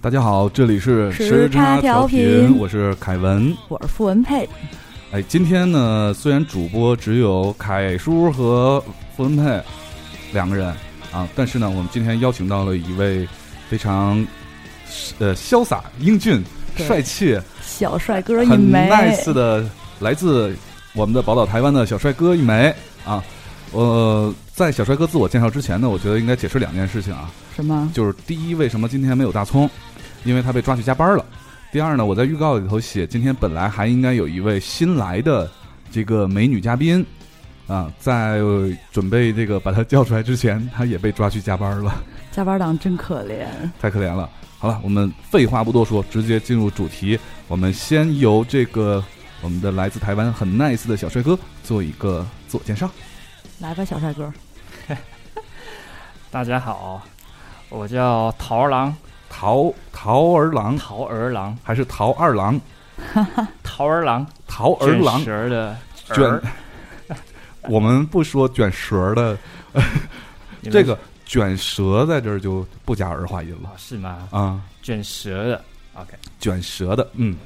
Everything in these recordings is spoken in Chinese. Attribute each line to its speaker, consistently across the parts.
Speaker 1: 大家好，这里是
Speaker 2: 时差调频
Speaker 1: 我是凯文。
Speaker 2: 我是傅文佩，
Speaker 1: 哎，今天呢，虽然主播只有凯叔和傅文佩两个人啊，但是呢，我们今天邀请到了一位非常呃潇洒、英俊、
Speaker 2: 对
Speaker 1: 帅气、
Speaker 2: 小帅哥一
Speaker 1: 很
Speaker 2: 枚，
Speaker 1: nice 的来自我们的宝岛台湾的小帅哥一枚啊。呃，在小帅哥自我介绍之前呢，我觉得应该解释两件事情啊，
Speaker 2: 什么？
Speaker 1: 就是第一，为什么今天没有大葱？因为他被抓去加班了。第二呢，我在预告里头写，今天本来还应该有一位新来的这个美女嘉宾啊，在准备这个把她叫出来之前，她也被抓去加班了，
Speaker 2: 加班党真可怜。
Speaker 1: 太可怜了。好了，我们废话不多说，直接进入主题。我们先由这个我们的来自台湾很 nice 的小帅哥做一个自我介绍。
Speaker 2: 来吧，小帅哥，
Speaker 3: 大家好，我叫桃儿郎，
Speaker 1: 桃桃儿郎
Speaker 3: 桃儿郎，
Speaker 1: 还是桃二郎？
Speaker 3: 桃儿郎，
Speaker 1: 桃儿郎
Speaker 3: 卷舌儿的儿
Speaker 1: 卷，我们不说卷舌的，
Speaker 3: 你们
Speaker 1: 这个卷舌在这儿就不加儿化音了
Speaker 3: 哦是吗？
Speaker 1: 啊，
Speaker 3: 卷舌的，OK，
Speaker 1: 卷舌的，嗯，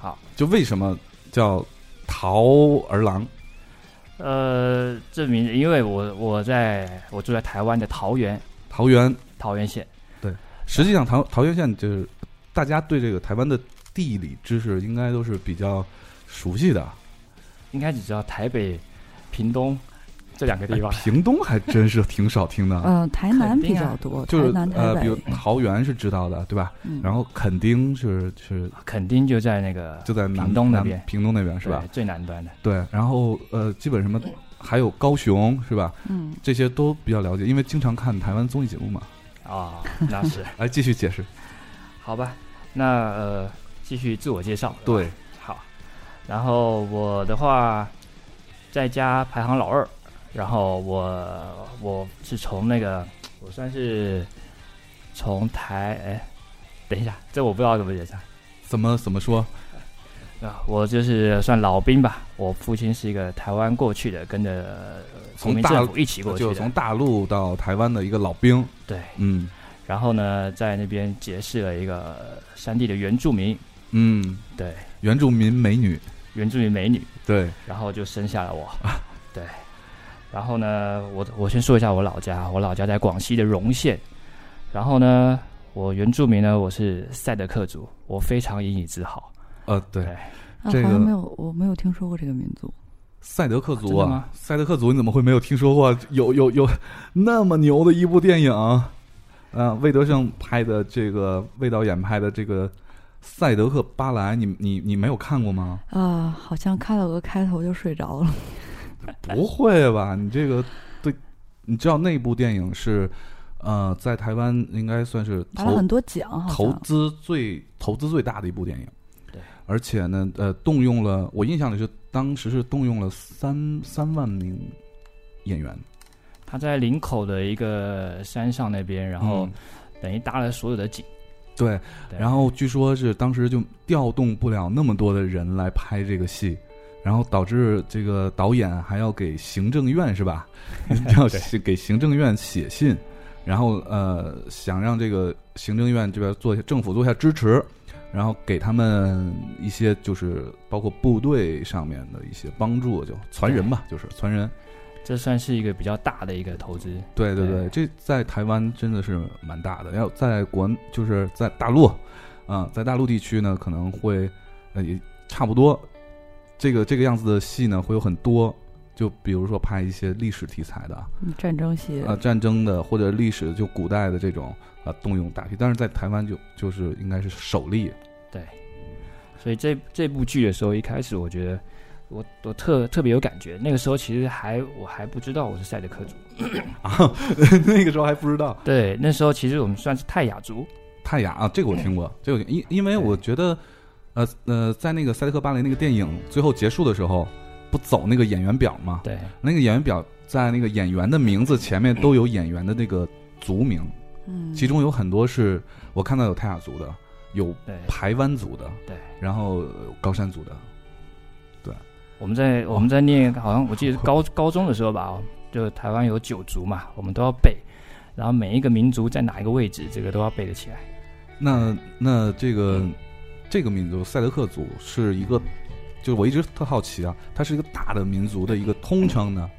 Speaker 3: 好，
Speaker 1: 就为什么叫桃儿郎？
Speaker 3: 呃，这名字，因为我我在我住在台湾的桃园，
Speaker 1: 桃园，
Speaker 3: 桃园县，
Speaker 1: 实际上桃桃源县就是大家对这个台湾的地理知识应该都是比较熟悉的，
Speaker 3: 应该只知道台北、屏东这两个地方
Speaker 1: 哎，屏东还真是挺少听的。
Speaker 2: 嗯、台南
Speaker 3: 肯
Speaker 2: 比
Speaker 3: 定啊
Speaker 2: 较多，
Speaker 1: 啊就是
Speaker 2: 台南、台
Speaker 1: 呃，
Speaker 2: 北，
Speaker 1: 比如桃园是知道的，对吧？
Speaker 2: 嗯，
Speaker 1: 然后垦丁是是
Speaker 3: 肯定就在那个
Speaker 1: 就在南
Speaker 3: 屏东那
Speaker 1: 南
Speaker 3: 边
Speaker 1: 屏东那边是吧？
Speaker 3: 对最南端的，
Speaker 1: 对，然后呃，基本什么还有高雄是吧？
Speaker 2: 嗯，
Speaker 1: 这些都比较了解，因为经常看台湾综艺节目嘛。
Speaker 3: 啊、那是
Speaker 1: 来，继续解释。
Speaker 3: 好吧？那呃，继续自我介绍，
Speaker 1: 对，
Speaker 3: 好，然后我的话在家排行老二，然后我我是从那个我算是从台哎，等一下，这我不知道怎么解释啊
Speaker 1: 怎么怎么说？
Speaker 3: 啊，我就是算老兵吧。我父亲是一个台湾过去的，跟着呃
Speaker 1: 从
Speaker 3: 国民
Speaker 1: 大
Speaker 3: 政府一起过去
Speaker 1: 就
Speaker 3: 的，
Speaker 1: 从大陆到台湾的一个老兵，
Speaker 3: 对，
Speaker 1: 嗯
Speaker 3: 然后呢在那边结识了一个山地的原住民，
Speaker 1: 嗯，
Speaker 3: 对，
Speaker 1: 原住民美女，
Speaker 3: 原住民美女，
Speaker 1: 对，
Speaker 3: 然后就生下了我。对，然后呢，我我先说一下我老家，我老家在广西的荣县。然后呢，我原住民呢，我是赛德克族，我非常引以自豪。
Speaker 1: 呃，对，
Speaker 3: 对，
Speaker 2: 啊
Speaker 1: 这
Speaker 2: 好
Speaker 1: 个
Speaker 2: 像没有，我没有听说过这个民族。
Speaker 1: 赛德克族
Speaker 3: 真的
Speaker 1: 啊
Speaker 3: 吗，
Speaker 1: 赛德克族，你怎么会没有听说过？有有有那么牛的一部电影，啊、魏德圣拍的这个魏导演拍的这个《赛德克巴莱》，你你你没有看过吗？
Speaker 2: 啊、好像看了个开头就睡着了。
Speaker 1: 不会吧？你这个对，你知道那部电影是，呃，在台湾应该算是
Speaker 2: 拿了
Speaker 1: 投
Speaker 2: 很多奖，好
Speaker 1: 投
Speaker 2: 像
Speaker 1: 资最投资最大的一部电影。
Speaker 3: 对，
Speaker 1: 而且呢，呃，动用了我印象里是当时是动用了三三万名演员，
Speaker 3: 他在林口的一个山上那边，然后
Speaker 1: 嗯
Speaker 3: 等于搭了所有的景。
Speaker 1: 对，
Speaker 3: 对
Speaker 1: 然后据说是当时就调动不了那么多的人来拍这个戏，然后导致这个导演还要给行政院是吧？ 要写给行政院写信，然后呃想让这个行政院这边做一下政府做一下支持，然后给他们一些就是包括部队上面的一些帮助，就传人吧，就是传人。
Speaker 3: 这算是一个比较大的一个投资。
Speaker 1: 对对对，这在台湾真的是蛮大的。要在国，就是在大陆，啊、在大陆地区呢，可能会，呃，也差不多，这个这个样子的戏呢，会有很多。就比如说拍一些历史题材的啊、
Speaker 2: 嗯战争戏，
Speaker 1: 呃战争的或者历史就古代的这种啊、呃动用大批，但是在台湾就就是应该是首例，
Speaker 3: 对，所以这这部剧的时候，一开始我觉得我我特特别有感觉。那个时候其实还我还不知道我是赛德克族。
Speaker 1: 啊 那个时候还不知道
Speaker 3: 对，那时候其实我们算是泰雅族，
Speaker 1: 泰雅啊，这个我听过，这个我听因因为我觉得，呃呃，在那个塞德克巴雷那个电影最后结束的时候，不走那个演员表吗？
Speaker 3: 对，
Speaker 1: 那个演员表在那个演员的名字前面都有演员的那个族名，
Speaker 2: 嗯，
Speaker 1: 其中有很多是我看到有泰雅族的，有
Speaker 3: 对，
Speaker 1: 排湾族的，
Speaker 3: 对，
Speaker 1: 然后有高山族的，
Speaker 3: 我们在我们在念，好像我记 得是高高中的时候吧，就台湾有九族嘛，我们都要背，然后每一个民族在哪一个位置，这个都要背得起来。
Speaker 1: 那那这个这个民族赛德克族是一个，就是我一直特好奇啊，它是一个大的民族的一个通称呢，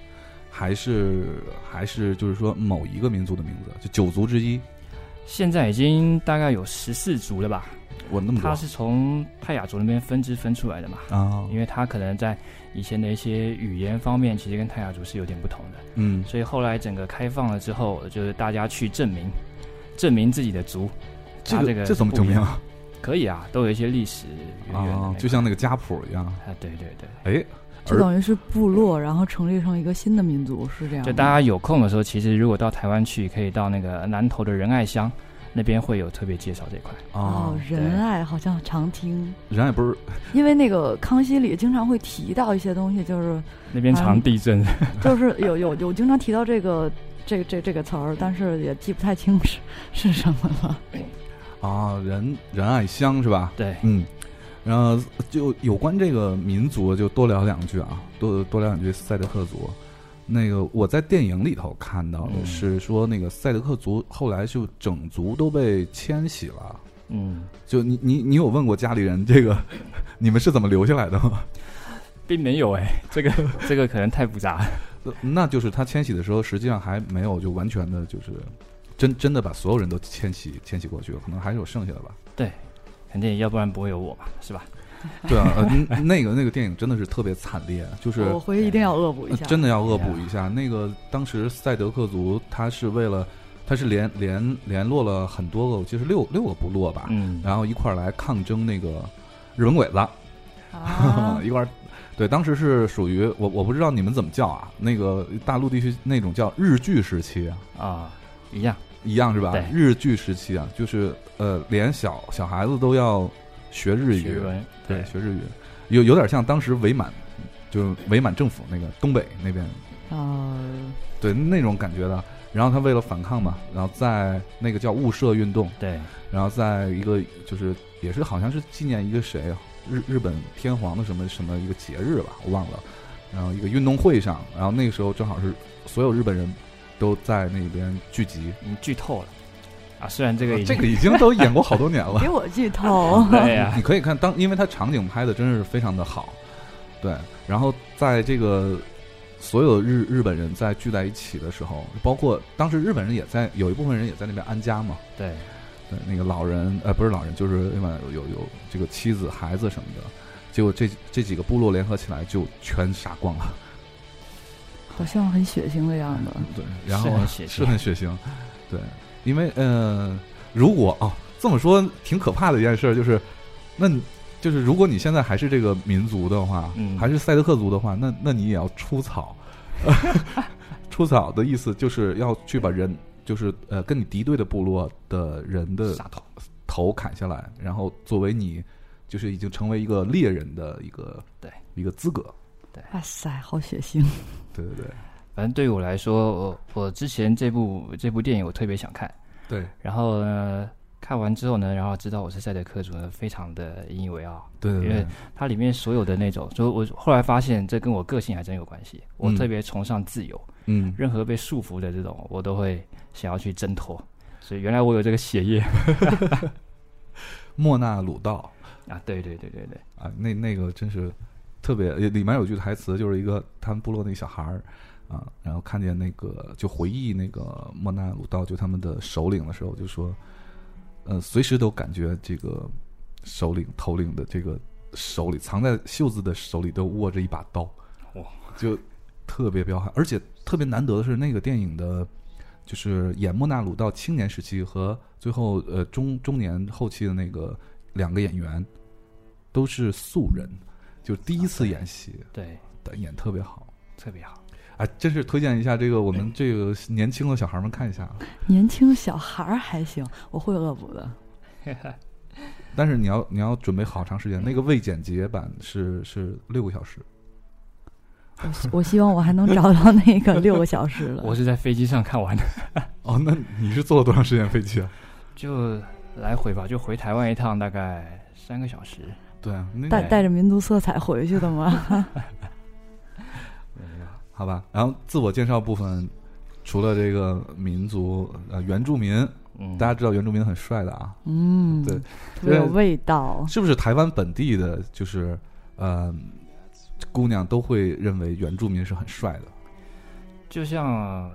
Speaker 1: 还是还是就是说某一个民族的名字，就九族之一？
Speaker 3: 现在已经大概有十四族了吧？
Speaker 1: 我那么多
Speaker 3: 它是从泰雅族那边分支分出来的嘛，
Speaker 1: 啊，
Speaker 3: 因为它可能在以前的一些语言方面，其实跟泰雅族是有点不同的。
Speaker 1: 嗯
Speaker 3: 所以后来整个开放了之后，就是大家去证明，证明自己的族，
Speaker 1: 这
Speaker 3: 它
Speaker 1: 个
Speaker 3: 这个
Speaker 1: 这怎么
Speaker 3: 不
Speaker 1: 证
Speaker 3: 一
Speaker 1: 明
Speaker 3: 样
Speaker 1: 啊？
Speaker 3: 可以啊，都有一些历史渊源的那
Speaker 1: 啊，
Speaker 3: 个
Speaker 1: 就像那个家谱一样。
Speaker 3: 啊，对对对，
Speaker 1: 哎，
Speaker 2: 就等于是部落，然后成立成一个新的民族，是这样吗。
Speaker 3: 就大家有空的时候，其实如果到台湾去，可以到那个南投的仁爱乡那边会有特别介绍这块。
Speaker 1: 啊
Speaker 2: 哦，，仁爱好像常听，
Speaker 1: 人也不是
Speaker 2: 因为那个《康熙》里经常会提到一些东西，就是
Speaker 3: 那边常地 震，
Speaker 2: 就是有有有经常提到这个这个这个这个词儿，但是也记不太清是是什么了。
Speaker 1: 啊，仁仁爱乡是吧？
Speaker 3: 对，
Speaker 1: 嗯，然后就有关这个民族，就多聊两句啊，多多聊两句赛德克族。那个我在电影里头看到的
Speaker 3: 嗯
Speaker 1: 是说，那个赛德克族后来就整族都被迁徙了。
Speaker 3: 嗯，
Speaker 1: 就你你你有问过家里人这个， 你们是怎么留下来的吗？
Speaker 3: 并没有哎、这 个这个可能太复杂了。
Speaker 1: 那就是他迁徙的时候，实际上还没有就完全的，就是真真的把所有人都迁徙迁徙过去了，可能还是有剩下的吧。
Speaker 3: 肯定要不然不会有我嘛，是吧？
Speaker 1: 对啊，呃，那个那个电影真的是特别惨烈，就是
Speaker 2: 我回去一定要恶补一
Speaker 1: 呃
Speaker 2: 下。
Speaker 1: 真的要恶补一下。那个当时赛德克族，他是为了，他是联联联络了很多个，就是六六个部落吧，
Speaker 3: 嗯，
Speaker 1: 然后一块儿来抗争那个日本鬼子，
Speaker 2: 啊
Speaker 1: 一块儿。对，当时是属于我，我不知道你们怎么叫啊？那个大陆地区那种叫日据时期啊，
Speaker 3: 啊，一样，
Speaker 1: 一样是吧
Speaker 3: 对？
Speaker 1: 日据时期啊，就是呃，连小小孩子都要学日
Speaker 3: 学
Speaker 1: 语，
Speaker 3: 文，
Speaker 1: 对，
Speaker 3: 对，
Speaker 1: 学日语，有有点像当时伪满，就是伪满政府那个东北那边
Speaker 2: 啊，
Speaker 1: 对那种感觉的。然后他为了反抗嘛，然后在那个叫雾社运动，
Speaker 3: 对，
Speaker 1: 然后在一个就是也是好像是纪念一个谁啊日日本天皇的什么什么一个节日吧，我忘了。然后一个运动会上，然后那个时候正好是所有日本人都在那边聚集。
Speaker 3: 你剧透了啊，虽然这
Speaker 1: 这
Speaker 3: 个已经、。
Speaker 1: 这个已经都演过好多年了
Speaker 2: 给，我剧透
Speaker 3: 对呀、
Speaker 1: 你可以看当，因为它场景拍的真是非常的好，对。然后在这个所有日日本人在聚在一起的时候，包括当时日本人也在有一部分人也在那边安家嘛，
Speaker 3: 对，
Speaker 1: 对，那个老人呃不是老人，就是那边有有有这个妻子孩子什么的，结果这这几个部落联合起来就全杀光了，
Speaker 2: 好像很血腥的样
Speaker 3: 啊
Speaker 2: 子。
Speaker 1: 对，然后
Speaker 3: 是很血腥
Speaker 1: 是很血腥，对，因为呃，如果哦这么说挺可怕的一件事儿就是，那你就是如果你现在还是这个民族的话，
Speaker 3: 嗯
Speaker 1: 还是赛德克族的话，那那你也要出草， 出草的意思就是要去把人就是呃跟你敌对的部落的人的
Speaker 3: 杀头，
Speaker 1: 头砍下来，然后作为你就是已经成为一个猎人的一个
Speaker 3: 对
Speaker 1: 一个资格，
Speaker 2: 哇塞，好血腥！
Speaker 1: 对对对
Speaker 3: 反正对我来说，我我之前这部这部电影我特别想看，
Speaker 1: 对
Speaker 3: 然后呢，看完之后呢，然后知道我是赛德克族呢，非常的引以为傲。
Speaker 1: 对对
Speaker 3: 因为它里面所有的那种，所以我后来发现这跟我个性还真有关系。我
Speaker 1: 嗯
Speaker 3: 特别崇尚自由，
Speaker 1: 嗯。
Speaker 3: 任何被束缚的这种，我都会想要去挣脱。所以原来我有这个血 液
Speaker 1: 莫纳鲁道
Speaker 3: 啊！对对对对对，
Speaker 1: 啊，那那个真是特别，里面有句台词，就是一个他们部落那小孩儿啊，然后看见那个就回忆那个莫纳鲁道就他们的首领的时候，就说，呃，随时都感觉这个首领头领的这个手里藏在袖子的手里都握着一把刀，
Speaker 3: 哇，
Speaker 1: 就特别彪悍，而且特别难得的是那个电影的。就是演莫纳鲁道青年时期和最后呃中中年后期的那个两个演员，都是素人，就是第一次演戏，
Speaker 3: 对，
Speaker 1: 但演特别好。
Speaker 3: 特别好。
Speaker 1: 哎，真是推荐一下这个我们这个年轻的小孩们看一下啊。
Speaker 2: 年轻小孩儿还行，我会恶补的。
Speaker 1: 但是你要你要准备好长时间，那个未剪辑版是是六个小时。
Speaker 2: 我希我希望我还能找到那个六个小时的。
Speaker 3: 我是在飞机上看完的，
Speaker 1: 哦，那你是坐了多长时间飞机啊？
Speaker 3: 就来回吧，就回台湾一趟，大概三个小时。
Speaker 1: 对啊，那
Speaker 2: 带
Speaker 1: 个
Speaker 2: 带着民族色彩回去的吗？
Speaker 1: 好吧。然后自我介绍部分除了这个民族呃原住民，
Speaker 3: 嗯，
Speaker 1: 大家知道原住民很帅的啊，
Speaker 2: 嗯，
Speaker 1: 对，
Speaker 2: 特别有味道。
Speaker 1: 是不是台湾本地的，就是呃姑娘都会认为原住民是很帅的？
Speaker 3: 就像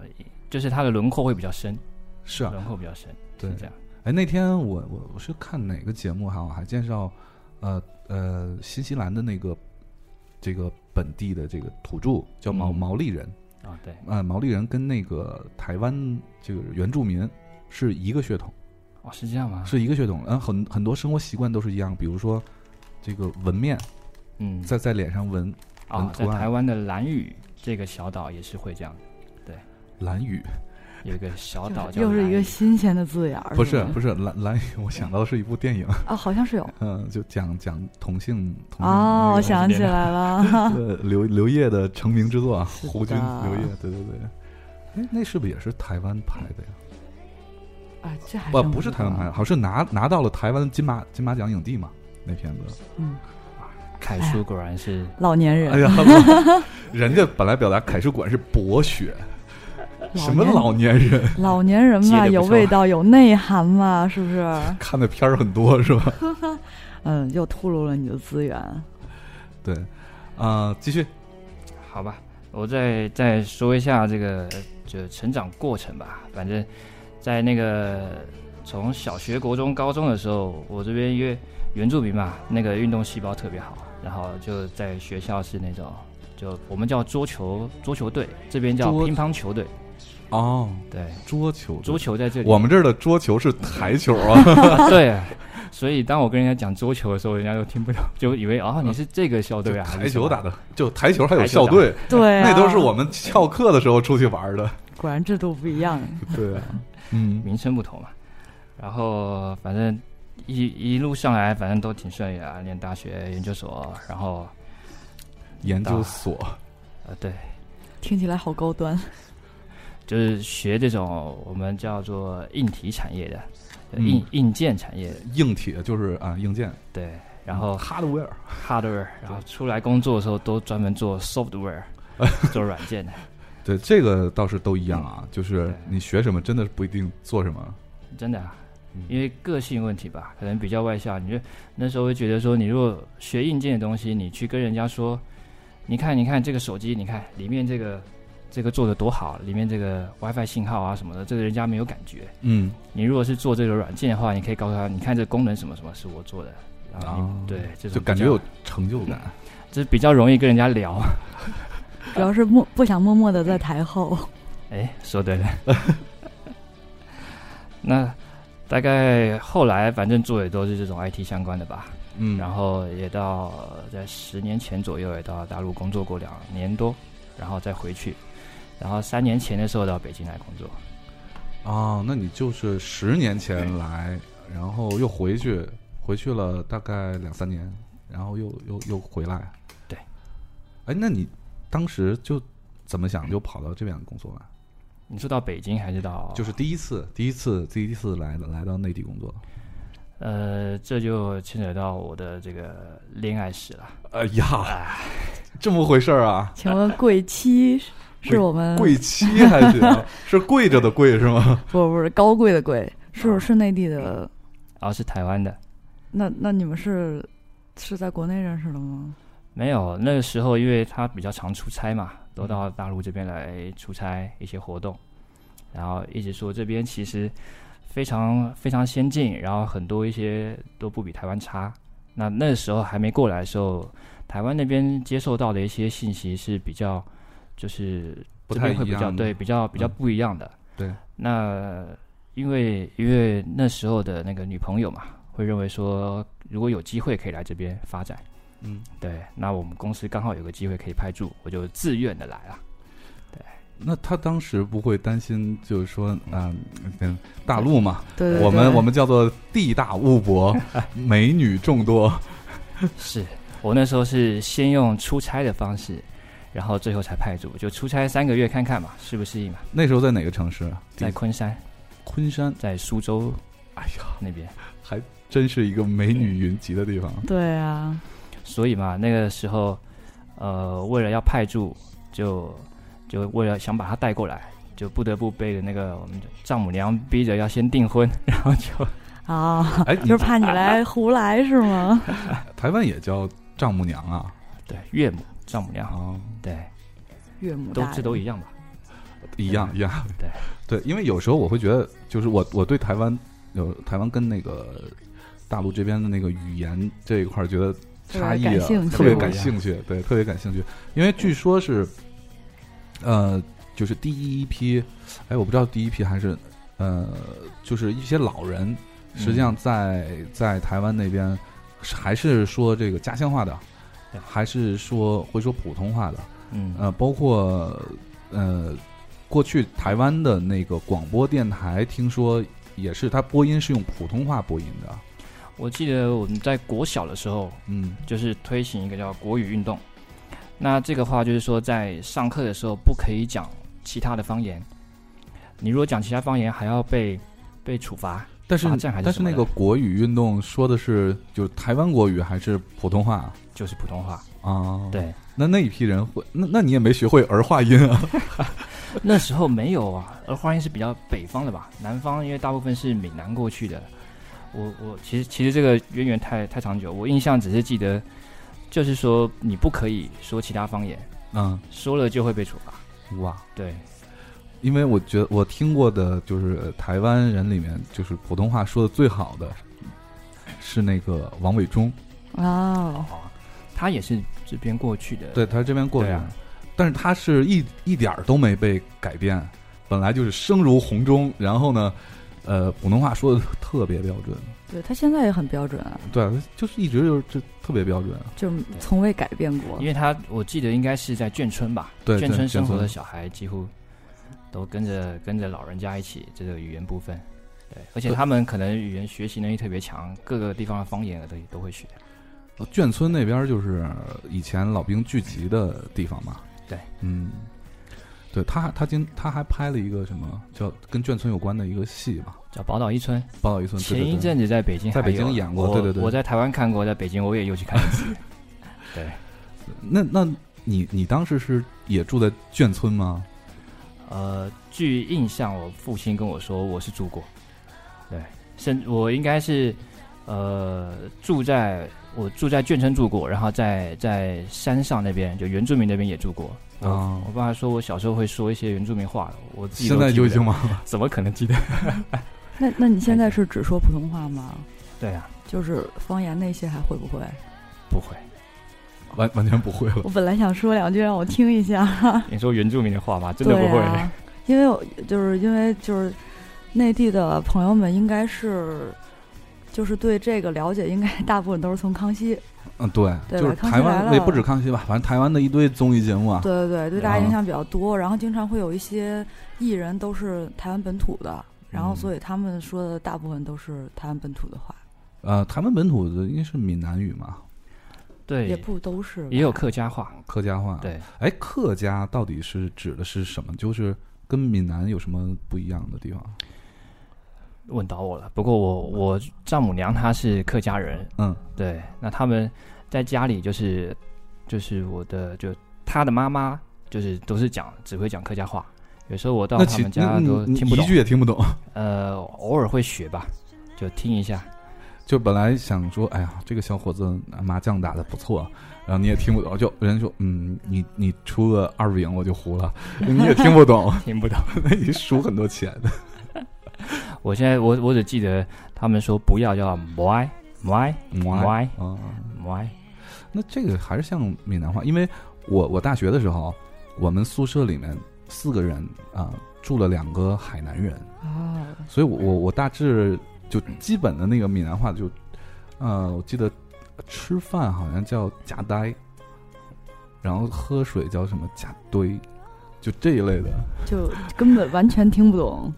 Speaker 3: 就是它的轮廓会比较深，
Speaker 1: 是啊，
Speaker 3: 轮廓比较深，
Speaker 1: 对
Speaker 3: 是这样。
Speaker 1: 哎，那天我我我是看哪个节目哈，还介绍，呃呃，新西兰的那个这个本地的这个土著叫毛、
Speaker 3: 嗯
Speaker 1: 毛利人，
Speaker 3: 啊，对，
Speaker 1: 呃，毛利人跟那个台湾这个原住民是一个血统，
Speaker 3: 哦，是这样吗？，
Speaker 1: 是一个血统，嗯，很很多生活习惯都是一样，比如说这个纹面，
Speaker 3: 嗯，
Speaker 1: 在在脸上纹
Speaker 3: 啊，
Speaker 1: 文图
Speaker 3: 在
Speaker 1: 案
Speaker 3: 台湾的兰屿这个小岛也是会这样的，
Speaker 1: 蓝雨，
Speaker 3: 有一个小岛
Speaker 2: 就是
Speaker 3: 叫
Speaker 2: 又是
Speaker 3: 兰
Speaker 2: 一个
Speaker 3: 屿
Speaker 2: 新鲜的字眼儿，
Speaker 1: 不是
Speaker 2: 吧
Speaker 1: 不是蓝蓝雨，我想到的是一部电影，
Speaker 2: 啊，好像是有
Speaker 1: 嗯、就讲讲同性同性
Speaker 2: 哦，
Speaker 1: 那
Speaker 2: 我
Speaker 1: 个
Speaker 2: 想起 来了，
Speaker 1: 呃，刘刘烨的成名之作啊，
Speaker 2: 啊是的
Speaker 1: 胡军刘烨，对对对。哎，那是不是也是台湾拍的呀？
Speaker 2: 啊，这还
Speaker 1: 不，
Speaker 2: 真
Speaker 1: 不是
Speaker 2: 知
Speaker 1: 台湾
Speaker 2: 道
Speaker 1: 拍的，好像是拿拿到了台湾金马金马奖影帝嘛，那片子。
Speaker 2: 嗯，
Speaker 3: 凯叔果然是
Speaker 2: 老年人，
Speaker 1: 哎 呀，不人家本来表达凯叔馆是博学，
Speaker 2: 老
Speaker 1: 什么
Speaker 2: 年
Speaker 1: 老年人
Speaker 2: 老年人
Speaker 3: 接得
Speaker 2: 嘛，
Speaker 3: 不
Speaker 2: 有
Speaker 3: 错
Speaker 1: 啊
Speaker 2: 味道，有内涵嘛，是不是？
Speaker 1: 看的片儿很多是吧？
Speaker 2: 嗯，又秃噜了你的资源。
Speaker 1: 对，啊、继续，
Speaker 3: 好吧，我再再说一下这个就成长过程吧。反正，在那个从小学、国中、高中的时候，我这边因为原住民嘛，那个运动细胞特别好，然后就在学校是那种，就我们叫桌球桌球队，这边叫
Speaker 1: 桌
Speaker 3: 乒乓球队，
Speaker 1: 哦，
Speaker 3: 对，
Speaker 1: 桌球，
Speaker 3: 桌，球在这里。
Speaker 1: 我们这儿的桌球是台球啊，
Speaker 3: 啊对，所以当我跟人家讲桌球的时候，人家都听不懂，就以为啊、你是这个校 队啊，
Speaker 1: 台球打
Speaker 3: 的。
Speaker 1: 的，就台球还有
Speaker 3: 台球
Speaker 1: 校
Speaker 3: 打
Speaker 1: 队，
Speaker 2: 对、啊，
Speaker 1: 那都是我们翘课的时候出去玩儿的。
Speaker 2: 果然制度不一样。
Speaker 1: 对 啊，嗯，
Speaker 3: 名称不同嘛。然后反正一一路上来，反正都挺顺利的啊，念大学、研究所，然后
Speaker 1: 研究所，
Speaker 3: 呃，对，
Speaker 2: 听起来好高 端，
Speaker 3: 就是学这种我们叫做硬体产业的、
Speaker 1: 嗯
Speaker 3: 硬硬件产业的，
Speaker 1: 硬体就是啊，硬件，嗯
Speaker 3: 对。然后
Speaker 1: hardware，
Speaker 3: hardware，然后出来工作的时候都专门 做 software，做软件的，
Speaker 1: 对这个倒是都一样啊，就是
Speaker 3: 对
Speaker 1: 你学什么真的不一定做什么，
Speaker 3: 真的、啊
Speaker 1: 嗯。
Speaker 3: 因为个性问题吧，可能比较外向。你就那时候会觉得说，你如果学硬件的东西，你去跟人家说，你看，你看这个手机，你看里面这个这个做的多好，里面这个 WiFi 信号啊什么的，这个人家没有感觉。
Speaker 1: 嗯，
Speaker 3: 你如果是做这个软件的话，你可以告诉他，你看这功能什么什么是我做的，然后你、
Speaker 1: 啊
Speaker 3: 对，这种
Speaker 1: 就感觉
Speaker 3: 比较
Speaker 1: 有，成就感。
Speaker 3: 这比较容易跟人家聊。
Speaker 2: 主要是默不想默默的在台后。
Speaker 3: 哎，说对了。 那大概后来反正做的都是这种 IT 相关的吧。
Speaker 1: 嗯，
Speaker 3: 然后也到呃在十年前左右也到大陆工作过两年多，然后再回去，然后三年前的时候到北京来工作，
Speaker 1: 啊，那你就是十年前来，然后又回去，回去了大概两三年，然后又又又回来。
Speaker 3: 对，
Speaker 1: 哎，那你当时就怎么想就跑到这边工作了？
Speaker 3: 你说到北京还是到？
Speaker 1: 就是第一次，第一次，第一次来来到内地工作。
Speaker 3: 呃，这就牵扯到我的这个恋爱史了。
Speaker 1: 哎呀， 这么回事儿啊？
Speaker 2: 请问贵 妻是是我们
Speaker 1: 跪妻还行， 是跪着的跪是吗？
Speaker 2: 不不是高贵的贵，
Speaker 1: 啊
Speaker 2: 是是内地的。
Speaker 3: 然后是台湾的，
Speaker 2: 那那你们是是在国内认识的吗？
Speaker 3: 没有那个时候，因为他比较常出差嘛，都到大陆这边来出差一些活动，然后一直说这边其实非常非常先进，然后很多一些都不比台湾差。那那时候还没过来的时候，台湾那边接受到的一些信息是比较，就是
Speaker 1: 不
Speaker 3: 这
Speaker 1: 太
Speaker 3: 边会
Speaker 1: 一
Speaker 3: 比较
Speaker 1: 样，
Speaker 3: 对，比较比较
Speaker 1: 嗯
Speaker 3: 不一样的。
Speaker 1: 对，
Speaker 3: 那因为因为那时候的那个女朋友嘛，会认为说如果有机会可以来这边发展。
Speaker 1: 嗯，
Speaker 3: 对，那我们公司刚好有个机会可以派驻，我就自愿的来 啊了。
Speaker 1: 那他当时不会担心，就是说啊、嗯，大陆嘛，
Speaker 2: 对对对，
Speaker 1: 我们我们叫做地大物博，美女众多，
Speaker 3: 是我那时候是先用出差的方式，然后最后才派驻，就出差三个月看看嘛，适不适应嘛。
Speaker 1: 那时候在哪个城市？啊
Speaker 3: 在
Speaker 1: 第
Speaker 3: 昆山，
Speaker 1: 昆山。
Speaker 3: 在苏州
Speaker 1: 哎
Speaker 3: 啊
Speaker 1: 呀，
Speaker 3: 那边，
Speaker 1: 真是一个美女云集的地方。
Speaker 2: 对啊，
Speaker 3: 所以嘛，那个时候，呃，为了要派驻，就就为了想把他带过来，就不得不被那个我们丈母娘逼着要先订婚，然后就
Speaker 2: 啊，
Speaker 1: 哎，你
Speaker 2: 就是怕你来胡来是吗？
Speaker 1: 台湾也叫丈母娘啊？
Speaker 3: 对岳母、丈母娘，
Speaker 1: 啊，
Speaker 3: 对，
Speaker 2: 岳母
Speaker 3: 都
Speaker 2: 大
Speaker 3: 这
Speaker 2: 人
Speaker 3: 都一样吧？
Speaker 1: 一样一样。
Speaker 3: 嗯对
Speaker 1: 对，因为有时候我会觉得，就是我我对台湾有台湾跟那个大陆这边的那个语言这一块儿觉得差异
Speaker 2: 特
Speaker 1: 啊
Speaker 2: 别感兴，趣
Speaker 1: 特别感兴趣，对，特别感兴趣，因为据说是，呃，就是第一批，哎，我不知道第一批还是，呃，就是一些老人，实际
Speaker 3: 嗯
Speaker 1: 上在在台湾那边还是说这个家乡话的
Speaker 3: 对，
Speaker 1: 还是说会说普通话的，
Speaker 3: 嗯，
Speaker 1: 呃，包括呃，过去台湾的那个广播电台，听说也是它播音是用普通话播音的，
Speaker 3: 我记得我们在国小的时候，
Speaker 1: 嗯
Speaker 3: 就是推行一个叫国语运动。那这个话就是说，在上课的时候不可以讲其他的方言，你如果讲其他方言，还要被被处罚。
Speaker 1: 但是
Speaker 3: 罚啊站还是
Speaker 1: 但
Speaker 3: 什
Speaker 1: 是
Speaker 3: 么
Speaker 1: 那个
Speaker 3: 的
Speaker 1: 国语运动说的是就是台湾国语还是普通话
Speaker 3: 就是普通话，
Speaker 1: 啊？，
Speaker 3: 对，
Speaker 1: 那那一批人会，那那你也没学会儿化音 啊？
Speaker 3: 那时候没有啊，而花音是比较北方的吧，南方因为大部分是闽南过去的。我我其实其实这个渊源太太长久，我印象只是记得，就是说你不可以说其他方言，
Speaker 1: 嗯，
Speaker 3: 说了就会被处罚。
Speaker 1: 哇。
Speaker 3: 对，
Speaker 1: 嗯因为我觉得我听过的就是呃台湾人里面，就是普通话说的最好的是那个王伟忠，
Speaker 2: 哦，
Speaker 3: 哦，他也是这边过去的，
Speaker 1: 对他这边过去
Speaker 3: 对
Speaker 1: 的，
Speaker 3: 啊
Speaker 1: 但是他是一一点儿都没被改变，本来就是声如洪钟，然后呢，呃，普通话说的特别标准，
Speaker 2: 对他现在也很标准啊，
Speaker 1: 对，就是一直就是这特别标准，啊
Speaker 2: 就是从未改变过
Speaker 3: 因。为他我记得应该是在眷村吧，
Speaker 1: 对
Speaker 3: 眷
Speaker 1: 对
Speaker 3: 村生
Speaker 1: 眷
Speaker 3: 活的
Speaker 1: 村
Speaker 3: 小孩几乎都跟着跟着老人家一起这个语言部分，对，而且
Speaker 1: 对
Speaker 3: 他们可能语言学习能力特别强，各个地方的方言都都会学。
Speaker 1: 呃眷村那边就是以前老兵聚集的地方嘛，
Speaker 3: 对，
Speaker 1: 嗯。对他，他今他还拍了一个什么叫跟眷村有关的一个戏嘛，
Speaker 3: 叫宝岛一村，
Speaker 1: 《宝岛一村》嗯对对
Speaker 3: 前一
Speaker 1: 对
Speaker 3: 阵子在北京还
Speaker 1: 在
Speaker 3: 有，
Speaker 1: 北京演过
Speaker 3: 我
Speaker 1: 对对对
Speaker 3: 我在台湾看过，在北京我也又去看一次。对，
Speaker 1: 那那你你当时是也住在眷村吗？
Speaker 3: 呃，据印象，我父亲跟我说我是住过，对，甚我应该是呃住在我住在眷村住过，然后在在山上那边就原住民那边也住过。我
Speaker 1: 啊
Speaker 3: 我爸说我小时候会说一些原住民话，我自己
Speaker 1: 现
Speaker 3: 都
Speaker 1: 在
Speaker 3: 记不
Speaker 1: 就已经
Speaker 3: 得
Speaker 1: 忘了。
Speaker 3: 怎么可能记得？
Speaker 2: 那那你
Speaker 3: 哎
Speaker 2: 现在是只说普通话吗？
Speaker 3: 对啊，
Speaker 2: 就是方言那些还会不会？
Speaker 3: 不会。
Speaker 1: 完完全不会了。
Speaker 2: 我本来想说两句让我听一下，
Speaker 3: 你说原住民的话吗？真的
Speaker 2: 啊对
Speaker 3: 不会。
Speaker 2: 啊，因为我就是因为就是内地的朋友们应该是。就是对这个了解，应该大部分都是从康熙，
Speaker 1: 嗯，对，
Speaker 2: 对
Speaker 1: 就是
Speaker 2: 吧康熙
Speaker 1: 台
Speaker 2: 来
Speaker 1: 湾
Speaker 2: 了
Speaker 1: 也不止康熙吧，反正台湾的一堆综艺节目啊，
Speaker 2: 对对对，对大家
Speaker 1: 啊
Speaker 2: 影响比较多。然后经常会有一些艺人都是台湾本土的，然后
Speaker 1: 嗯
Speaker 2: 所以他们说的大部分都是台湾本土的话，
Speaker 1: 呃，台湾本土的应该是闽南语嘛，
Speaker 3: 对，
Speaker 2: 也不都是吧，
Speaker 3: 也有客家话。
Speaker 1: 客家话。，
Speaker 3: 对，
Speaker 1: 哎，客家到底是指的是什么？就是跟闽南有什么不一样的地方？
Speaker 3: 问倒我了。不过我我丈母娘她是客家人，
Speaker 1: 嗯
Speaker 3: 对，那他们在家里就是就是我的就他的妈妈就是都是讲只会讲客家话，有时候我到
Speaker 1: 那
Speaker 3: 他
Speaker 1: 其
Speaker 3: 们
Speaker 1: 那
Speaker 3: 家都
Speaker 1: 你
Speaker 3: 听不
Speaker 1: 你一
Speaker 3: 懂，
Speaker 1: 句也听不懂。
Speaker 3: 呃，偶尔会学吧，就听一下。
Speaker 1: 就本来想说，哎呀，这个小伙子麻将打的不错，然后你也听不懂，就人家说，嗯，你你出个二饼我就胡了， 你也听不懂，
Speaker 3: 听不懂。
Speaker 1: 那你输很多钱。
Speaker 3: 我现在我我只记得他们说不要叫 my my
Speaker 1: 歪啊，
Speaker 3: my，
Speaker 1: 那这个还是像闽南话，因为我我大学的时候，我们宿舍里面四个人啊、住了两个海南人，
Speaker 2: 啊，
Speaker 1: 所以我我我大致就基本的那个闽南话就，呃，我记得吃饭好像叫夹呆，然后喝水叫什么夹堆，就这一类的。
Speaker 2: 就根本完全听不懂。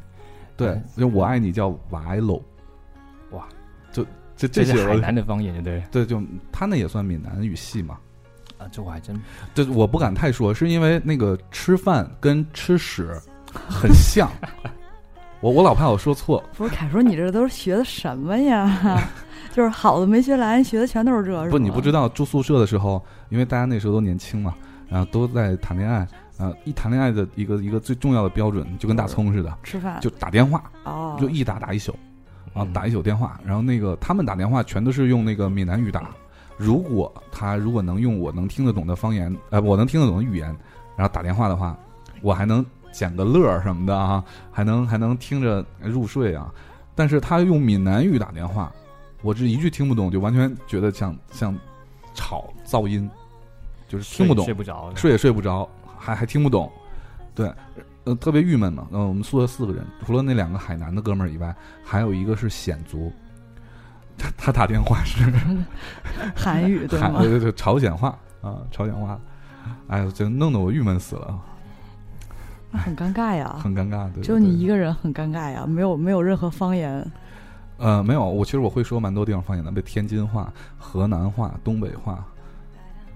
Speaker 1: 对，就我爱你叫瓦喽，
Speaker 3: 嗯哇，
Speaker 1: 就这这
Speaker 3: 这
Speaker 1: 些
Speaker 3: 是海
Speaker 1: 我
Speaker 3: 南的方言，对不对？
Speaker 1: 对，就他那也算闽南语系嘛。
Speaker 3: 啊，这我还真
Speaker 1: 这我不敢太说，是因为那个吃饭跟吃屎很像。我我老怕我说错，
Speaker 2: 不是凯叔，你这都是学的什么 呀？就是好的没学来，学的全都是这，是
Speaker 1: 不，你不知
Speaker 2: 道
Speaker 1: 道住宿舍的时候，因为大家那时候都年轻嘛，然后都在谈恋爱，呃，一谈恋爱的一个一个最重要的标准，就跟大葱似的，
Speaker 2: 吃饭
Speaker 1: 就打电话，
Speaker 2: 哦，
Speaker 1: 就一打打一宿，啊
Speaker 3: 嗯，
Speaker 1: 打一宿电话。然后那个他们打电话全都是用那个闽南语打，如果他如果能用我能听得懂的方言，呃，我能听得懂的语言，然后打电话的话，我还能捡个乐儿什么的啊，还能还能听着入睡啊。但是他用闽南语打电话，我这一句听不懂，就完全觉得像像吵噪音，就是听不懂
Speaker 3: 睡，睡不着了，
Speaker 1: 睡也睡不着，还还听不懂，对，呃，特别郁闷嘛。嗯、我们宿舍四个人，除了那两个海南的哥们儿以外，还有一个是鲜族，他他打电话是
Speaker 2: 韩语对
Speaker 1: 喊
Speaker 2: 吗
Speaker 1: 对？对对朝鲜话啊，朝鲜话，哎呦，这弄得我郁闷死了，
Speaker 2: 那很尴尬呀，
Speaker 1: 很尴尬。对，
Speaker 2: 只有你一
Speaker 1: 个
Speaker 2: 个人很尴尬呀，没有没有任何方言。
Speaker 1: 呃，没有，我其实我会说蛮多地方方言的，比如天津话、河南话、东北话，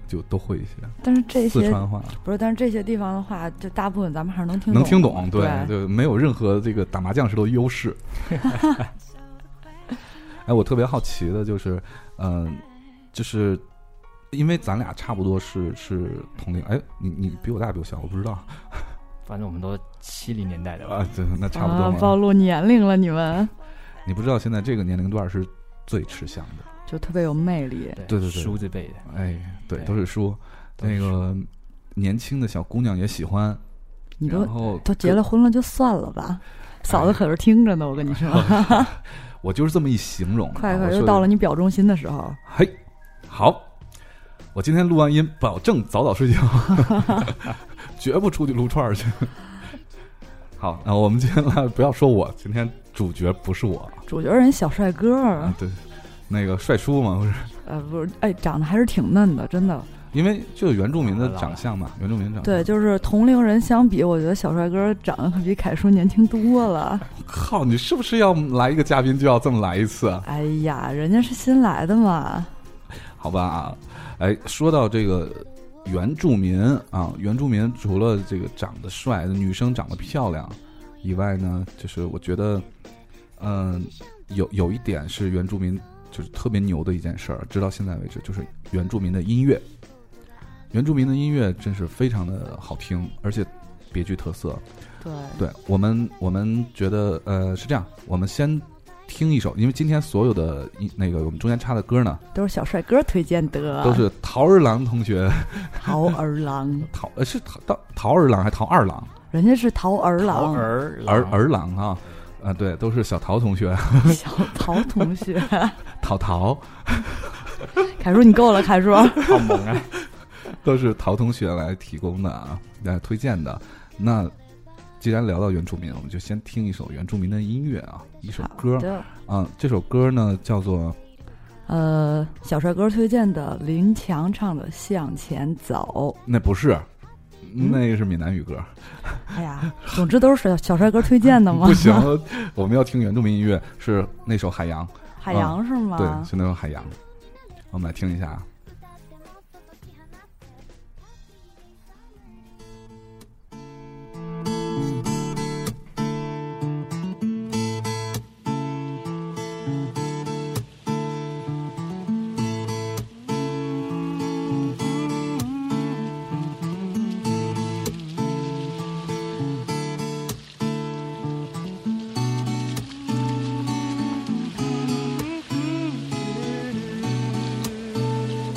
Speaker 1: 就都会一些，
Speaker 2: 但是这
Speaker 1: 四
Speaker 2: 些
Speaker 1: 川话。
Speaker 2: 不是，但是这些地方的话，就大部分咱们还是能听
Speaker 1: 能听
Speaker 2: 懂
Speaker 1: 懂，对
Speaker 2: 的。
Speaker 1: 对，
Speaker 2: 对，
Speaker 1: 没有任何这个打麻将时候的优势。哎，我特别好奇的就是，嗯、就是因为咱俩差不多是是同龄，哎，你你比我大比我小，我不知道
Speaker 3: 反正我们都七零年代的吧，
Speaker 1: 啊，对，那差不
Speaker 2: 啊
Speaker 1: 多，
Speaker 2: 暴
Speaker 1: 嘛。
Speaker 2: 露年龄了，你们
Speaker 1: 你不知道现在这个年龄段是最吃香的，
Speaker 2: 就特别有魅力。
Speaker 3: 对
Speaker 1: 对对对
Speaker 3: 梳子辈的，
Speaker 1: 哎，对，
Speaker 3: 对
Speaker 1: 都是叔，
Speaker 3: 都是
Speaker 1: 那个年轻的小姑娘也喜欢，
Speaker 2: 你都
Speaker 1: 然后
Speaker 2: 都结了婚了，就算了吧。嫂
Speaker 1: 哎
Speaker 2: 子可是听着呢，我跟你 说，
Speaker 1: 我就是这么一形容，
Speaker 2: 快
Speaker 1: 啊
Speaker 2: 快
Speaker 1: 我
Speaker 2: 又
Speaker 1: 说
Speaker 2: 到了你表忠心的时候。
Speaker 1: 嘿，好，我今天录完音，保证早早睡觉， 绝不出去撸串儿去。 好，那我们今天 来，不要说我，今天主角不是我
Speaker 2: 主角人小帅哥儿，
Speaker 1: 啊，对，那个帅叔嘛，不是，
Speaker 2: 呃，不是，哎，长得还是挺嫩的，真的。
Speaker 1: 因为就是原住民的长相嘛，原住民长相。
Speaker 2: 对，，就是同龄人相比，我觉得小帅哥长得可比凯叔年轻多了。
Speaker 1: 嗯靠，你是不是要来一个嘉宾就要这么来一次啊？
Speaker 2: 哎呀，人家是新来的嘛，
Speaker 1: 好吧啊，哎，说到这个原住民啊，原住民除了这个长得帅，女生长得漂亮以外呢，就是我觉得，嗯、有有一点是原住民就是特别牛的一件事儿，直到现在为止，就是原住民的音乐，原住民的音乐真是非常的好听，而且别具特色。
Speaker 2: 对，
Speaker 1: 对我们，我们觉得呃是这样，我们先听一首，因为今天所有的音那个我们中间插的歌呢，
Speaker 2: 都是小帅哥推荐的，
Speaker 1: 都是桃儿郎同学。
Speaker 2: 桃儿郎，
Speaker 1: 桃呃是桃桃桃儿郎还桃二郎
Speaker 2: 人家是桃儿郎，
Speaker 3: 桃儿
Speaker 1: 儿儿郎啊啊对，都是小桃同学，
Speaker 2: 小桃同学，
Speaker 1: 桃桃
Speaker 2: 凯叔你够了，凯叔，
Speaker 3: 好萌啊！
Speaker 1: 都是桃同学来提供的啊，来推荐的。那既然聊到原住民，我们就先听一首原住民的音乐啊，一首歌
Speaker 2: 好的，
Speaker 1: 啊，这首歌呢叫做
Speaker 2: 呃，小帅哥推荐的林强唱的《向前走
Speaker 1: 那不是。
Speaker 2: 嗯
Speaker 1: 那个是闽南语歌，》，
Speaker 2: 哎呀，总之都是小帅哥推荐的吗？
Speaker 1: 不行， 我们要听原住民音乐，是那首《海洋》，
Speaker 2: 海洋是吗？
Speaker 1: 嗯对，是那首《海洋》，我们来听一下啊。
Speaker 4: Thank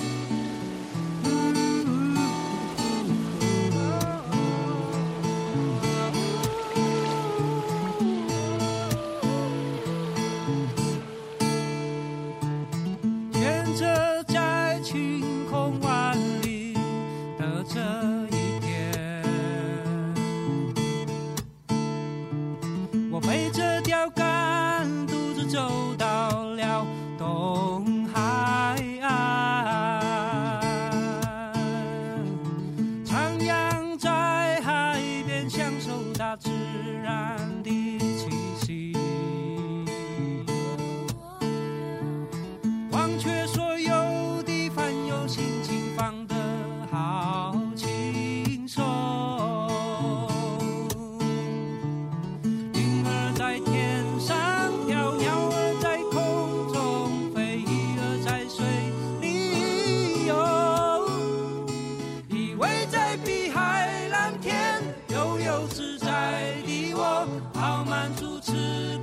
Speaker 5: 自在的我，好满足此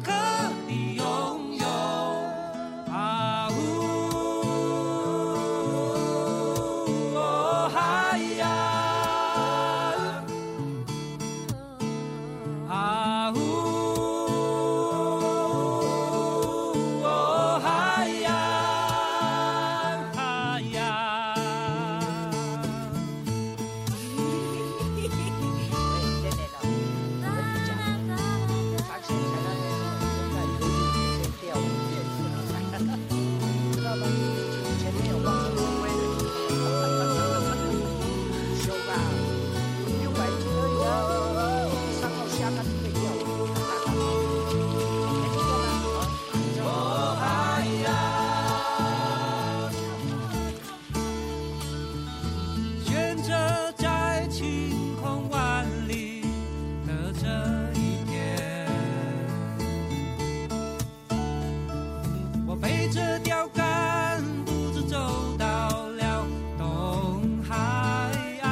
Speaker 5: 刻的拥有。啊呜，哦嗨呀，啊呜，哦嗨呀，嗨呀。
Speaker 4: 啊
Speaker 5: 悬着在晴空万里的这一天，我背着钓竿，独自走到了东海岸。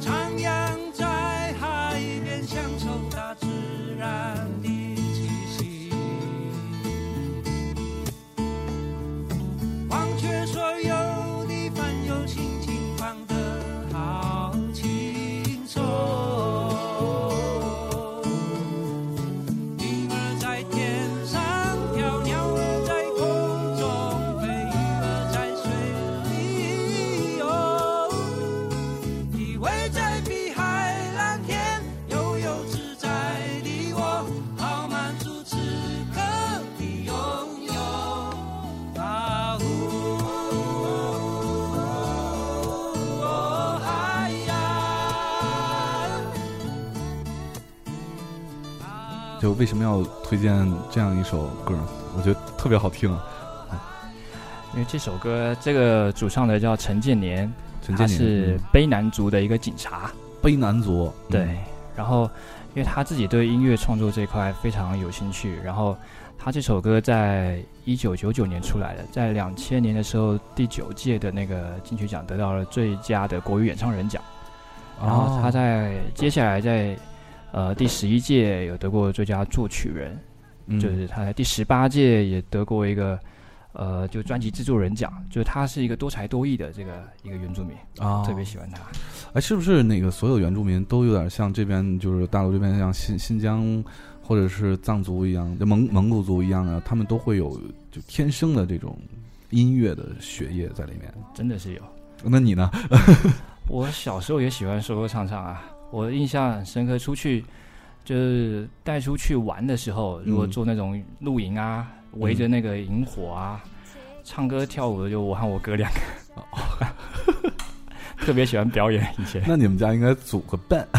Speaker 5: 徜徉在海边，享受大自然的气息。忘却所有的烦忧，心情放得好轻松。云儿在天上飘，鸟儿在空中飞，鱼儿在水里游。体会在碧海蓝天，悠游自在的我，好满足此刻的拥有。啊呜，哦嗨呀！啊
Speaker 1: 就为什么要推荐这样一首歌呢？我觉得特别好听。啊
Speaker 3: 因为这首歌这个主唱的叫陈建年，
Speaker 1: 陈
Speaker 3: 他
Speaker 1: 建嗯
Speaker 3: 是
Speaker 1: 年
Speaker 3: 卑南族的一个警察，
Speaker 1: 悲男族，嗯
Speaker 3: 对，然后因为他自己对音乐创作这一块非常有兴趣，然后他这首歌在一九九九年出来的，在两千年的时候，第九届的那个金曲奖得到了最佳的国语演唱人奖，
Speaker 1: 哦
Speaker 3: 然后他在接下来在呃第十一届有得过最佳作曲人，
Speaker 1: 嗯
Speaker 3: 就是他在第十八届也得过一个。呃，就专辑制作人奖，就是他是一个多才多艺的这个一个原住民，
Speaker 1: 啊，
Speaker 3: 特别喜欢他。
Speaker 1: 哎，是不是那个所有原住民都有点像这边就是大陆这边像新新疆或者是藏族一样，就蒙蒙古族一样啊，他们都会有就天生的这种音乐的血液在里面。
Speaker 3: 真的是有。
Speaker 1: 那你呢？
Speaker 3: 我小时候也喜欢说说唱唱啊，我印象很深刻。出去就是带出去玩的时候，如果
Speaker 1: 嗯
Speaker 3: 做那种露营啊，围着那个萤火啊，唱歌跳舞的就我和我哥两个， 特别喜欢表演。以前
Speaker 1: 哦那你们家应该组个伴。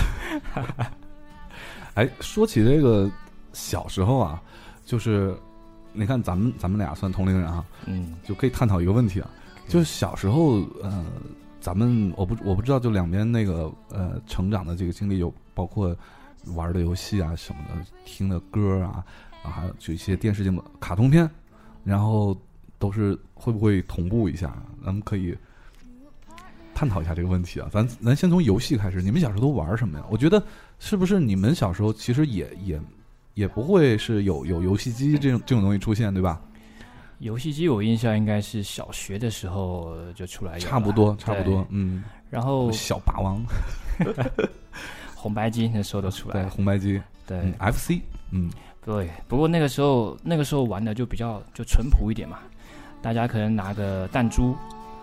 Speaker 1: 哎，说起这个小时候啊，就是你看咱们咱们俩算同龄人啊，
Speaker 3: 嗯，
Speaker 1: 就可以探讨一个问题啊，就是小时候，呃，咱们我不我不知道，就两边那个呃成长的这个经历有包括玩的游戏啊什么的，听的歌啊啊，还有就一些电视节目、卡通片，然后都是会不会同步一下？咱们可以探讨一下这个问题啊。咱咱先从游戏开始，你们小时候都玩什么呀？我觉得是不是你们小时候其实也也也不会是有有游戏机这种这种东西出现，对吧？
Speaker 3: 游戏机我印象应该是小学的时候就出来有了，
Speaker 1: 差不多，差不
Speaker 3: 哎对
Speaker 1: 多。，嗯。
Speaker 3: 然后
Speaker 1: 小霸王，
Speaker 3: 红白机那时候都出来
Speaker 1: 对，
Speaker 3: 了，
Speaker 1: 红白机，
Speaker 3: 对。
Speaker 1: 嗯，FC，嗯，
Speaker 3: 对，不过那个时候那个时候玩的就比较就淳朴一点嘛，大家可能拿个弹珠，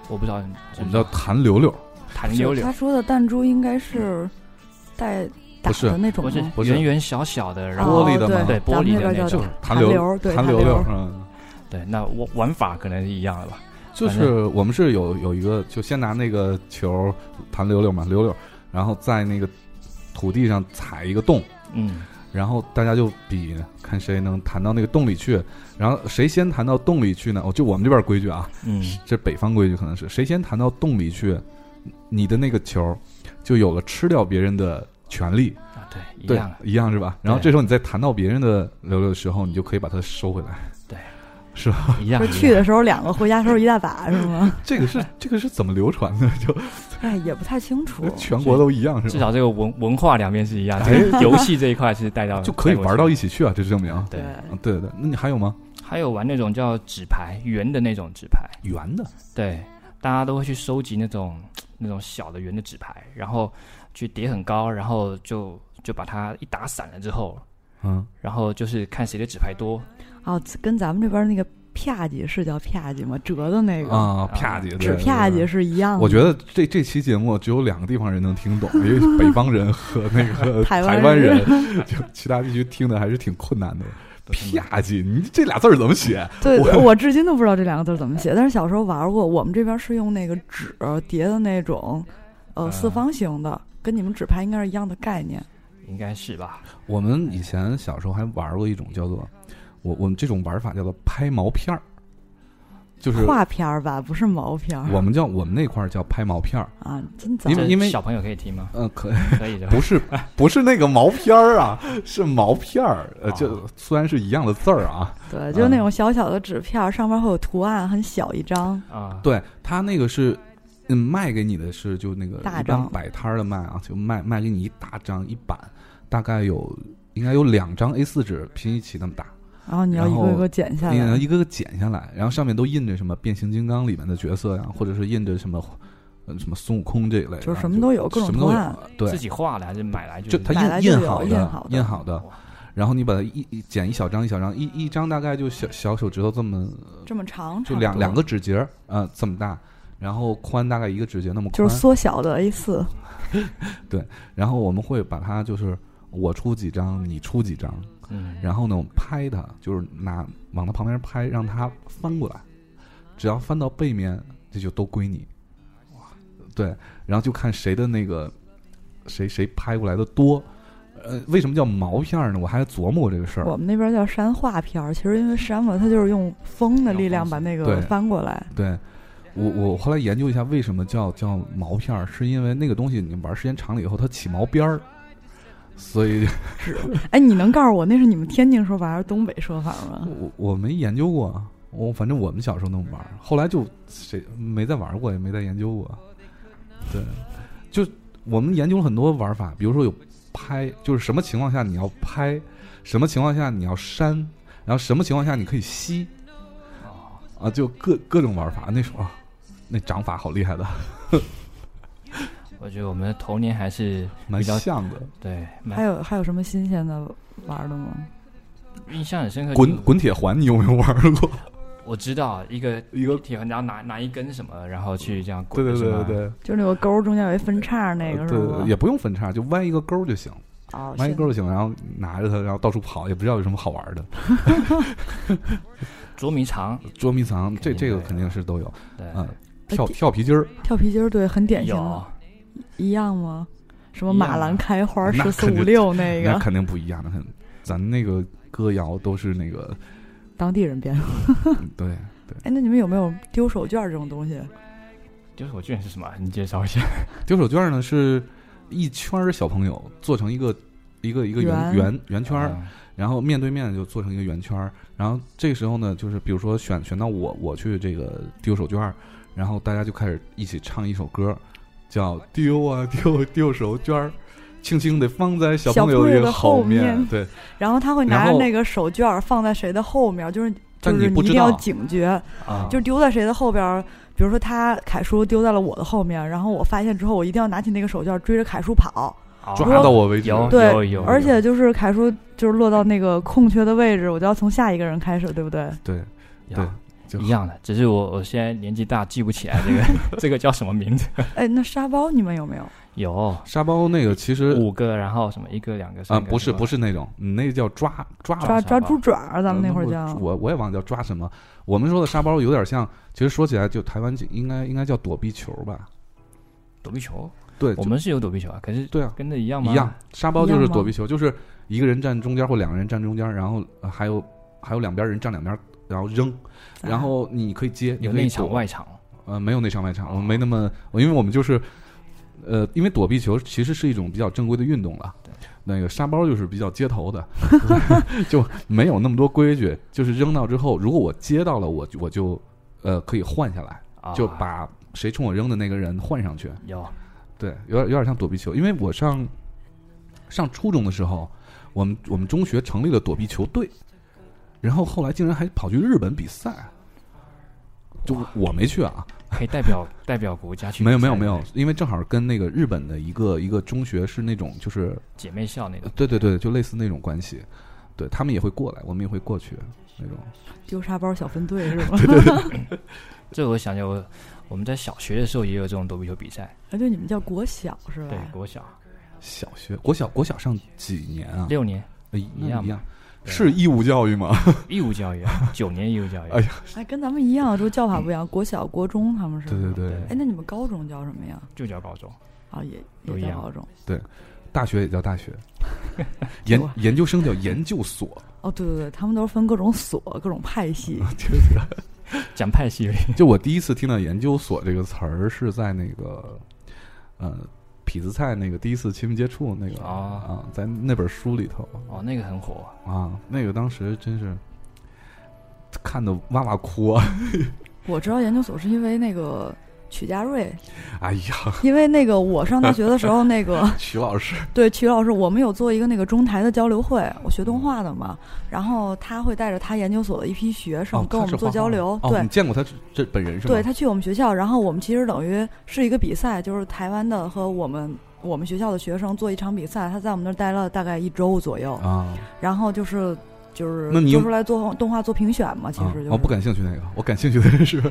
Speaker 3: 我不知道你
Speaker 1: 我们叫弹溜溜，
Speaker 3: 弹溜溜
Speaker 2: 他，说的弹珠应该是带打
Speaker 1: 嗯不是
Speaker 2: 的那种
Speaker 3: 不是
Speaker 2: 吗？
Speaker 1: 不是
Speaker 3: 圆圆小小的，然
Speaker 1: 玻
Speaker 3: 后
Speaker 1: 璃的吗
Speaker 2: 哦
Speaker 3: 对
Speaker 2: 对，
Speaker 3: 玻璃
Speaker 2: 咱们这
Speaker 3: 的那
Speaker 2: 边
Speaker 1: 就
Speaker 2: 叫
Speaker 3: 种
Speaker 1: 是，弹
Speaker 2: 弹
Speaker 1: 溜，
Speaker 2: 溜对
Speaker 1: 弹
Speaker 2: 弹
Speaker 1: 溜溜
Speaker 2: 溜，
Speaker 1: 嗯，
Speaker 3: 对，那玩玩法可能是一样的吧，
Speaker 1: 就是我们是有有一个，就先拿那个球弹溜溜嘛，溜溜，然后在那个土地上踩一个洞，
Speaker 3: 嗯，
Speaker 1: 然后大家就比看谁能弹到那个洞里去，然后谁先弹到洞里去呢？哦，就我们这边规矩啊，
Speaker 3: 嗯，
Speaker 1: 这北方规矩可能是谁先弹到洞里去，你的那个球就有了吃掉别人的权利。
Speaker 3: 啊，对，一
Speaker 1: 对
Speaker 3: 样，，
Speaker 1: 一样是吧？然后
Speaker 3: 对
Speaker 1: 这时候你再谈到别人的流流的时候，你就可以把它收回来。
Speaker 3: 对，
Speaker 1: 是吧？
Speaker 3: 一样
Speaker 2: 不是 去的时候两个，回家时候一大把，是吗？
Speaker 1: 这个是这个是怎么流传的？ 就
Speaker 2: 哎，也不太清楚。
Speaker 1: 全国都一样
Speaker 3: 至
Speaker 1: 哦是吧？
Speaker 3: 少这个文文化两边是一样，这个游戏这一块是带到
Speaker 1: 哎 就可以玩到一
Speaker 3: 一。
Speaker 1: 起去啊！这证明啊，
Speaker 3: 对，
Speaker 1: 嗯对对对。那你还有吗？
Speaker 3: 还有玩那种叫纸牌圆的那种纸牌，
Speaker 1: 圆的
Speaker 3: 对，大家都会去收集那种那种小的圆的纸牌，然后去叠很高，然后就就把它一打散了之后，
Speaker 1: 嗯，
Speaker 3: 然后就是看谁的纸牌多，
Speaker 2: 哦，跟咱们这边那个啪叽是叫啪叽吗？折的那个
Speaker 1: 啊，啪叽，
Speaker 2: 纸
Speaker 1: 对
Speaker 2: 啪。
Speaker 1: 对
Speaker 2: 叽
Speaker 1: 对
Speaker 2: 是一样的。
Speaker 1: 我觉得这这期节目只有两个地方人能听 懂，因为北方人和那 个
Speaker 2: 台湾
Speaker 1: 台湾人， 就其他地区听的还是挺困 难的。啪叽，你这俩字儿怎么写？
Speaker 2: 对，
Speaker 1: 我
Speaker 2: 我至今都不知道这两个字怎么写，但是小时候玩过。我们这边是用那个纸叠的那种，
Speaker 1: 啊
Speaker 2: 呃，四方形的，跟你们纸牌应该是一样的概念。
Speaker 3: 应该是吧？
Speaker 1: 我们以前小时候还玩过一种叫做，我我们这种玩法叫做拍毛片儿，就是
Speaker 2: 画啊片儿吧，不是毛片儿
Speaker 1: 我们叫我们那块儿叫拍毛片儿，
Speaker 2: 啊，真早
Speaker 1: 因。为
Speaker 3: 这
Speaker 1: 因为
Speaker 3: 小朋友可以听 吗？
Speaker 1: 嗯、可
Speaker 3: 可以的吧，
Speaker 1: 不是不是那个毛片儿啊， 是毛片儿，呃，就虽然是一样的字儿啊，
Speaker 2: 对，就是那种小小的纸片儿，上面会有图案，很小一张。
Speaker 3: 啊，
Speaker 1: 对，它那个是。嗯，卖给你的是就那个
Speaker 2: 大
Speaker 1: 一般
Speaker 2: 张
Speaker 1: 摆摊儿的卖啊，就卖卖给你一大张一板，大概有应该有两张 A 4纸拼一起那么大，
Speaker 2: 然后你要
Speaker 1: 然
Speaker 2: 一
Speaker 1: 后
Speaker 2: 个一个剪下
Speaker 1: 你能
Speaker 2: 来，
Speaker 1: 一个个剪下来，然后上面都印着什么变形金刚里面的角色呀、或者是印着什么，呃，什么孙悟空这一类的，
Speaker 2: 就是什么都有，各
Speaker 1: 就
Speaker 2: 种
Speaker 1: 什么
Speaker 2: 图
Speaker 1: 都
Speaker 2: 案
Speaker 1: 有。啊对
Speaker 3: 自，己画的还是买来就
Speaker 1: 就是它
Speaker 2: 买来
Speaker 1: 印
Speaker 2: 就有
Speaker 1: 好
Speaker 2: 印好的
Speaker 1: 印好的，然后你把它一一剪一小张一小张，一一张大概就小小手指头这么，
Speaker 2: 这么长，
Speaker 1: 就
Speaker 2: 差不
Speaker 1: 两
Speaker 2: 多
Speaker 1: 两个指节儿，呃，这么大，然后宽大概一个指节那么宽，
Speaker 2: 就是缩小的 A 四。
Speaker 1: 然后我们会把它就是我出几张，你出几张，
Speaker 3: 嗯，
Speaker 1: 然后呢，我们拍它，就是拿往它旁边拍，让它翻过来，只要翻到背面，这就都归你。对，然后就看谁的那个谁谁拍过来的多。呃，为什么叫毛片儿呢？我还琢磨过这个事儿。
Speaker 2: 我们那边叫山画片儿，其实因为山嘛，它就是用风的力量把那
Speaker 1: 对
Speaker 2: 个翻过来。
Speaker 1: 对，我我后来研究一下，为什么叫叫毛片儿，是因为那个东西你玩时间长了以后，它起毛边儿，所以
Speaker 2: 哎，你能告诉我那是你们天津说法还是东北说法
Speaker 3: 啊
Speaker 2: 吗？
Speaker 1: 我我没研究过啊，我反正我们小时候那么玩儿，后来就谁没再玩过，也没再研究过。对，就我们研究了很多玩法，比如说有拍，就是什么情况下你要拍，什么情况下你要删，然后什么情况下你可以吸
Speaker 3: 哦
Speaker 1: 啊，就各各种玩法。那时候啊，那掌法好厉害的，
Speaker 3: 我觉得我们的童年还是
Speaker 1: 蛮
Speaker 3: 比较
Speaker 1: 像的。
Speaker 3: 对，
Speaker 2: 还
Speaker 3: 蛮
Speaker 2: 有还有什么新鲜的玩的吗？
Speaker 3: 印象很深刻。
Speaker 1: 滚，滚铁环，你有没有玩过？
Speaker 3: 我知道一个
Speaker 1: 一个，
Speaker 3: 铁环，然后拿拿一根什么，然后去这样
Speaker 1: 对
Speaker 3: 滚，
Speaker 1: 对对
Speaker 3: 是
Speaker 1: 对
Speaker 3: 吗
Speaker 1: 对，
Speaker 2: 就那个钩儿中间有一分叉那
Speaker 1: 呃
Speaker 2: 个是
Speaker 1: 对对
Speaker 2: 吗
Speaker 1: 对，？也不用分叉，就弯一个勾儿就行。
Speaker 2: 哦，
Speaker 1: 弯一
Speaker 2: 行
Speaker 1: 钩就行，然后拿着它，然后到处跑，也不知道有什么好玩的。
Speaker 3: 捉迷藏，
Speaker 1: 捉迷藏，这
Speaker 3: 肯定哎
Speaker 1: 这个
Speaker 3: 会有
Speaker 1: 肯定是都有。
Speaker 3: 对，
Speaker 1: 嗯，跳跳皮筋儿，
Speaker 2: 跳皮筋儿对，很典型
Speaker 3: 有
Speaker 2: 的，一样吗？什么
Speaker 3: 一样
Speaker 2: 马兰开花
Speaker 1: 哦那
Speaker 2: 十四
Speaker 1: 肯定
Speaker 2: 五六 那
Speaker 1: 那
Speaker 2: 个
Speaker 1: 肯定不一样的。很，咱那个歌谣都是那 个，
Speaker 2: 当地人编的。
Speaker 1: 嗯对对，
Speaker 2: 哎，那你们有没有丢手绢儿这种东西？
Speaker 3: 丢手绢是什么？你介绍一 下。
Speaker 1: 丢手绢呢是一圈儿小朋友做成一个一个一个圆
Speaker 2: 圆
Speaker 1: 圆圆圈
Speaker 3: 哦
Speaker 1: 儿，然后面对面就做成一个圆圈儿，然后这时候呢，就是比如说选选到我我去这个丢手绢儿，然后大家就开始一起唱一首歌，叫丢啊 丢丢手绢儿，轻轻地放在小朋友
Speaker 2: 小朋友
Speaker 1: 个
Speaker 2: 的后
Speaker 1: 面，
Speaker 2: 面
Speaker 1: 对，
Speaker 2: 然后他会拿
Speaker 1: 然后
Speaker 2: 着那个手绢儿放在谁的后面，就是就
Speaker 1: 但
Speaker 2: 是
Speaker 1: 不
Speaker 2: 一
Speaker 1: 知
Speaker 2: 定要
Speaker 1: 道
Speaker 2: 警觉，
Speaker 1: 啊，
Speaker 2: 就是丢在谁的后边儿。比如说他凯叔丢在了我的后面，然后我发现之后，我一定要拿起那个手绢儿追着凯叔跑。
Speaker 3: 哦
Speaker 1: 抓到我为止，
Speaker 3: 有
Speaker 2: 对
Speaker 3: 有有，
Speaker 2: 而且就是凯叔就是落到那个空缺的位置，我就要从下一个人开始，对 不对？
Speaker 1: 对，
Speaker 3: 有
Speaker 1: 对就
Speaker 3: 一样的，只是我我现在年纪大，记不起来这个 这个叫什么名字。
Speaker 2: 哎，那沙包你们有没有？
Speaker 1: 啊
Speaker 3: 有
Speaker 1: 沙包那个其实
Speaker 3: 五个，然后什么一个两个
Speaker 1: 啊、
Speaker 3: 三个
Speaker 1: 不是不
Speaker 3: 是
Speaker 1: 是那种，你那个叫抓抓呃
Speaker 2: 抓
Speaker 3: 抓沙包
Speaker 2: 抓猪爪儿，咱们那会儿
Speaker 1: 我
Speaker 2: 叫。
Speaker 1: 我我也忘了叫抓什么。我们说的沙包有点像，其实说起来就台湾应该应该叫躲避球吧？
Speaker 3: 躲避球，
Speaker 1: 对，
Speaker 3: 我
Speaker 1: 就
Speaker 3: 们是有躲避球啊，可是
Speaker 1: 对啊，
Speaker 3: 跟这一样吗？
Speaker 1: 一样，沙包就
Speaker 2: 一
Speaker 1: 是
Speaker 2: 样吗
Speaker 1: 躲避球，就是一个人站中间或两个人站中间，然后呃还有还有两边人站两边，然后扔，然后你可以接，你
Speaker 3: 哎有
Speaker 1: 可以
Speaker 3: 内场
Speaker 1: 躲
Speaker 3: 外场，
Speaker 1: 呃没有内场外场，我们没那么，我因为我们就是呃，因为躲避球其实是一种比较正规的运动了
Speaker 3: 对。
Speaker 1: 那个沙包就是比较街头 的， 就没有那么多规矩。就是扔到之后，如果我接到了，我就我就呃可以换下来，
Speaker 3: 啊
Speaker 1: 就把谁冲我扔的那个人换上去。
Speaker 3: 有
Speaker 1: 对，有点有点像躲避球。因为我上上初中的时候，我们我们中学成立了躲避球队，然后后来竟然还跑去日本比赛，就
Speaker 3: 哇
Speaker 1: 我没去啊，
Speaker 3: 可以代表 代表国家去
Speaker 1: 没有
Speaker 3: 比
Speaker 1: 没有
Speaker 3: 赛的
Speaker 1: 没有，因为正好跟那个日本的一个一个中学是那种就是
Speaker 3: 姐妹校那
Speaker 1: 呃
Speaker 3: 种
Speaker 1: 对对对，就类似那种关系，对他们也会过来，我们也会过去那种。
Speaker 2: 丢沙包小 分队是吗？
Speaker 3: 这我想起我我们在小学的时候也有这种躲避球比赛，
Speaker 2: 哎，对，你们叫国小是吧？
Speaker 3: 对
Speaker 1: 嗯
Speaker 3: 国小
Speaker 1: 小学、国小、国小上几年啊？
Speaker 3: 六年
Speaker 1: 哎那
Speaker 3: 一样
Speaker 1: 一样，
Speaker 3: 对
Speaker 1: 是义务教育吗？
Speaker 3: 义务教育，啊九年义务教育，
Speaker 1: 哎
Speaker 2: 哎，跟咱们一样，就叫法不一样，国小、国中他们是。
Speaker 1: 对对对，
Speaker 3: 对
Speaker 2: 哎，那你们高中叫什么呀？
Speaker 3: 就叫高中，
Speaker 2: 啊，也
Speaker 3: 都
Speaker 2: 也
Speaker 3: 一
Speaker 2: 叫
Speaker 3: 样
Speaker 2: 高中。
Speaker 1: 大学也叫大 学，研
Speaker 2: 我
Speaker 1: 研究生叫研究所。
Speaker 2: 哦，对对对，他们都是分各种所、各种 派系。
Speaker 3: 讲派系而已。
Speaker 1: 就我第一次听到“研究所”这个词儿是在那个，呃，痞子蔡那个第一次亲密接触那个
Speaker 3: 哦
Speaker 1: 啊，在那本书里头
Speaker 3: 哦，那个很火，
Speaker 1: 啊，那个当时真是看的哇哇哭啊！
Speaker 2: 我知道研究所是因为那个曲家瑞，
Speaker 1: 哎呀，
Speaker 2: 因为那个我上大学的时候，那 个
Speaker 1: 曲老师，
Speaker 2: 对曲老师，我们有做一个那个中台的交流会，我学
Speaker 1: 嗯
Speaker 2: 动画的嘛，然后他会带着他研究所的一批学生
Speaker 1: 哦，
Speaker 2: 跟我
Speaker 1: 他是
Speaker 2: 们做
Speaker 1: 画画
Speaker 2: 交
Speaker 1: 的
Speaker 2: 流，
Speaker 1: 哦，
Speaker 2: 对
Speaker 1: 你。见过他这本人是吗？
Speaker 2: 对他去我们学校，然后我们其实等于是一个比赛，就是台湾的和我们我们学校的学生做一场比赛，他在我们那儿待了大概一周左右，
Speaker 1: 啊，
Speaker 2: 然后就是就是
Speaker 1: 那你有
Speaker 2: 做出来做动画做评选嘛，其
Speaker 1: 啊
Speaker 2: 实就是、
Speaker 1: 哦，不感兴趣那个，我感兴趣的是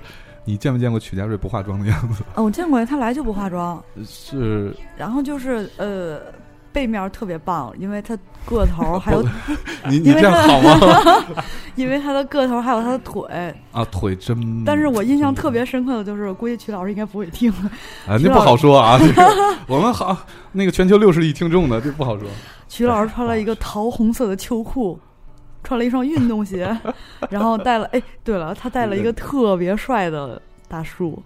Speaker 1: 你见没见过曲家瑞不化妆的样子？
Speaker 2: 哦，我见过他来就不化妆，
Speaker 1: 是
Speaker 2: 然后就是呃背面特别棒，因为他个头 儿还有
Speaker 1: 你哦 你
Speaker 2: 因为
Speaker 1: 这样好吗？
Speaker 2: 因为他的个头儿还有他的腿，
Speaker 1: 啊，腿真，
Speaker 2: 但是我印象特别深刻的就是，估计曲老师应该不会听，
Speaker 1: 啊，
Speaker 2: 徐
Speaker 1: 那
Speaker 2: 老
Speaker 1: 不好说啊。这个我们好，那个全球六十亿听众呢，这不好说。
Speaker 2: 曲老师穿了一个桃红色的秋裤，穿了一双运动鞋， 然后带了哎，对哎了，他带了一个特别帅的大叔，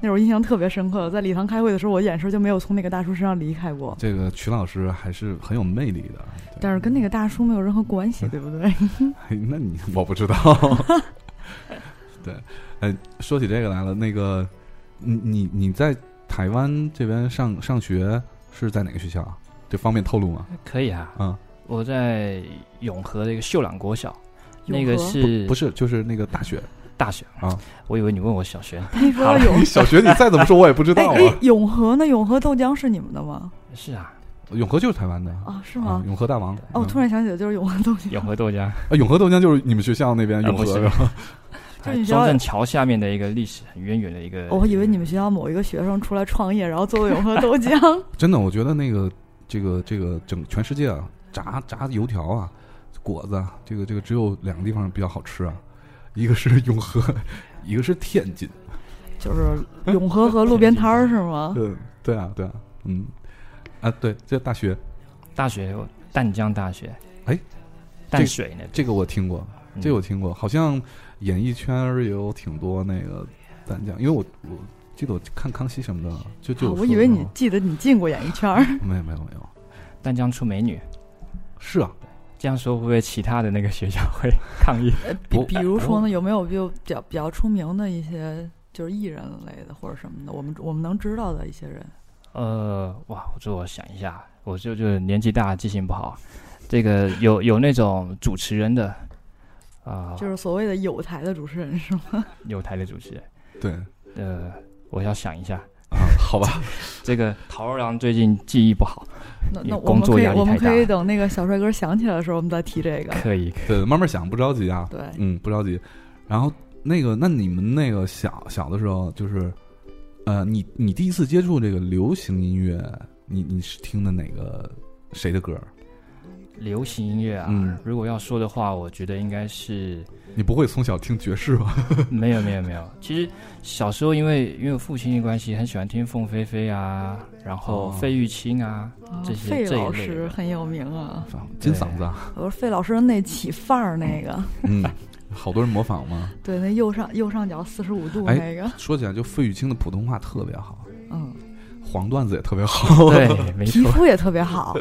Speaker 2: 那会儿印象特别深刻。在礼堂开会的时候，我眼神就没有从那个大叔身上离开过，
Speaker 1: 这个曲老师还是很有魅力的。啊对
Speaker 2: 但是跟那个大叔没有任何关系，对不对？
Speaker 1: 哎那你我不知道。 对，哎，说起这个来了，那个你你你在台湾这边上上学是在哪个学校啊？这方便透露吗？
Speaker 3: 可以啊。
Speaker 1: 啊，
Speaker 3: 我在永和的一个秀朗国小，那个
Speaker 2: 永和
Speaker 3: 是
Speaker 1: 不是，就是那个大学
Speaker 3: 大学
Speaker 1: 啊？
Speaker 3: 我以为你问我小 学，
Speaker 2: 一说到永
Speaker 1: 你小学你再怎么说我也不知
Speaker 2: 哎
Speaker 1: 道啊。
Speaker 2: 哎，永和呢？永和豆浆是你们的吗？
Speaker 3: 是啊，
Speaker 1: 永和就是台湾的啊，
Speaker 2: 啊，是吗？
Speaker 1: 永和大王。
Speaker 2: 哦，我突
Speaker 1: 然
Speaker 2: 然想起来，就是永和豆浆，
Speaker 3: 永和豆 浆，
Speaker 1: 啊，永和豆浆就是你们学校那边
Speaker 3: 啊
Speaker 1: 永
Speaker 3: 不
Speaker 1: 和
Speaker 3: 是
Speaker 1: 是吧
Speaker 2: 就你知道
Speaker 3: 哎中正桥下面的一个历史很渊源的一个。
Speaker 2: 我以为你们学校某一个学生出来创业，然后做的永和豆浆。
Speaker 1: 真的，我觉得那个这个这个整全世界啊，炸炸油条啊，果子啊，这个这个只有两个地方比较好吃啊，一个是永和，一个是天津。
Speaker 2: 就是永和和路边摊儿是吗？
Speaker 1: 对对啊对啊，嗯啊对，这大学
Speaker 3: 大学淡江大学，
Speaker 1: 哎，
Speaker 3: 淡水那边嗯
Speaker 1: 这个我听过，这个我听过，好像演艺圈儿也有挺多那个淡江，因为我我记得我看康熙什么的，就就有
Speaker 2: 啊我
Speaker 1: 说
Speaker 2: 以为
Speaker 1: 过
Speaker 2: 你记得你进过演艺圈
Speaker 3: 嗯
Speaker 2: 儿，
Speaker 1: 没有没有没有，
Speaker 3: 淡江出美女。
Speaker 1: 是啊，
Speaker 3: 这样说会不会其他的那个学校会 抗议？
Speaker 2: 呃比
Speaker 1: 我
Speaker 2: 比
Speaker 3: 哎
Speaker 2: 如说呢，有没有就比较比较出名的一些就是艺人类的或者什么的，我们我们能知道的一些人，
Speaker 3: 呃，哇，我这我想一下，我就就是年纪大，记性不好。这个有有那种主持人的啊，
Speaker 2: 就是所谓的有台的主持人是吗？
Speaker 3: 有台的主持人。
Speaker 1: 对
Speaker 3: 呃，我要想一下，
Speaker 1: 啊，好吧，
Speaker 3: 这个陶二郎最近记忆不 好，
Speaker 2: 那
Speaker 3: 也
Speaker 2: 那我
Speaker 3: 工
Speaker 2: 们
Speaker 3: 作
Speaker 2: 可以
Speaker 3: 压力
Speaker 2: 我们
Speaker 3: 太大
Speaker 2: 可以等那个小帅哥想起来的时候，我们再提这个。
Speaker 3: 可以可以。
Speaker 1: 对，慢慢想，不着急啊，
Speaker 2: 对，
Speaker 1: 嗯，不着急。然后那个，那你们那个小小的时候，就是，呃，你你第一次接触这个流行音乐，你你是听的哪个谁的歌？
Speaker 3: 流行音乐啊，
Speaker 1: 嗯
Speaker 3: 如果要说的话，我觉得应该是
Speaker 1: 你不会从小听爵士 吧？
Speaker 3: 没有没有没有。其实小时候因为因为我父亲的关系，很喜欢听凤飞飞啊，然后
Speaker 1: 哦
Speaker 3: 费玉清啊，
Speaker 2: 啊
Speaker 3: 这些
Speaker 2: 费
Speaker 3: 这一
Speaker 2: 老
Speaker 3: 类
Speaker 2: 师
Speaker 3: 的
Speaker 2: 很有名啊，
Speaker 1: 金嗓子啊，
Speaker 2: 我说费老师的那起范儿那个，
Speaker 1: 嗯，好多人模仿嘛。
Speaker 2: 对，那右上右上角四十五度
Speaker 1: 哎
Speaker 2: 那个，
Speaker 1: 说起来，就费玉清的普通话特别好，
Speaker 2: 嗯，
Speaker 1: 黄段子也特别好，，
Speaker 3: 对， 没
Speaker 2: 皮
Speaker 3: 错，
Speaker 2: 肤也特别 好，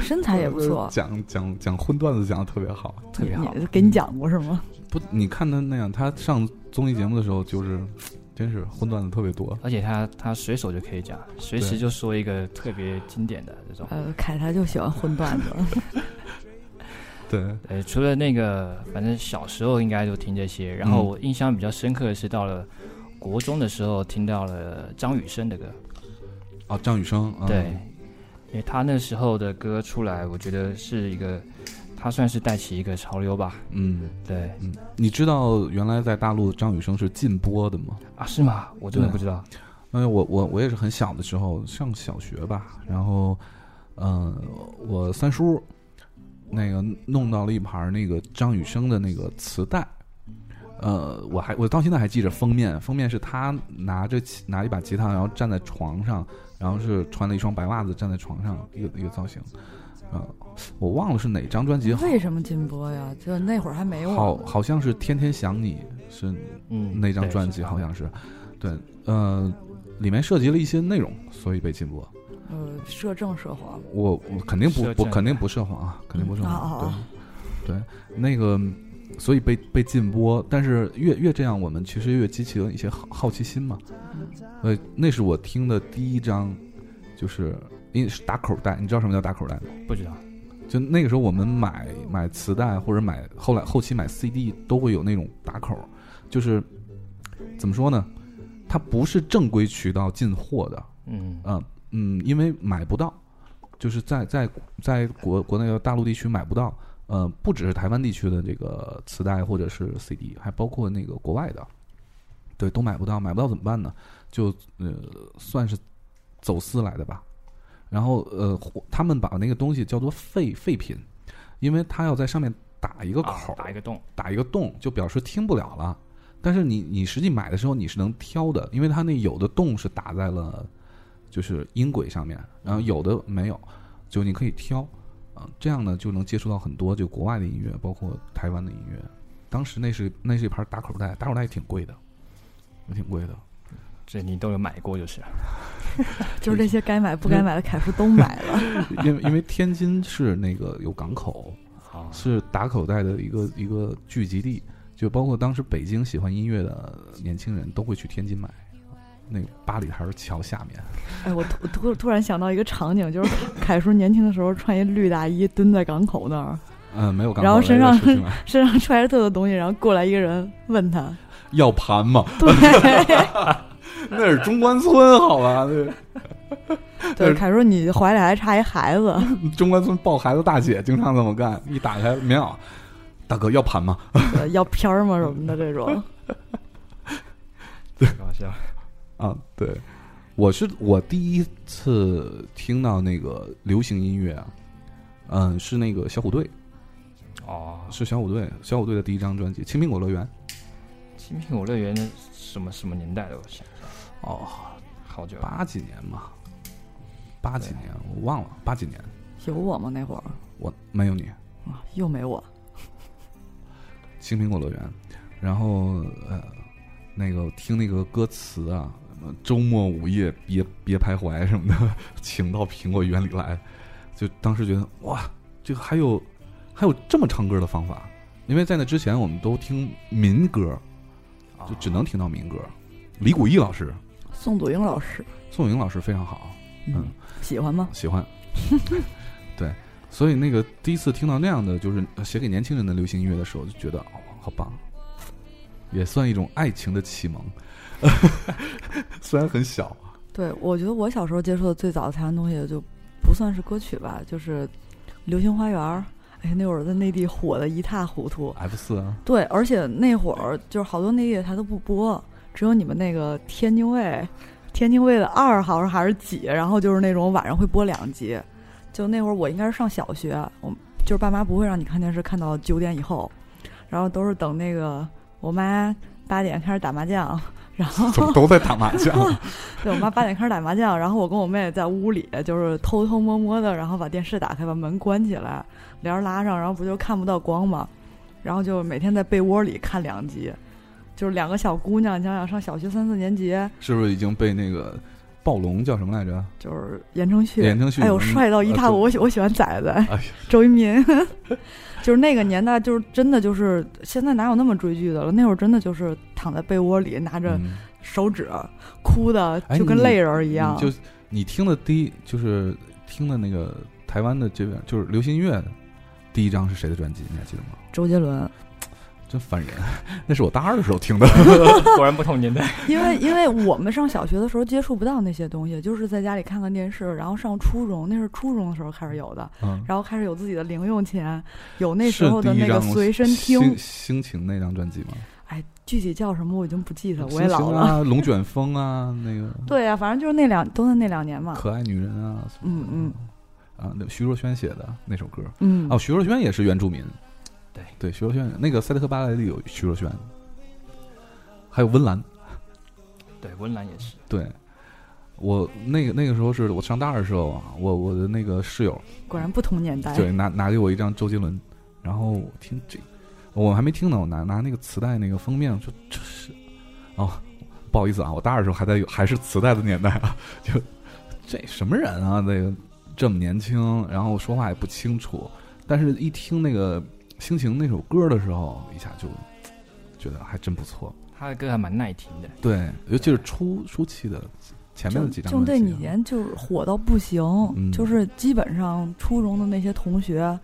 Speaker 2: 身材也不错
Speaker 1: 讲讲讲荤段子讲的特别好。
Speaker 3: 特别好。嗯
Speaker 2: 你给你讲过是吗？
Speaker 1: 不，你看他那样，他上综艺节目的时候就是，真是荤段子特别多。
Speaker 3: 而且他他随手就可以讲，随时
Speaker 1: 对
Speaker 3: 就说一个特别经典的这种。
Speaker 2: 呃，凯他就喜欢荤段子，
Speaker 1: 对，
Speaker 3: 呃，除了那个，反正小时候应该就听这些。然后
Speaker 1: 嗯
Speaker 3: 我印象比较深刻的是到了国中的时候，听到了张雨生的歌。
Speaker 1: 哦，张雨生，嗯、
Speaker 3: 对，因为他那时候的歌出来，我觉得是一个，他算是带起一个潮流吧。
Speaker 1: 嗯
Speaker 3: 对
Speaker 1: 嗯，你知道原来在大陆张雨生是禁播的吗？
Speaker 3: 啊，是吗？我真的
Speaker 1: 对
Speaker 3: 不知道。
Speaker 1: 因为我我我也是很小的时候上小学吧，然后，嗯、我三叔那个弄到了一盘儿那个张雨生的那个磁带，呃，我还我到现在还记着封面，封面是他拿着吉拿一把吉他，然后站在床上，然后是穿了一双白袜子站在床上，一个一个造型，呃，我忘了是哪张专辑，好
Speaker 2: 为什么禁播呀？就那会儿还没哎我
Speaker 1: 好
Speaker 2: 呢，
Speaker 1: 好像是《天天想你》是
Speaker 3: 嗯，
Speaker 1: 那张
Speaker 3: 对
Speaker 1: 专辑好像是，对，呃，里面涉及了一些内容，所以被禁播。
Speaker 2: 呃，摄政涉黄，
Speaker 1: 我我肯定不
Speaker 3: 涉
Speaker 1: 不
Speaker 3: 政
Speaker 1: 肯定不涉黄啊，肯定不涉
Speaker 2: 嗯
Speaker 1: 黄
Speaker 2: 哦。
Speaker 1: 对对，那个，所以被被禁播，但是越越这样，我们其实越激起了一些好好奇心嘛。呃，那是我听的第一张，就是因为是打口袋，你知道什么叫打口袋吗？
Speaker 3: 不知道。
Speaker 1: 就那个时候，我们买买磁带或者买后来后期买 CD 都会有那种打口，就是怎么说呢？它不是正规渠道进货的，
Speaker 3: 嗯，
Speaker 1: 啊，嗯，因为买不到，就是在在在国国内的大陆地区买不到，呃，不只是台湾地区的这个磁带或者是 CD，还包括那个国外的，对，都买不到，买不到怎么办呢？就呃，算是走私来的吧。然后呃，或他们把那个东西叫做废废品，因为他要在上面打一个
Speaker 3: 啊
Speaker 1: 口儿，
Speaker 3: 打一个洞。
Speaker 1: 打一个洞，就表示听不了了。但是你你实际买的时候你是能挑的，因为它那有的洞是打在了就是音轨上面，然后有的没有，就你可以挑啊、这样呢就能接触到很多就国外的音乐，包括台湾的音乐。当时那是那是一盘打口袋，打口袋也挺贵的，也挺贵的。
Speaker 3: 这你都有买过就是了。
Speaker 2: 就是这些该买不该买的凯叔都买 了。
Speaker 1: 因为因为天津是那个有港口，
Speaker 3: 好，
Speaker 1: 是打口袋的一个一个聚集地，就包括当时北京喜欢音乐的年轻人都会去天津买，那个八里台桥下面，
Speaker 2: 哎，我突我突突然想到一个场景，就是凯凯叔年轻的时候穿一绿大衣蹲在港口那儿，
Speaker 1: 嗯，没有港口
Speaker 2: 然后身上
Speaker 1: 来的 是去买
Speaker 2: 身上揣着特多东西，然后过来一个人问 他，
Speaker 1: 要盘嘛，
Speaker 2: 对
Speaker 1: 那是中关村，好吧？那
Speaker 2: 对，凯叔你怀里还差一孩子，
Speaker 1: 中关村抱孩子大姐经常这么干，一打开棉袄，大哥要盘吗？
Speaker 2: 对要片儿吗什么的这种。
Speaker 3: 搞笑。
Speaker 1: 啊，对，我是我第一次听到那个流行音乐啊，嗯，是那个小虎队，
Speaker 3: 哦，
Speaker 1: 是小虎队，小虎队的第一张专辑《青苹果乐园》。
Speaker 3: 新苹果乐园的什么什么年代的？我想一下，
Speaker 1: 哦，
Speaker 3: 好久。
Speaker 1: 八几年嘛，八几年我忘了，八几年
Speaker 2: 有我吗那会儿？
Speaker 1: 我没有你，《
Speaker 2: 啊，又没我。
Speaker 1: 青苹果乐园》，然后呃，那个听那个歌词啊，什么周末午夜别别徘徊什么的， 请到苹果园里来，就当时觉得哇，这个还有还有这么唱歌的方法，因为在那之前我们都听民歌，
Speaker 3: 啊
Speaker 1: 就只能听到民歌，李谷一老师、
Speaker 2: 宋祖英老师，
Speaker 1: 宋颖老师非常好，嗯，
Speaker 2: 喜欢吗？
Speaker 1: 喜欢。 对，所以那个第一次听到那样的就是呃写给年轻人的流行音乐的时候，就觉得哦，好棒，也算一种爱情的启蒙。 虽然很小，
Speaker 2: 对，我觉得我小时候接触的最早的台湾东西就不算是歌曲吧，就是《流星花园》。哎，那会儿在内地火的一塌糊涂。
Speaker 1: F 四啊，
Speaker 2: 对，而且那会儿就是好多内地的台都不播，只有你们那个天津卫，天津卫的二好像还是几，然后就是那种晚上会播两集。就那会儿我应该是上小学，我就是爸妈不会让你看电视看到九点以后，然后都是等那个我妈八点开始打麻将，然后
Speaker 1: 怎么都在打麻将？
Speaker 2: 对我妈八点开始打麻将，然后我跟我妹在屋里就是偷偷摸摸的，然后把电视打开，把门关起来，帘儿拉上，然后不就看不到光嘛，然后就每天在被窝里看两集，就是两个小姑娘，想想上小学三四年级，
Speaker 1: 是不是已经被那个暴龙叫什么来着？
Speaker 2: 就是言承旭，
Speaker 1: 言承旭
Speaker 2: 哎呦，
Speaker 1: 嗯
Speaker 2: 帅到一塌糊涂！
Speaker 1: 呃
Speaker 2: 我喜我喜欢仔仔、
Speaker 1: 哎呀
Speaker 2: 周渝民， 就是那个年代，就是真的就是现在哪有那么追剧的了？那会儿真的就是躺在被窝里，拿着
Speaker 1: 嗯
Speaker 2: 手指哭的，
Speaker 1: 哎
Speaker 2: 就跟
Speaker 1: 你
Speaker 2: 泪人儿一样。
Speaker 1: 就你听的第一就是听的那个台湾的这边就是流行音乐的第一张是谁的专辑？你还记得吗？
Speaker 2: 周杰伦，
Speaker 1: 真烦人， 那是我大二的时候听的。
Speaker 3: 果然不同年代。
Speaker 2: 因为因为我们上小学的时候接触不到那些东西，就是在家里看看电视，然后上初中，那是初中的时候开始有的，
Speaker 1: 嗯，
Speaker 2: 然后开始有自己的零用钱，有那时
Speaker 1: 是
Speaker 2: 候的
Speaker 1: 第一
Speaker 2: 那个
Speaker 1: 张
Speaker 2: 随身听
Speaker 1: 心，心情那张专辑吗？
Speaker 2: 哎，具体叫什么我已经不记得，我
Speaker 1: 心
Speaker 2: 也老
Speaker 1: 情
Speaker 2: 了。
Speaker 1: 啊， 龙卷风啊，那个
Speaker 2: 对呀、反正就是那两都是那两年嘛。
Speaker 1: 可爱女人啊，什么的
Speaker 2: 嗯
Speaker 1: 啊，那徐若瑄写的那首歌
Speaker 2: 嗯，
Speaker 1: 哦，徐若瑄也是原住民。
Speaker 3: 对
Speaker 1: 对，徐若瑄那个《赛德克巴莱》里有徐若瑄，还有温岚。
Speaker 3: 对，温岚也是。
Speaker 1: 对，我那个那个时候是我上大二的时候啊，我我的那个室友
Speaker 2: 果然不同年代。
Speaker 1: 对拿拿给我一张周杰伦，然后我听这，我还没听呢，我拿拿那个磁带那个封面，我就这是哦，不好意思啊，我大二的时候还在有还是磁带的年代啊， 就这什么人啊，这个这么年轻，然后说话也不清楚，但是一听那个心情那首歌的时候，一下就觉得还真不错，
Speaker 3: 他的歌还蛮耐听的，
Speaker 1: 对，尤其是初初期的前面
Speaker 2: 就
Speaker 1: 的几张
Speaker 2: 就那
Speaker 1: 专辑
Speaker 2: 几
Speaker 1: 啊
Speaker 2: 年就是火到不行，
Speaker 1: 嗯
Speaker 2: 就是基本上初中的那些同学，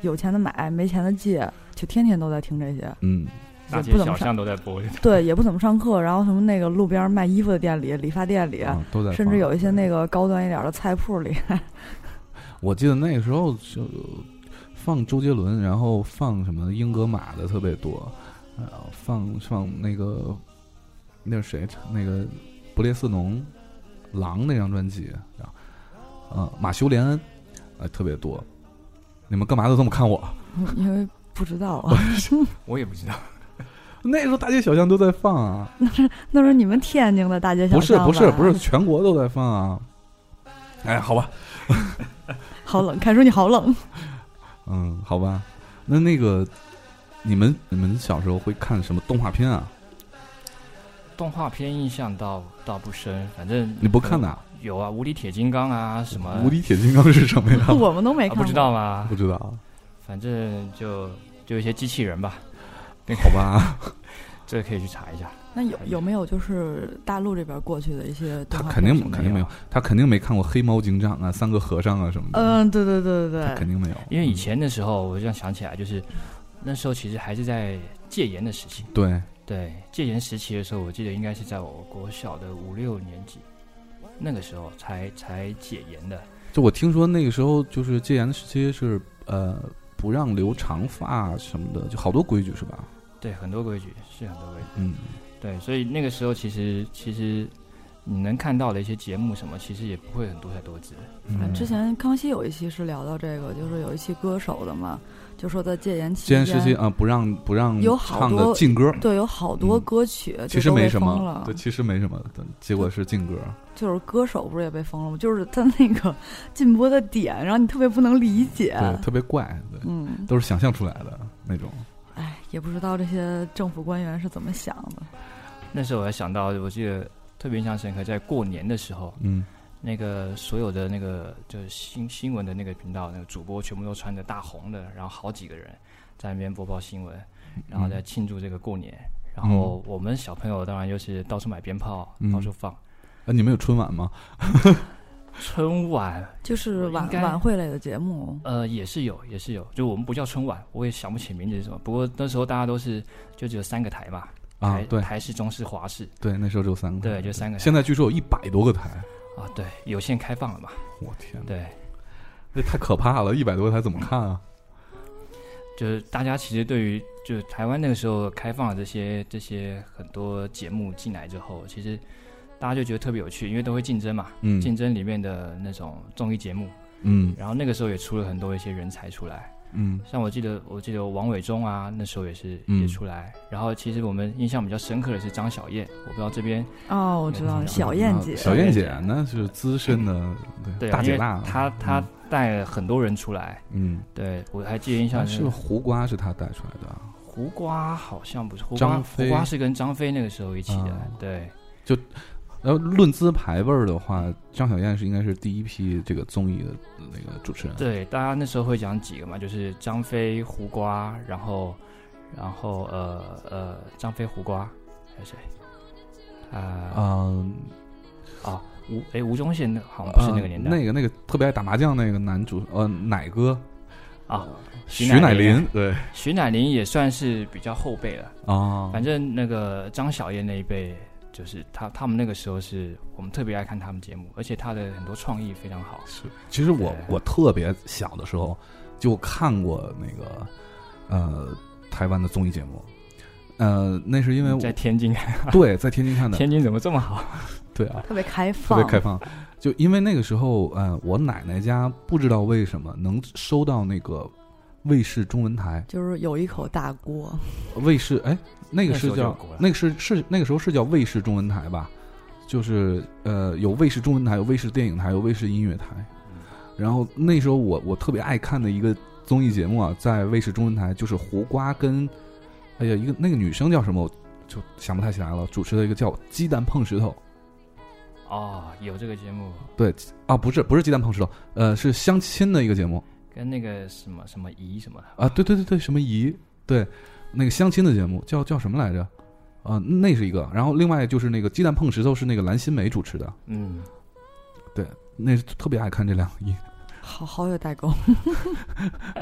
Speaker 2: 有钱的买，没钱的借，就天天都在听这些。
Speaker 1: 嗯。
Speaker 3: 大街
Speaker 2: 不怎么
Speaker 3: 小
Speaker 2: 上
Speaker 3: 巷都在播。
Speaker 2: 对，也不怎么上课，然后什么那个路边卖衣服的店里、理发店里，
Speaker 1: 啊，都在放，
Speaker 2: 甚至有一些那个高端一点的菜铺里，
Speaker 1: 我记得那个时候就放周杰伦，然后放什么英格玛的特别多，然后放放那个那是谁唱那个布列斯农《狼》那张专辑，然后呃马修·连恩呃特别多。你们干嘛都这么看我？
Speaker 2: 嗯因为不知道啊，
Speaker 3: 我也不知道，
Speaker 1: 那时候大街小巷都在放啊，
Speaker 2: 那是你们天津的大街小
Speaker 1: 不是
Speaker 2: 巷吧
Speaker 1: 不是不是，，全国都在放啊。哎，好吧，
Speaker 2: 好冷，看叔你 好冷。
Speaker 1: 嗯，好吧，那那个你们你们小时候会看什么动画片啊？
Speaker 3: 动画片印象倒倒不深，反正
Speaker 1: 你不看的、啊？
Speaker 3: 有啊，《无敌铁金刚》啊，什么
Speaker 1: 无敌铁金刚是什么呀？
Speaker 2: 我们都没
Speaker 3: 啊
Speaker 2: 看、
Speaker 3: 不知，道吗
Speaker 1: 不？知道，啊
Speaker 3: 反正就就一些机器人吧，
Speaker 1: 好吧，
Speaker 3: 这个可以去查一下。
Speaker 2: 那有有没有就是大陆这边过去的一些动
Speaker 1: 他
Speaker 2: 画
Speaker 1: 肯
Speaker 2: 片
Speaker 1: 定
Speaker 2: 什么的
Speaker 1: 肯定没有，他肯定没看过《黑猫警长》啊，《三个和尚》啊什么的，
Speaker 2: 嗯，对对对对
Speaker 1: 他
Speaker 2: 对，
Speaker 1: 肯定没有，
Speaker 3: 因为以前的时候，我这样想起来，就是那时候其实还是在戒严的时期。
Speaker 1: 嗯对，
Speaker 3: 对，戒严时期的时候，我记得应该是在我国小的五六年级，那个时候才才戒严的。
Speaker 1: 就我听说那个时候就是戒严的时期是呃不让留长发什么的，就好多规矩是吧？
Speaker 3: 对，很多规矩是很多规矩。
Speaker 1: 嗯，
Speaker 3: 对，所以那个时候其实其实你能看到的一些节目什么，其实也不会很多才多姿。
Speaker 2: 啊
Speaker 1: 嗯
Speaker 2: 之前康熙有一期是聊到这个，就是有一期歌手的嘛，就说在戒严期
Speaker 1: 戒
Speaker 2: 间，
Speaker 1: 严时期啊，不让不让
Speaker 2: 有好
Speaker 1: 唱的
Speaker 2: 多
Speaker 1: 禁歌，
Speaker 2: 对有好多
Speaker 1: 嗯
Speaker 2: 歌曲就
Speaker 1: 其实
Speaker 2: 都被
Speaker 1: 没什
Speaker 2: 封
Speaker 1: 么
Speaker 2: 了，
Speaker 1: 对，其实没什么，但结果是禁歌，
Speaker 2: 就是歌手不是也被封了吗？就是他那个禁播的点，然后你特别不能理解，
Speaker 1: 对，特别怪，对，
Speaker 2: 嗯，
Speaker 1: 都是想象出来的那种。
Speaker 2: 哎，也不知道这些政府官员是怎么想的。
Speaker 3: 那时候我还想到，我记得特别印象深刻，在过年的时候，
Speaker 1: 嗯，
Speaker 3: 那个所有的那个就是新新闻的那个频道，那个主播全部都穿着大红的，然后好几个人在那边播报新闻，然后在庆祝这个过年。然后我们小朋友当然就是到处买鞭炮，
Speaker 1: 嗯
Speaker 3: 到处放。
Speaker 1: 啊，你们有春晚吗？
Speaker 3: 春晚
Speaker 2: 就是
Speaker 3: 我
Speaker 2: 晚
Speaker 3: 应该
Speaker 2: 晚会类的节目，
Speaker 3: 呃也是有，也是有，就我们不叫春晚，我也想不起名字是什么。不过那时候大家都是就只有三个台嘛，
Speaker 1: 啊
Speaker 3: 台，
Speaker 1: 对
Speaker 3: 台式、中式、华式
Speaker 1: 对，那时候只有三个台，
Speaker 3: 对就三个台
Speaker 1: 现在据说有一百多个台，
Speaker 3: 啊，对，有线开放了嘛，
Speaker 1: 我天哪，
Speaker 3: 对，
Speaker 1: 那太可怕了！一百多个台怎么看啊？
Speaker 3: 就是大家其实对于就是台湾那个时候开放了这些这些很多节目进来之后，其实大家就觉得特别有趣，因为都会竞争嘛，
Speaker 1: 嗯
Speaker 3: 竞争里面的那种综艺节目，
Speaker 1: 嗯
Speaker 3: 然后那个时候也出了很多一些人才出来，
Speaker 1: 嗯
Speaker 3: 像我记得我记得王伟忠啊，那时候也是、
Speaker 1: 嗯
Speaker 3: 也出来，然后其实我们印象比较深刻的是张小燕，我不知道这边
Speaker 2: 哦，我知道了，
Speaker 3: 嗯
Speaker 2: 小燕姐，
Speaker 1: 小燕姐那是资深的
Speaker 3: 对、啊，
Speaker 1: 大
Speaker 3: 因
Speaker 1: 姐
Speaker 3: 为
Speaker 1: 大，
Speaker 3: 她她带了很多人出来，
Speaker 1: 嗯，
Speaker 3: 对我还记得印
Speaker 1: 像
Speaker 3: 象
Speaker 1: 是胡瓜是她带出来的啊，
Speaker 3: 胡瓜好像不是胡瓜，
Speaker 1: 张
Speaker 3: 胡
Speaker 1: 飞
Speaker 3: 瓜是跟张飞那个时候一起的，
Speaker 1: 啊
Speaker 3: 对。
Speaker 1: 然后论资排辈儿的话，张小燕是应该是第一批这个综艺的那个主持人。
Speaker 3: 对，大家那时候会讲几个嘛，就是张飞、胡瓜，然后，然后呃呃，张飞、胡瓜，还有谁？啊、
Speaker 1: 嗯，
Speaker 3: 哦，吴哎，吴宗宪那好像不是那个年代、
Speaker 1: 呃那个那个特别爱打麻将那个男主，呃，奶哥
Speaker 3: 啊，
Speaker 1: 呃徐
Speaker 3: 乃啊
Speaker 1: 乃麟，对
Speaker 3: 徐乃麟也算是比较后辈了。
Speaker 1: 啊，
Speaker 3: 反正那个张小燕那一辈，就是他他们那个时候是我们特别爱看他们节目，而且他的很多创意非常好。
Speaker 1: 是，其实我
Speaker 3: 对
Speaker 1: 我特别小的时候就看过那个呃台湾的综艺节目，呃，那是因为我
Speaker 3: 在天津，
Speaker 1: 对在天津看的，
Speaker 3: 天津怎么这么好？
Speaker 1: 对啊，
Speaker 2: 特别开
Speaker 1: 特
Speaker 2: 放，
Speaker 1: 别开放。就因为那个时候，呃，我奶奶家不知道为什么能收到那个卫视中文台，
Speaker 2: 就是有一口大锅，
Speaker 1: 卫视哎，那个
Speaker 3: 那时
Speaker 1: 是
Speaker 3: 候就有
Speaker 1: 叫
Speaker 3: 国了
Speaker 1: 那个是是那个时候是叫卫视中文台吧？就是呃，有卫视中文台，有卫视电影台，有卫视音乐台。
Speaker 3: 嗯
Speaker 1: 然后那时候我我特别爱看的一个综艺节目啊，在卫视中文台就是胡瓜跟哎呀一个那个女生叫什么，我就想不太起来了，主持的一个叫《鸡蛋碰石头》。
Speaker 3: 哦，有这个节目，
Speaker 1: 啊，不是不是鸡蛋碰石头，呃，是相亲的一个节目
Speaker 3: 跟那个什么什么怡什么的。
Speaker 1: 啊，对对对对，什么姨，对，那个相亲的节目叫叫什么来着？啊，那是一个，然后另外就是那个鸡蛋碰石头是那个蓝心湄主持的，
Speaker 3: 嗯，
Speaker 1: 那是特别爱看这两个一。
Speaker 2: 好好有代沟。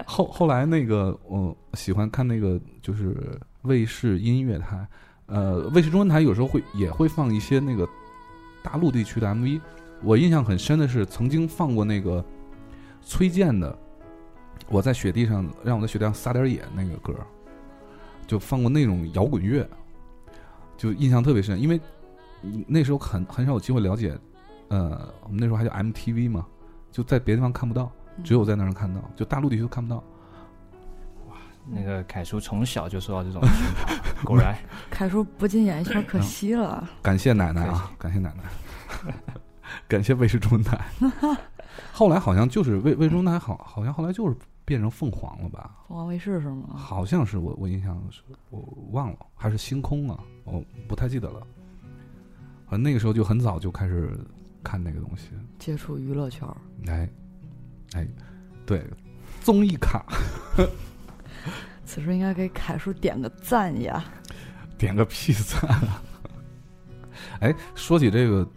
Speaker 1: 后后来那个我喜欢看那个就是卫视音乐台，呃，卫视中文台有时候会也会放一些那个大陆地区的 MV。我印象很深的是曾经放过那个崔健的《我在雪地上让我在雪地上撒点野》那个歌儿，就放过那种摇滚乐，就印象特别深，因为那时候很很少有机会了解，呃，我们那时候还叫 MTV 嘛，就在别的地方看不到。只有在那儿能看到，就大陆地区都看不到。
Speaker 3: 那个凯叔从小就受到 这种熏陶，果然
Speaker 2: 凯叔不进演艺圈可惜了，
Speaker 1: 感谢奶奶啊，感谢奶奶， 感谢卫视中文台。 后来好像就是卫卫视中文台好，好像后来就是变成凤凰了吧？
Speaker 2: 凤凰卫视是吗？
Speaker 1: 好像是我我印象是我忘了，还是星空啊？我不太记得了。反正那个时候就很早就开始看那个东西，
Speaker 2: 接触娱乐圈儿，
Speaker 1: 哎哎，对，综艺卡
Speaker 2: 此时应该给凯叔点个赞呀！
Speaker 1: 点个披萨。 哎，说起这个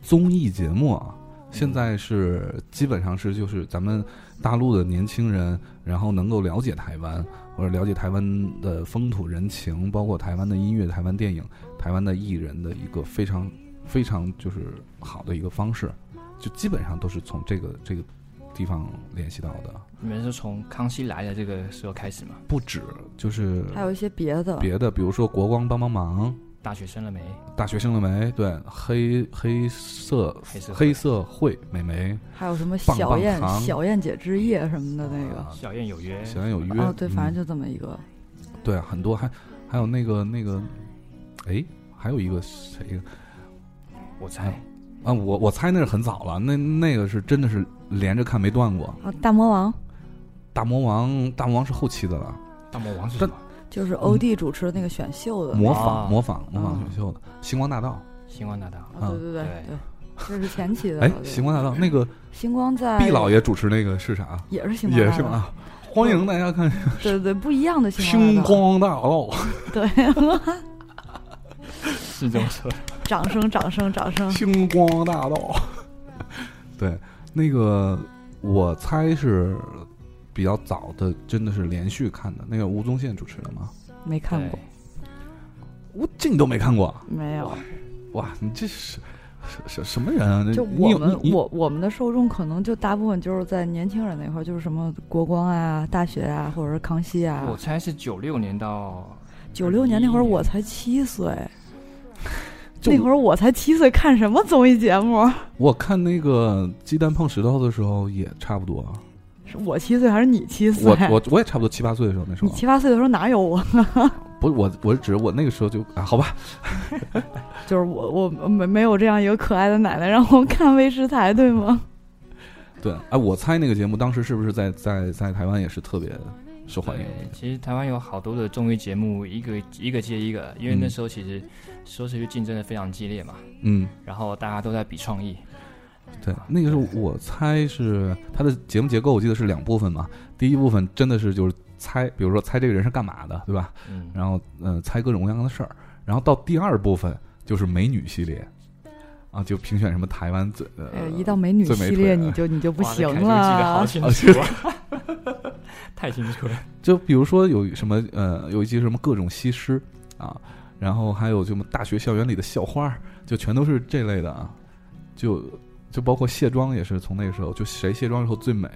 Speaker 1: 综艺节目啊，现在是基本上是就是咱们大陆的年轻人，然后能够了解台湾，或者了解台湾的风土人情，包括台湾的音乐、台湾电影、台湾的艺人的一个非常非常就是好的一个方式，就基本上都是从这个这个地方联系到的，
Speaker 3: 你们是从康熙来了这个时候开始嘛？
Speaker 1: 不止就是
Speaker 2: 还有一些别的，
Speaker 1: 别的，比如说国光帮帮忙。
Speaker 3: 大学生了没？
Speaker 1: 大学生了没？对，黑黑色
Speaker 3: 黑色
Speaker 1: 黑色会美眉，
Speaker 2: 还有什么
Speaker 1: 棒
Speaker 2: 小
Speaker 1: 棒
Speaker 2: 燕
Speaker 1: 糖
Speaker 2: 小燕姐之夜什么的那个。
Speaker 1: 啊
Speaker 3: 小燕有约，
Speaker 1: 小燕有约
Speaker 2: 哦，对，反正
Speaker 1: 就、
Speaker 2: 就这么一个，
Speaker 1: 嗯对很多，还还有那个那个，哎，还有一个谁
Speaker 3: 我猜
Speaker 1: 啊？我我猜那是很早了，那那个是真的是连着看没断过。
Speaker 2: 啊，大魔王
Speaker 1: 大魔王大魔王是后期的了，
Speaker 3: 大魔王是什么？
Speaker 1: 嗯
Speaker 2: 就是欧弟主持的那个选秀的，
Speaker 1: 模仿、
Speaker 3: 啊
Speaker 1: 模仿模仿
Speaker 2: 呃啊
Speaker 1: 选秀的《星光大道
Speaker 3: 星光 大道，
Speaker 2: 啊，对对对
Speaker 3: 对
Speaker 2: 对，这是前期》。的。
Speaker 1: 哎，
Speaker 2: 对啊
Speaker 1: 《星光大道》那个
Speaker 2: 星光在
Speaker 1: 毕老爷主持那个是啥？
Speaker 2: 也是星光，
Speaker 1: 也是？啊，欢迎大家看《
Speaker 2: 对对对，不一样的星
Speaker 1: 星
Speaker 2: 光
Speaker 1: 光大道》。
Speaker 2: 大道，
Speaker 3: 是这么说的。
Speaker 2: 对， 掌声掌声掌声，
Speaker 1: 星光大道。 对，那个我猜是比较早的，真的是连续看的。那个吴宗宪主持的吗？
Speaker 2: 没看过，
Speaker 1: 我这你都没看过？啊
Speaker 2: 没有，
Speaker 1: 哇，你这是什什什么人啊？这
Speaker 2: 就
Speaker 1: 你
Speaker 2: 我
Speaker 1: 有
Speaker 2: 们
Speaker 1: 你你
Speaker 2: 我我们的受众可能就大部分就是在年轻人那块儿，就是什么国光啊、大学啊，或者是康熙
Speaker 3: 对，
Speaker 2: 啊
Speaker 3: 我。猜是九六年到
Speaker 2: 九六年那会儿
Speaker 3: 91
Speaker 2: 我才七岁，
Speaker 1: 就
Speaker 2: 那会儿我才七岁，看什么综艺节目？
Speaker 1: 我看那个鸡蛋碰石头的时候也差不 多，啊
Speaker 2: 是我七岁还是你七岁？
Speaker 1: 我我我也差不多七八岁的时候那时
Speaker 2: 你
Speaker 1: 候，啊
Speaker 2: 七八岁的时候哪有我？
Speaker 1: 不是我我是指我那个时候就啊好吧，
Speaker 2: 就是我我没没有这样一个可爱的奶奶让我看卫视台，对吗？
Speaker 1: 啊对，哎、我猜那个节目当时是不是在在在台湾也是特别受欢迎
Speaker 3: 对。其实台湾有好多的综艺节目，一个一个接一个，因为那
Speaker 1: 嗯
Speaker 3: 时候其实说是去竞争的非常激烈嘛，
Speaker 1: 嗯，
Speaker 3: 然后大家都在比创意，
Speaker 1: 对，那个是我猜是它的节目结构，我记得是两部分嘛。第一部分真的是就是猜，比如说猜这个人是干嘛的，对吧？
Speaker 3: 嗯，
Speaker 1: 然后呃猜各种各样的事儿，然后到第二部分就是美女系列，啊，就评选什么台湾最呃、
Speaker 2: 哎呀，一到美女
Speaker 1: 最美
Speaker 2: 系
Speaker 1: 腿
Speaker 2: 列
Speaker 1: 的
Speaker 2: 你就你就不
Speaker 3: 哇这
Speaker 2: 行
Speaker 3: 凯叔记得好
Speaker 2: 了。
Speaker 1: 哦
Speaker 3: 清楚啊， 太清楚了，
Speaker 1: 就比如说有什么呃有一集是什么各种西施啊，然后还有什么大学校园里的校花，就全都是这类的啊，就就包括卸妆也是从那个时候，就谁卸妆以后最美，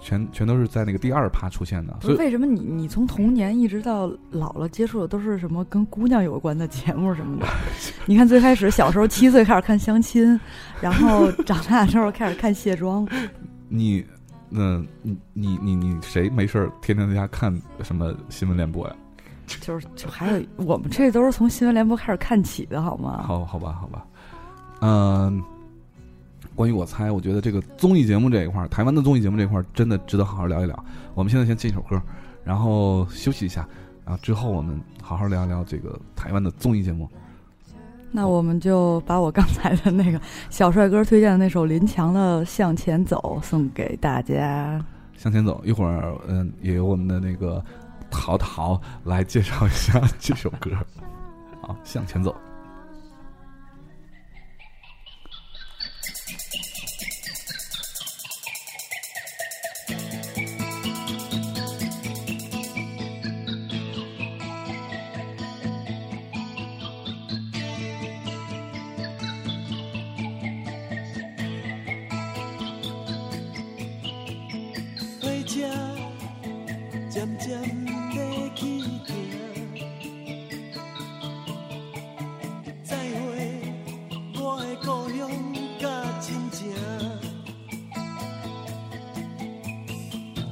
Speaker 1: 全全都是在那个第二趴出现的，
Speaker 2: 不
Speaker 1: 所
Speaker 2: 是
Speaker 1: 以
Speaker 2: 为什么你你从童年一直到老了接触的都是什么跟姑娘有关的节目什么的？ 你看最开始小时候七岁开始看相亲，然后长大之后开始看卸妆，
Speaker 1: 你。嗯，你你你你谁没事儿天天在家看什么新闻联播呀？
Speaker 2: 就是就还有我们这都是从新闻联播开始看起的好吗？
Speaker 1: 好好吧，好吧，嗯、关于我猜，我觉得这个综艺节目这一块儿，台湾的综艺节目这一块儿真的值得好好聊一聊。我们现在先进一首歌，然后休息一下，然后之后我们好好聊一聊这个台湾的综艺节目。
Speaker 2: 那我们就把我刚才的那个小帅哥推荐的那首林强的《向前走》送给大家。
Speaker 1: 向前走，一会儿，嗯，也由我们的那个淘淘来介绍一下 这首歌。好，向前走。
Speaker 4: 火车渐渐地起行，再会我的故乡甲亲情，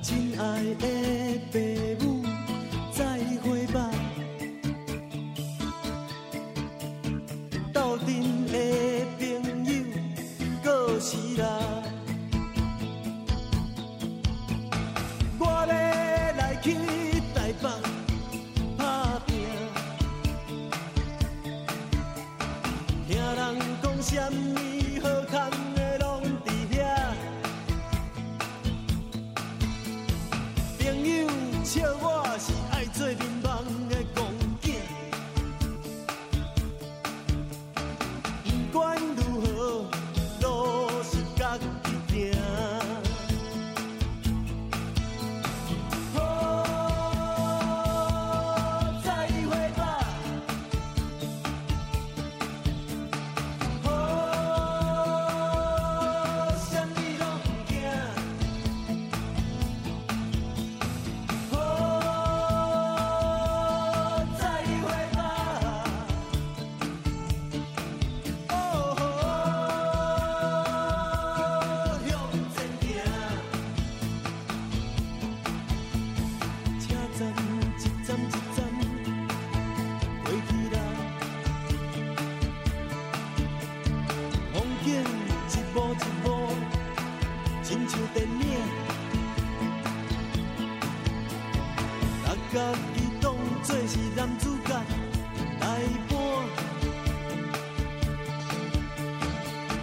Speaker 4: 亲爱的父母，再会吧，斗阵的朋友，过时啦。我要来去台北打拼，听人讲什么好康的拢伫遐，朋友笑我是爱做面盲的戆囝，不管如何路是家己行。哦，再会吧。哦，什么拢不惊。哦，再会吧。哦，向前行。车站一站一站过去啦，风景一幕一幕，亲像电影。把家己当作是男主角来扮，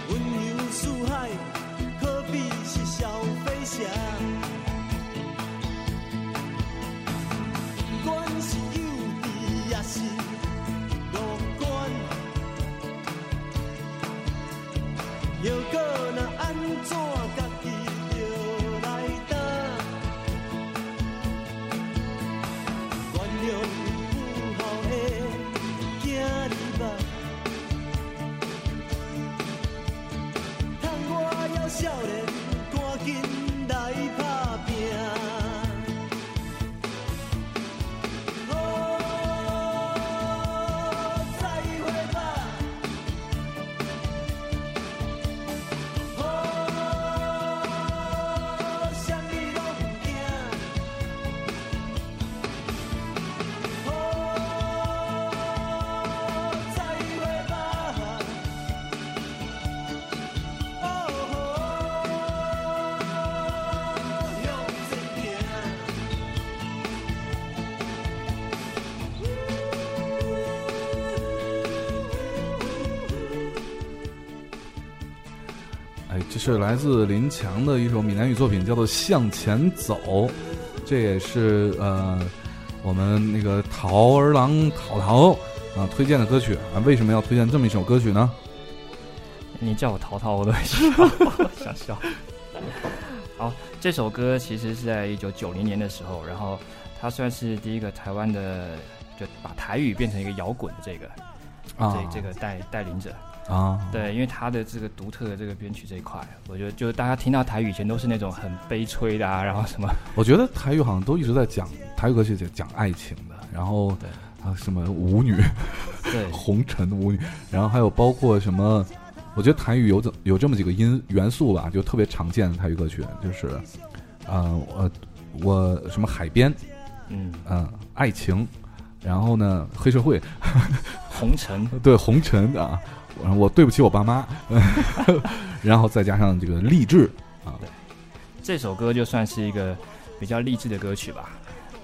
Speaker 4: 温柔似海，可比是小飞侠。不管是幼稚也是乐观，药果若安怎，家己着来担。我哦
Speaker 1: 哎这是来自林强的一首闽南语作品，叫做《向前走》，这也是呃我们那个桃儿郎淘淘啊推荐的歌曲啊。为什么要推荐这么一首歌曲呢？
Speaker 3: 你叫我淘淘，我都会 笑，我想笑。好，这首歌其实是在一九九零年的时候，然后它算是第一个台湾的，就把台语变成一个摇滚的这个、
Speaker 1: 啊，
Speaker 3: 这这个带带领者。
Speaker 1: 个啊，
Speaker 3: 对，因为他的这个独特的这个编曲这一块，我觉得就是大家听到台语以前都是那种很悲催的啊，然后什么
Speaker 1: 我觉得台语好像都一直在讲台语歌曲，讲讲爱情的，然后
Speaker 3: 对
Speaker 1: 啊什么舞女、
Speaker 3: 对
Speaker 1: 红尘舞女，然后还有包括什么，我觉得台语有这有这么几个音元素吧，就特别常见的台语歌曲，就是呃我我什么海边，
Speaker 3: 嗯
Speaker 1: 嗯、爱情，然后呢黑社会，
Speaker 3: 红尘
Speaker 1: 对红尘啊，然后我对不起我爸妈， 然后再加上这个励志，
Speaker 3: 这首歌就算是一个比较励志的歌曲吧，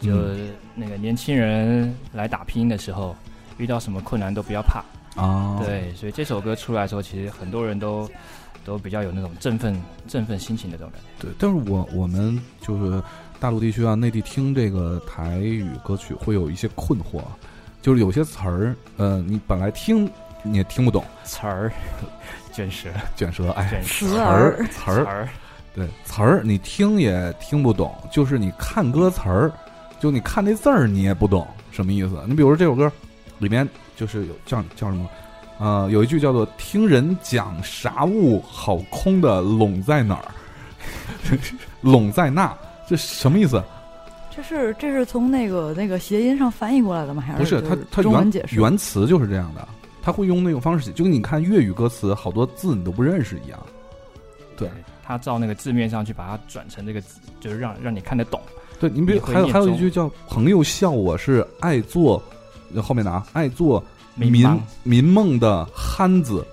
Speaker 3: 就
Speaker 1: 嗯
Speaker 3: 那个年轻人来打拼的时候，遇到什么困难都不要怕。
Speaker 1: 啊，
Speaker 3: 对，所以这首歌出来的时候，其实很多人都都比较有那种振奋、振奋心情的这种感觉。
Speaker 1: 对，但是我我们就是大陆地区啊，内地听这个台语歌曲会有一些困惑，就是有些词儿，呃，你本来听你也听不懂，
Speaker 3: 词儿 卷舌，
Speaker 1: 卷舌，哎，
Speaker 3: 卷舌
Speaker 2: 词
Speaker 1: 词
Speaker 2: 儿
Speaker 1: 儿词
Speaker 3: 词
Speaker 1: 儿，
Speaker 3: 儿，
Speaker 1: 对词儿，你听也听不懂，就是你看歌词儿，就你看那字儿你也不懂什么意思。你比如说这首歌里面就是有叫叫什么，呃，有一句叫做“听人讲啥物好空的拢在哪儿， 拢在那”，这什么意思？
Speaker 2: 这是这是从那个那个谐音上翻译过来的吗？还
Speaker 1: 不
Speaker 2: 是
Speaker 1: 是
Speaker 2: 就
Speaker 1: 它，它
Speaker 2: 中文
Speaker 1: 原
Speaker 2: 解释
Speaker 1: 原词就是这样的，他会用那种方式写，就跟你看粤语歌词，好多字你都不认识一样。对，
Speaker 3: 他照那个字面上去把它转成这个字，就是让让你看得懂。
Speaker 1: 对，你比如
Speaker 3: 你会
Speaker 1: 还有
Speaker 3: 念
Speaker 1: 还有一
Speaker 3: 中
Speaker 1: 句叫“朋友笑我是爱做”，呃后面的啊，爱做民
Speaker 3: 帮
Speaker 1: 民梦的憨子，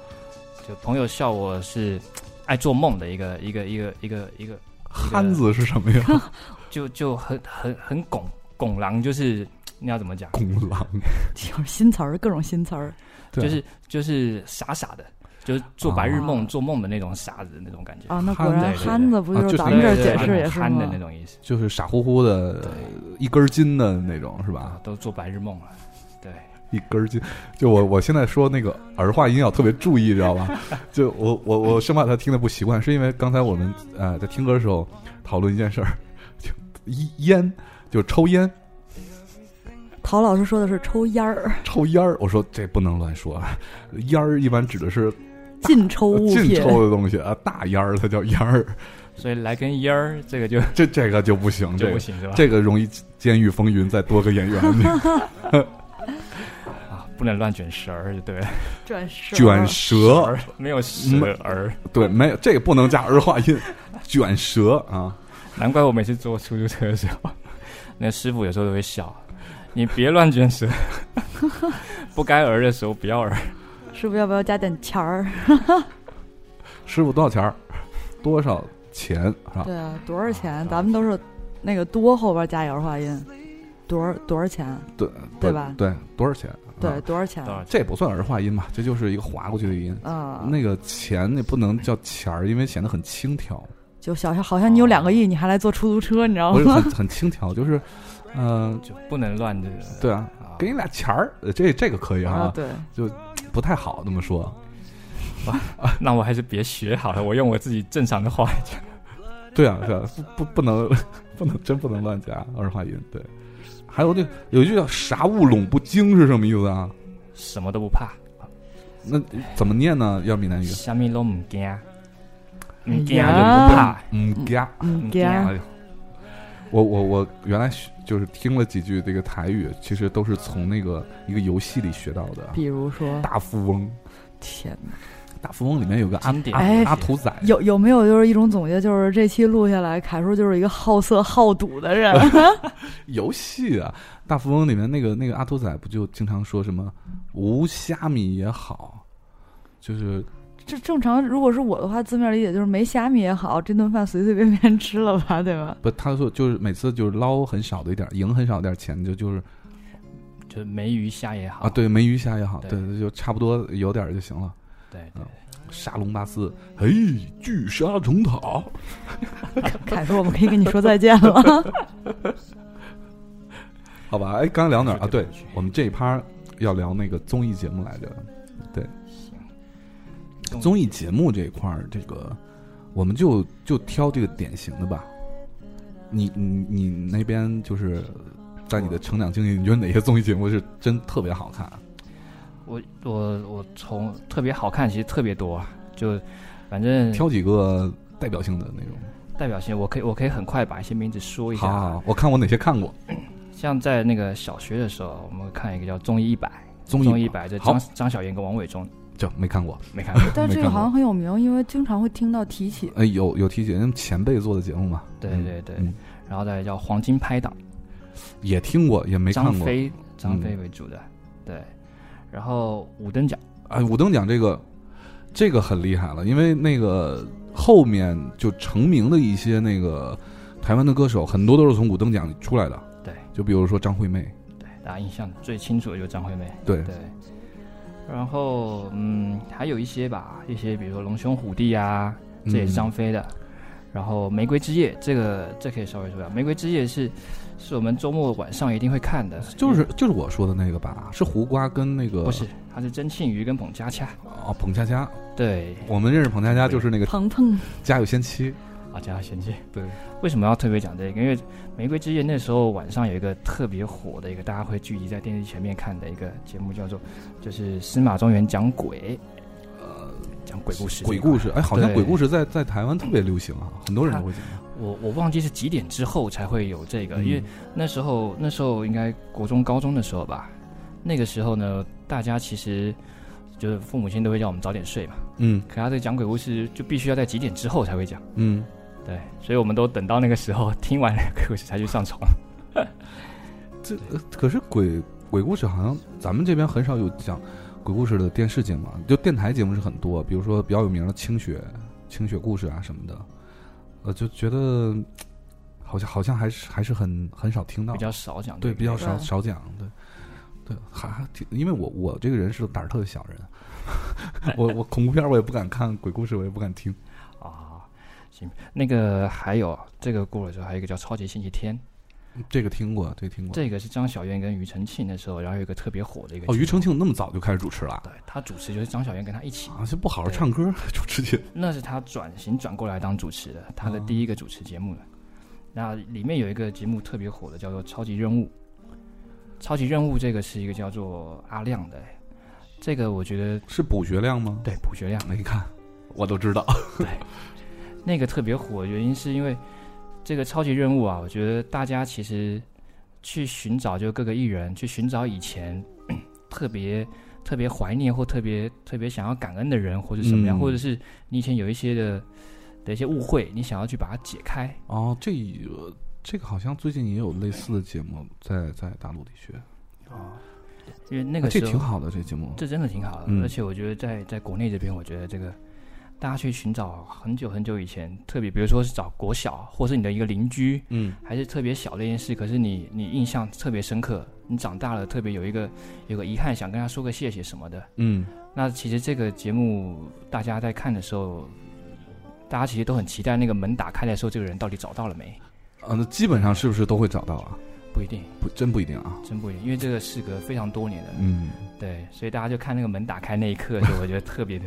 Speaker 3: 就朋友笑我是爱做梦的一个一个一个一个一个，
Speaker 1: 憨子是什么呀？
Speaker 3: 就就很很很拱拱狼，就是你要怎么讲？
Speaker 1: 拱狼，
Speaker 2: 就是新词儿，各种新词儿。
Speaker 1: 对
Speaker 3: 就是就是傻傻的，就是做白日梦、
Speaker 2: 啊
Speaker 3: 做梦的那种傻子的那种感觉。
Speaker 2: 啊，那果
Speaker 1: 憨
Speaker 2: 然
Speaker 3: 对对
Speaker 2: 憨子不
Speaker 1: 啊
Speaker 2: 就
Speaker 1: 就是
Speaker 2: 是咱们这儿
Speaker 3: 对对
Speaker 2: 解
Speaker 3: 对
Speaker 2: 释也是
Speaker 3: 憨的
Speaker 2: 吗
Speaker 3: 那？种意思
Speaker 1: 就是傻乎乎的，一根筋的那种是吧
Speaker 3: 啊？，都做白日梦了。 对，
Speaker 1: 一根筋，就我我现在说那个儿化音要特别注意，知道吧？就我我我生怕他听的不习惯，是因为刚才我们呃在听歌的时候讨论一件事儿，就一烟，就抽烟，
Speaker 2: 陶老师说的是抽烟儿，
Speaker 1: 抽烟儿，我说这不能乱说，啊，烟儿一般指的是
Speaker 2: 禁抽物
Speaker 1: 禁
Speaker 2: 品。
Speaker 1: 呃 抽的东西啊，大烟儿它叫烟儿，
Speaker 3: 所以来根烟儿这个就
Speaker 1: 这这个就不行，
Speaker 3: 就
Speaker 1: 这
Speaker 3: 不
Speaker 1: 个
Speaker 3: 行是吧？
Speaker 1: 这个容易监狱风云再多个 演员，
Speaker 3: 啊，不能乱卷舌儿，就对了，
Speaker 2: 卷舌
Speaker 1: 卷舌，
Speaker 3: 儿 没有舌儿，
Speaker 1: 对，没有这个不能加儿化音，卷舌啊，
Speaker 3: 难怪我每次坐出租车的时候， 那师傅有时候都会笑，你别乱卷舌， 不该儿的时候不要儿。
Speaker 2: 师傅要不要加点钱儿？
Speaker 1: 师傅多少钱儿？多少钱是吧？
Speaker 2: 对啊，多少钱？咱们都是那个多后边加一儿化音，多少多少钱？
Speaker 1: 对
Speaker 2: 对吧
Speaker 1: 对，多少钱？
Speaker 2: 对，
Speaker 1: 啊，
Speaker 2: 多少钱？
Speaker 3: 多少
Speaker 1: 这不算儿化音吧？这就是一个划过去的音。
Speaker 2: 啊，
Speaker 1: 那个钱也不能叫钱儿，因为显得很轻佻，
Speaker 2: 就小小好像你有两个亿，你还来坐出租车，你知道
Speaker 1: 不是
Speaker 2: 吗？
Speaker 1: 哦很很轻佻，就是，嗯，
Speaker 3: 就不能乱这个？
Speaker 1: 对啊，
Speaker 3: 啊，
Speaker 1: 给你俩钱儿，呃这这个可以
Speaker 2: 啊
Speaker 1: 啊，，
Speaker 2: 对，
Speaker 1: 不太好那么说。
Speaker 3: 那我还是别学好了，我用我自己正常的话来讲。
Speaker 1: 对啊，对啊，不不不能 不能真不能乱加儿化音。对，还有那有一句叫“啥物拢不精”是什么意思啊？
Speaker 3: 什么都不怕，
Speaker 1: 那怎么念呢？要闽南语，
Speaker 3: 虾米都唔惊，
Speaker 2: 哎
Speaker 3: 唔惊就
Speaker 2: 呀
Speaker 3: 不怕。
Speaker 1: 嗯嘎。
Speaker 2: 嗯，
Speaker 3: 对啊
Speaker 1: 哎呦我我我原来学就是听了几句这个台语，其实都是从那个一个游戏里学到的。
Speaker 2: 比如说，
Speaker 1: 大富翁，
Speaker 2: 天哪，
Speaker 1: 大富翁里面有个阿
Speaker 3: 经典
Speaker 1: 阿
Speaker 2: 哎
Speaker 1: 阿土仔，
Speaker 2: 有有没有就是一种总结，就是这期录下来，凯叔就是一个好色好赌 的人，
Speaker 1: 游戏啊，大富翁里面那个那个阿土仔不就经常说什么无虾米也好，就是
Speaker 2: 这正常，如果是我的话，字面理解就是没虾米也好，这顿饭随随便便吃了吧，对 吧？
Speaker 1: 不，他说就是每次就是捞很少的一点儿，赢很少点儿钱，就就是
Speaker 3: 就是梅鱼虾也好
Speaker 1: 啊，对，没鱼虾也好，
Speaker 3: 对
Speaker 1: 对，就差不多有点儿就行了。
Speaker 3: 对
Speaker 1: 嗯
Speaker 3: 对
Speaker 1: 沙龙巴斯，嘿，哎巨沙虫塔，
Speaker 2: 凯叔，我们可以跟你说再见 了。
Speaker 1: 好吧？哎，刚才聊哪儿啊？
Speaker 3: 对
Speaker 1: 对，我们这一趴要聊那个综艺节目来着。
Speaker 3: 行，
Speaker 1: 综艺节目这一块儿，这个我们就就挑这个典型的吧。你你你那边就是在你的成长经历，你觉得哪些综艺节目是真特别好看？啊
Speaker 3: 我我我从特别好看，其实特别多啊，就反正
Speaker 1: 挑几个代表性的那种。
Speaker 3: 代表性，我可以我可以很快把一些名字说一下
Speaker 1: 好好，
Speaker 3: 啊。
Speaker 1: 好我看我哪些看过
Speaker 3: 像在那个小学的时候，我们看一个叫《综艺一百》，
Speaker 1: 综
Speaker 3: 综艺一
Speaker 1: 艺
Speaker 3: 百，就
Speaker 1: 好
Speaker 3: 张张小燕跟王伟忠，
Speaker 1: 就没看过。
Speaker 3: 没看 过。
Speaker 2: 但这
Speaker 1: 没看过
Speaker 2: 个好像很有名，因为经常会听到提起。
Speaker 1: 哎，有有提起人家前辈做的节目嘛？
Speaker 3: 对
Speaker 1: 嗯
Speaker 3: 对对
Speaker 1: 嗯
Speaker 3: 然后再来叫《黄金拍档》，
Speaker 1: 也听过，也没看
Speaker 3: 张
Speaker 1: 过。
Speaker 3: 飞张
Speaker 1: 嗯
Speaker 3: 飞为主的，对。然后五等奖，
Speaker 1: 哎，五等奖这个这个很厉害了，因为那个后面就成名的一些那个台湾的歌手，很多都是从五等奖里出来的。
Speaker 3: 对，
Speaker 1: 就比如说张惠妹，
Speaker 3: 对大家印象最清楚的就是张惠妹，
Speaker 1: 对，
Speaker 3: 对。然后嗯，还有一些吧，一些比如说龙兄虎弟啊，
Speaker 1: 嗯
Speaker 3: 这也是张飞的。然后《玫瑰之夜》这个这可以稍微说一下，《玫瑰之夜是》是我们周末晚上一定会看的，
Speaker 1: 就是就是我说的那个吧，是胡瓜跟那个
Speaker 3: 不是他是曾庆瑜跟彭佳佳，
Speaker 1: 哦彭佳佳，
Speaker 3: 对
Speaker 1: 我们认识彭佳佳就是那个《
Speaker 2: 腾腾，
Speaker 1: 家有仙妻》，
Speaker 3: 啊，加衔接。
Speaker 1: 对，
Speaker 3: 为什么要特别讲这个？因为《玫瑰之夜》那时候晚上有一个特别火的一个，大家会聚集在电视前面看的一个节目，叫做就是司马庄园讲鬼，
Speaker 1: 呃，
Speaker 3: 讲鬼故事。
Speaker 1: 鬼故，事，哎，好像
Speaker 3: 对
Speaker 1: 鬼故事在在台湾特别流行啊，很多人都会讲。
Speaker 3: 我我忘记是几点之后才会有这个，
Speaker 1: 嗯
Speaker 3: 呃因为那时候那时候应该国中高中的时候吧，那个时候呢，大家其实。就是父母亲都会叫我们早点睡嘛，
Speaker 1: 嗯
Speaker 3: 可他这个讲鬼故事就必须要在几点之后才会讲，
Speaker 1: 嗯，
Speaker 3: 对，所以我们都等到那个时候听完了鬼故事才去上床。
Speaker 1: 这呃可是鬼鬼故事好像咱们这边很少有讲鬼故事的电视节目啊，就电台节目是很多，比如说比较有名的清雪清雪故事啊什么的，呃，就觉得好像好像还是还是很很少听到
Speaker 3: 比，较少讲这
Speaker 1: 哦对，
Speaker 3: 个，
Speaker 1: 比较少
Speaker 2: 对
Speaker 1: 少讲，对对，还还挺，因为我我这个人是个胆儿特别小人。 我我恐怖片我也不敢看，鬼故事我也不敢听。
Speaker 3: 啊。行，那个还有这个过了之后，还有一个叫《超级星期天》，
Speaker 1: 这个听过，这个听过。
Speaker 3: 这个是张小燕跟庾澄庆的时候，然后有一个特别火的一个
Speaker 1: 哦，
Speaker 3: 节
Speaker 1: 庾
Speaker 3: 目
Speaker 1: 澄庆那么早就开始主持了啊，
Speaker 3: 对他主持就是张小燕跟他一起，
Speaker 1: 啊，就不好好
Speaker 3: 对
Speaker 1: 唱歌 就直接
Speaker 3: 那是他转型转过来当主持的，他的第一个主持节目了。那里面有一个节目特别火的，叫做《超级任务》。《超级任务》这个是一个叫做阿亮的，这个我觉得
Speaker 1: 是补学量吗？
Speaker 3: 对朴学亮
Speaker 1: 你看，我都知道。
Speaker 3: 那个特别火，原因是因为这个超级任务啊，我觉得大家其实去寻找，就各个艺人去寻找以前特别特别怀念或特别特别想要感恩的人，或者什么样，
Speaker 1: 嗯
Speaker 3: 或者是你以前有一些的的一些误会，你想要去把它解开。
Speaker 1: 哦，这呃这个好像最近也有类似的节目在在大陆地区，
Speaker 3: 啊，因为那个
Speaker 1: 这
Speaker 3: 时候
Speaker 1: 挺好的这节目。
Speaker 3: 这真的挺好的，
Speaker 1: 嗯
Speaker 3: 而且我觉得在在国内这边，我觉得这个大家去寻找很久很久以前，特别比如说是找国小，或是你的一个邻居，
Speaker 1: 嗯，
Speaker 3: 还是特别小的一件事，可是你你印象特别深刻，你长大了特别有一个有个遗憾，想跟他说个谢谢什么的。
Speaker 1: 嗯，
Speaker 3: 那其实这个节目大家在看的时候，大家其实都很期待那个门打开的时候，这个人到底找到了没？
Speaker 1: 啊，那基本上是不是都会找到啊？
Speaker 3: 不一定，
Speaker 1: 不，真不一定啊。
Speaker 3: 真不一定，因为这个事隔非常多年了，
Speaker 1: 嗯，
Speaker 3: 对，所以大家就看那个门打开那一刻，就我觉得特别的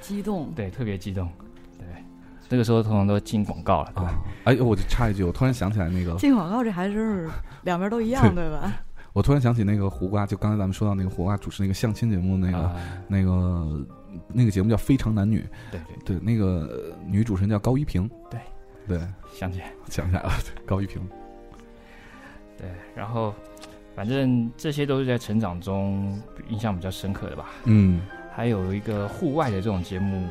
Speaker 2: 激动。
Speaker 3: 对，特别激动，对。这个时候通常都进广告了，对吧？
Speaker 1: 啊，哎，我就插一句，我突然想起来那个，
Speaker 2: 进广告这还真是两边都一样，对吧？
Speaker 1: 我突然想起那个胡瓜，就刚才咱们说到那个胡瓜主持那个相亲节目那个、
Speaker 3: 啊
Speaker 1: 那个那个节目叫《非常男女》，
Speaker 3: 对对，
Speaker 1: 对，那个呃女主持人叫高一平，
Speaker 3: 对
Speaker 1: 对，
Speaker 3: 想起来了。
Speaker 1: 想起来了，对高一平，
Speaker 3: 对，然后反正这些都是在成长中印象比较深刻的吧。
Speaker 1: 嗯。
Speaker 3: 还有一个户外的这种节目，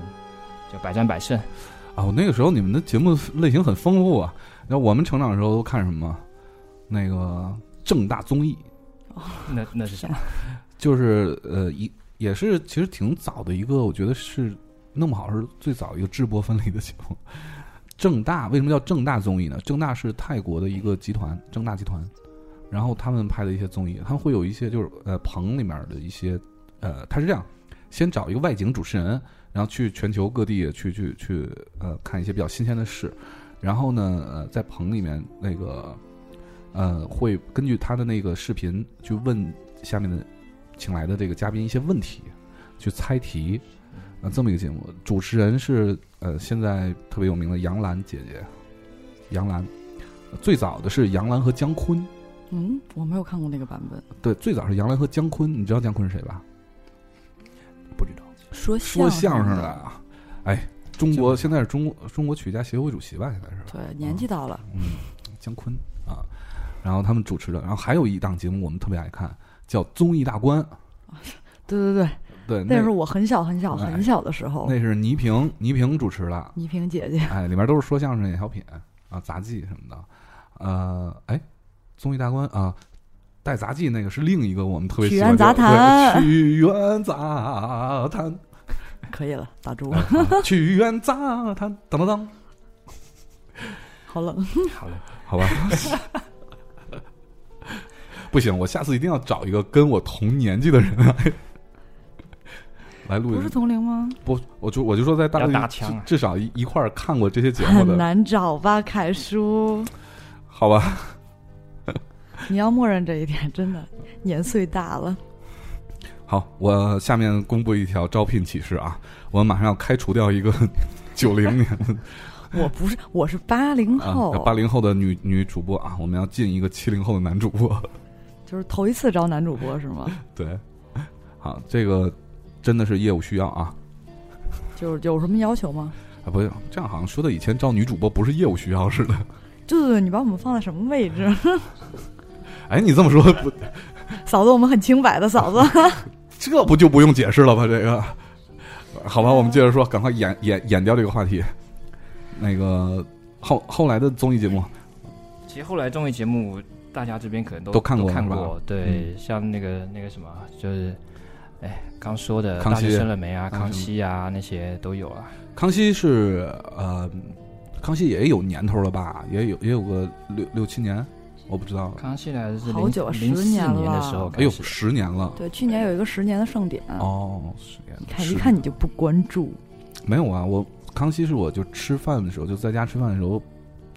Speaker 3: 叫《百战百胜》，
Speaker 1: 哦，那个时候你们的节目类型很丰富啊。那我们成长的时候都看什么？那个正大综艺，
Speaker 3: 那那是什么？
Speaker 1: 就是呃，一也是其实挺早的一个，我觉得是弄不好是最早一个直播分类的节目。正大为什么叫正大综艺呢？正大是泰国的一个集团，正大集团，然后他们拍的一些综艺，他们会有一些就是呃棚里面的一些呃，它是这样，先找一个外景主持人，然后去全球各地去去去呃看一些比较新鲜的事，然后呢呃在棚里面那个呃会根据他的那个视频去问下面的请来的这个嘉宾一些问题，去猜题，呃这么一个节目，主持人是呃现在特别有名的杨澜姐姐，杨澜。最早的是杨澜和姜昆，
Speaker 2: 嗯，我没有看过那个版本。
Speaker 1: 对，最早是杨澜和姜昆，你知道姜昆是谁吧？
Speaker 3: 不知道，
Speaker 2: 说
Speaker 1: 说相声
Speaker 2: 声
Speaker 1: 的，啊，哎，中国现在是中国中国曲家协会主席吧？现在是嗯
Speaker 2: 对，年纪到了，
Speaker 1: 姜昆啊，然后他们主持的，然后还有一档节目我们特别爱看，叫《综艺大观》，
Speaker 2: 对对对，
Speaker 1: 对，那
Speaker 2: 那是我很小很小
Speaker 1: 哎
Speaker 2: 很小的时候，
Speaker 1: 那是倪萍倪萍主持的，
Speaker 2: 倪萍姐姐，
Speaker 1: 哎，里面都是说相声、演小品啊、杂技什么的，呃，哎，综艺大观啊。带杂技那个是另一个我们特别喜欢的
Speaker 2: 曲苑杂
Speaker 1: 对
Speaker 2: 谈
Speaker 1: 曲苑杂 谈，
Speaker 2: 可以了，打住，
Speaker 1: 啊曲苑杂谈，当当当，
Speaker 2: 好冷。
Speaker 3: 好嘞，
Speaker 1: 好吧。 不行，我下次一定要找一个跟我同年纪的人来来录
Speaker 2: 不
Speaker 1: 一
Speaker 2: 是同龄吗？
Speaker 1: 不，我就我就说在大陆
Speaker 3: 要打枪啊
Speaker 1: 至至少一一块儿看过这些节目
Speaker 2: 很
Speaker 1: 的，
Speaker 2: 难找吧，凯叔，
Speaker 1: 好吧？
Speaker 2: 你要默认这一点，真的，年岁大了，
Speaker 1: 好，我下面公布一条招聘启事啊，我马上要开除掉一个 九零年
Speaker 2: 我不是，我是八零后，
Speaker 1: 啊八零后的女女主播啊，我们要进一个七零后的男主播。
Speaker 2: 就是头一次招男主播是吗？
Speaker 1: 对，好，这个真的是业务需要啊。
Speaker 2: 就是有什么要求吗？
Speaker 1: 啊，不是这样，好像说的以前招女主播不是业务需要似的。
Speaker 2: 对对对，你把我们放在什么位置？
Speaker 1: 哎，你这么说，不，
Speaker 2: 嫂子，我们很清白的，嫂子。
Speaker 1: 这不就不用解释了吧？这个，好吧，我们接着说，赶快演演演掉这个话题。那个后后来的综艺节目，
Speaker 3: 其实后来综艺节目，大家这边可能都
Speaker 1: 都看过
Speaker 3: 看
Speaker 1: 是
Speaker 3: 过
Speaker 1: 吧，嗯
Speaker 3: 对，像那个那个什么，就是，哎，刚说的
Speaker 1: 康
Speaker 3: 大
Speaker 1: 熙
Speaker 3: 学生了没啊，
Speaker 1: 啊
Speaker 3: 康
Speaker 1: 什么
Speaker 3: 熙啊那些都有啊，
Speaker 1: 康熙是呃，康熙也有年头了吧？也有也有个六六七年，我不知道。
Speaker 3: 康熙来的是
Speaker 2: 好
Speaker 3: 零
Speaker 2: 久啊
Speaker 3: 零
Speaker 2: 10
Speaker 3: 四
Speaker 2: 年
Speaker 3: 年的
Speaker 2: 了
Speaker 3: 时候开
Speaker 1: 哎呦，
Speaker 3: 始的
Speaker 1: 十年了。
Speaker 2: 对，去年有一个十年的盛典，啊
Speaker 1: 哦，十年了
Speaker 2: 嗯你看
Speaker 1: 是
Speaker 2: 一看你就不关注，
Speaker 1: 没有啊？我康熙是我就吃饭的时候，就在家吃饭的时候，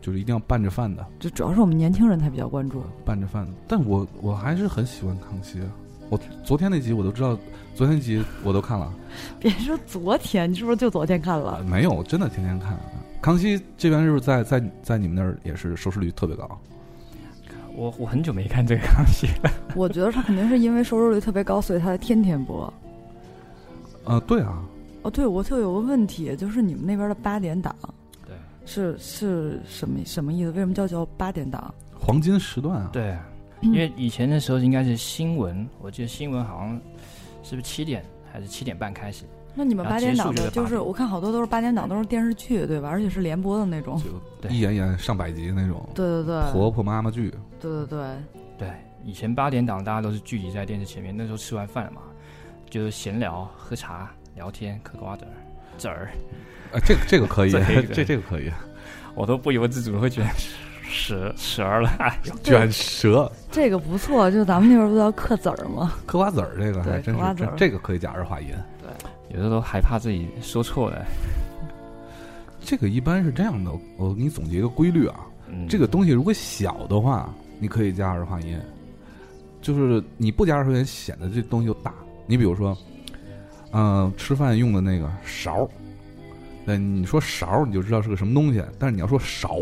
Speaker 1: 就是一定要拌着饭的。
Speaker 2: 就主要是我们年轻人才比较关注。
Speaker 1: 拌着饭，但我我还是很喜欢康熙啊。我昨天那集我都知道，昨天那集我都看了，
Speaker 2: 别说昨天，你是不是就昨天看了？
Speaker 1: 没有真的天天看、康熙这边是不是在在在你们那儿也是收视率特别高？
Speaker 3: 我我很久没看这个康熙了，
Speaker 2: 我觉得他肯定是因为收视率特别高，所以他才天天播。
Speaker 1: 呃，对啊，
Speaker 2: 哦，对，我就有个问题，就是你们那边的八点档
Speaker 3: 对
Speaker 2: 是是什么什么意思？为什么叫叫八点档？
Speaker 1: 黄金时段啊，
Speaker 3: 对，
Speaker 2: 嗯
Speaker 3: 因为以前的时候应该是新闻，我记得新闻好像是不是七点还是七点半开始，
Speaker 2: 那你们
Speaker 1: 啊
Speaker 3: 然后
Speaker 2: 八点
Speaker 3: 结束
Speaker 2: 档的，就是
Speaker 3: 就八点
Speaker 2: 我看好多都是八点档，都是电视剧，对吧？而且是连播的那种。
Speaker 1: 就
Speaker 3: 对
Speaker 1: 一演演上百集那种
Speaker 2: 对对对，
Speaker 1: 婆婆妈妈剧，
Speaker 2: 对对对，
Speaker 3: 对，以前八点档大家都是聚集在电视前面，那时候吃完饭了嘛，就是闲聊、喝茶、聊天、嗑瓜子儿、籽儿，
Speaker 1: 呃，这个这个 可以
Speaker 3: 这个，
Speaker 1: 这这个可以，
Speaker 3: 我都不由自主地会卷舌舌儿了。 哎呦
Speaker 1: 卷舌
Speaker 2: 这个不错，就咱们那边不叫嗑籽儿 吗？
Speaker 1: 嗑瓜子儿这个还
Speaker 2: 对
Speaker 1: 真
Speaker 2: 嗑
Speaker 1: 是
Speaker 2: 瓜子
Speaker 1: 这
Speaker 2: 儿
Speaker 1: 这个可以假日化音。
Speaker 3: 有的时候还怕自己说错了。
Speaker 1: 这个一般是这样的，我给你总结一个规律啊，
Speaker 3: 嗯，
Speaker 1: 这个东西如果小的话，你可以加儿化音；就是你不加儿化音，显得这东西就大。你比如说，嗯、吃饭用的那个勺儿，那你说勺儿你就知道是个什么东西，但是你要说勺，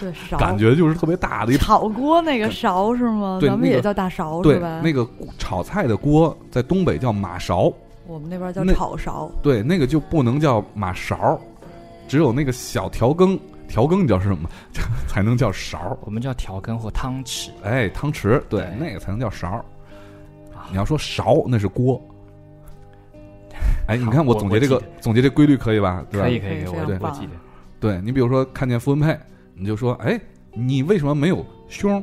Speaker 2: 对，勺
Speaker 1: 感觉就是特别大的一。
Speaker 2: 炒锅那个勺是吗？
Speaker 1: 对
Speaker 2: 咱们
Speaker 1: 那个
Speaker 2: 也叫大勺
Speaker 1: 对
Speaker 2: 是，吧？
Speaker 1: 那个炒菜的锅在东北叫马勺，
Speaker 2: 我们那边叫
Speaker 1: 那
Speaker 2: 炒勺，
Speaker 1: 对，那个就不能叫马勺儿，只有那个小调羹，调羹你知道是什么吗？ 才能叫勺儿。
Speaker 3: 我们叫调羹或汤匙，
Speaker 1: 哎，汤匙，对，
Speaker 3: 对
Speaker 1: 那个才能叫勺儿
Speaker 3: 啊。
Speaker 1: 你要说勺，那是锅。哎，你看
Speaker 3: 好我
Speaker 1: 总结这
Speaker 3: 我
Speaker 1: 个
Speaker 3: 记
Speaker 1: 总结这规律可以吧？对吧？
Speaker 3: 可啊以可以，
Speaker 2: 对
Speaker 3: 我
Speaker 2: 非常
Speaker 3: 我
Speaker 2: 棒
Speaker 3: 记得。
Speaker 1: 对你比如说看见傅文佩，你就说，哎，你为什么没有胸？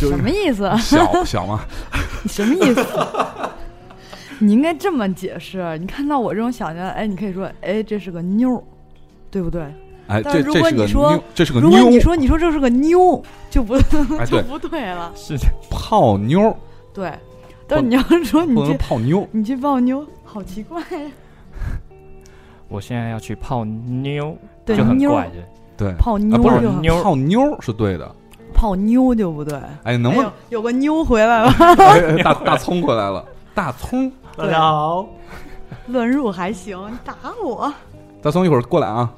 Speaker 1: 就
Speaker 2: 什么意思？
Speaker 1: 小小嘛，
Speaker 2: 你什么意思？你应该这么解释。啊你看到我这种小年，哎，你可以说，哎，这是个妞儿，对不对？
Speaker 1: 哎，
Speaker 2: 但
Speaker 1: 这
Speaker 2: 是如
Speaker 1: 这
Speaker 2: 果
Speaker 1: 是个
Speaker 2: 你说
Speaker 1: 妞，这是个
Speaker 2: 如果你
Speaker 1: 妞，
Speaker 2: 说你说这是个妞，就不、
Speaker 1: 哎，对，
Speaker 2: 就不对了。
Speaker 3: 是
Speaker 1: 泡妞儿，
Speaker 2: 对，但你要说你
Speaker 1: 不能
Speaker 2: 去
Speaker 1: 泡妞。
Speaker 2: 你去泡妞，好奇怪。啊
Speaker 3: 我现在要去泡妞，
Speaker 2: 对
Speaker 3: 就很
Speaker 2: 妞
Speaker 3: 怪的。
Speaker 1: 对，
Speaker 2: 泡妞
Speaker 1: 啊不是
Speaker 2: 就好
Speaker 3: 妞儿
Speaker 1: 泡妞是对的。
Speaker 2: 泡妞就不对。
Speaker 1: 哎，能
Speaker 2: 哎
Speaker 1: 不
Speaker 2: 呦
Speaker 1: 能，
Speaker 2: 有个妞回来了，
Speaker 1: 哎哎大大葱回来了？大葱，
Speaker 2: 大家
Speaker 3: 好，
Speaker 2: 乱入还行，你打我，
Speaker 1: 大葱一会儿过来啊。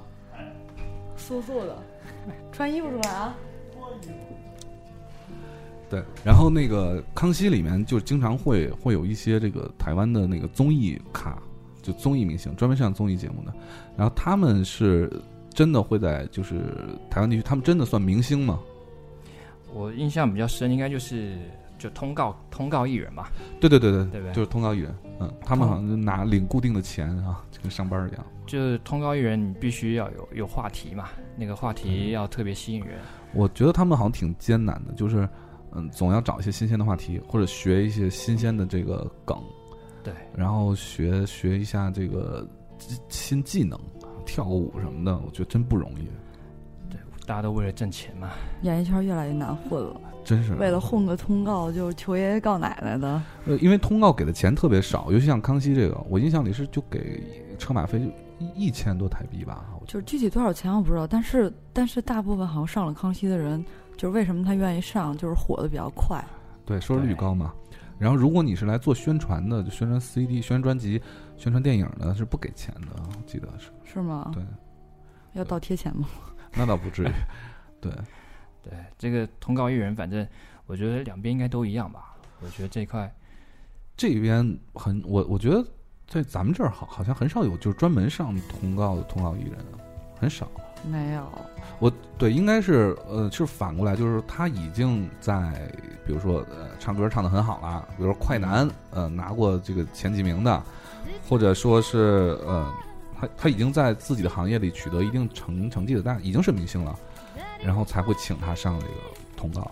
Speaker 2: 素素的，穿衣服出来啊。
Speaker 1: 对，然后那个《康熙》里面就经常会会有一些这个台湾的那个综艺咖，就综艺明星，专门上综艺节目的。然后他们是真的会在就是台湾地区，他们真的算明星吗？
Speaker 3: 我印象比较深，应该就是就通告通告艺人吧。
Speaker 1: 对对对对，
Speaker 3: 对不对
Speaker 1: 就是通告艺人，嗯，他们好像就拿领固定的钱啊，就跟上班一样。
Speaker 3: 就是通告艺人，你必须要有有话题嘛，那个话题要特别吸引人。
Speaker 1: 我觉得他们好像挺艰难的，就是嗯，总要找一些新鲜的话题，或者学一些新鲜的这个梗，
Speaker 3: 对，
Speaker 1: 然后学学一下这个技新技能，跳个舞什么的，我觉得真不容易，
Speaker 3: 大家都为了挣钱嘛。
Speaker 2: 演艺圈越来越难混了，
Speaker 1: 真是
Speaker 2: 为了混个通告就求爷爷告奶奶的，
Speaker 1: 呃，因为通告给的钱特别少，尤其像康熙这个，我印象里是就给车马费就一一千多台币吧，我觉
Speaker 2: 就是具体多少钱我不知道，但是但是大部分好像上了康熙的人，就是为什么他愿意上，就是火的比较快。
Speaker 1: 得对收视率高嘛。然后，如果你是来做宣传的，就宣传 CD、宣传专辑、宣传电影的，是不给钱的，我记得是。
Speaker 2: 是吗？
Speaker 1: 对，
Speaker 2: 要倒贴钱吗？
Speaker 1: 那倒不至于。对，
Speaker 3: 对，这个通告艺人，反正我觉得两边应该都一样吧。我觉得这一块
Speaker 1: 这边很我我觉得在咱们这儿好好像很少有就是专门上通告的通告艺人，啊很少。
Speaker 2: 没有，
Speaker 1: 我对应该是呃是反过来，就是他已经在比如说呃唱歌唱的很好了，比如说快男
Speaker 3: 嗯
Speaker 1: 呃拿过这个前几名的，或者说是呃他他已经在自己的行业里取得一定成成绩的，但已经是明星了，然后才会请他上这个通告，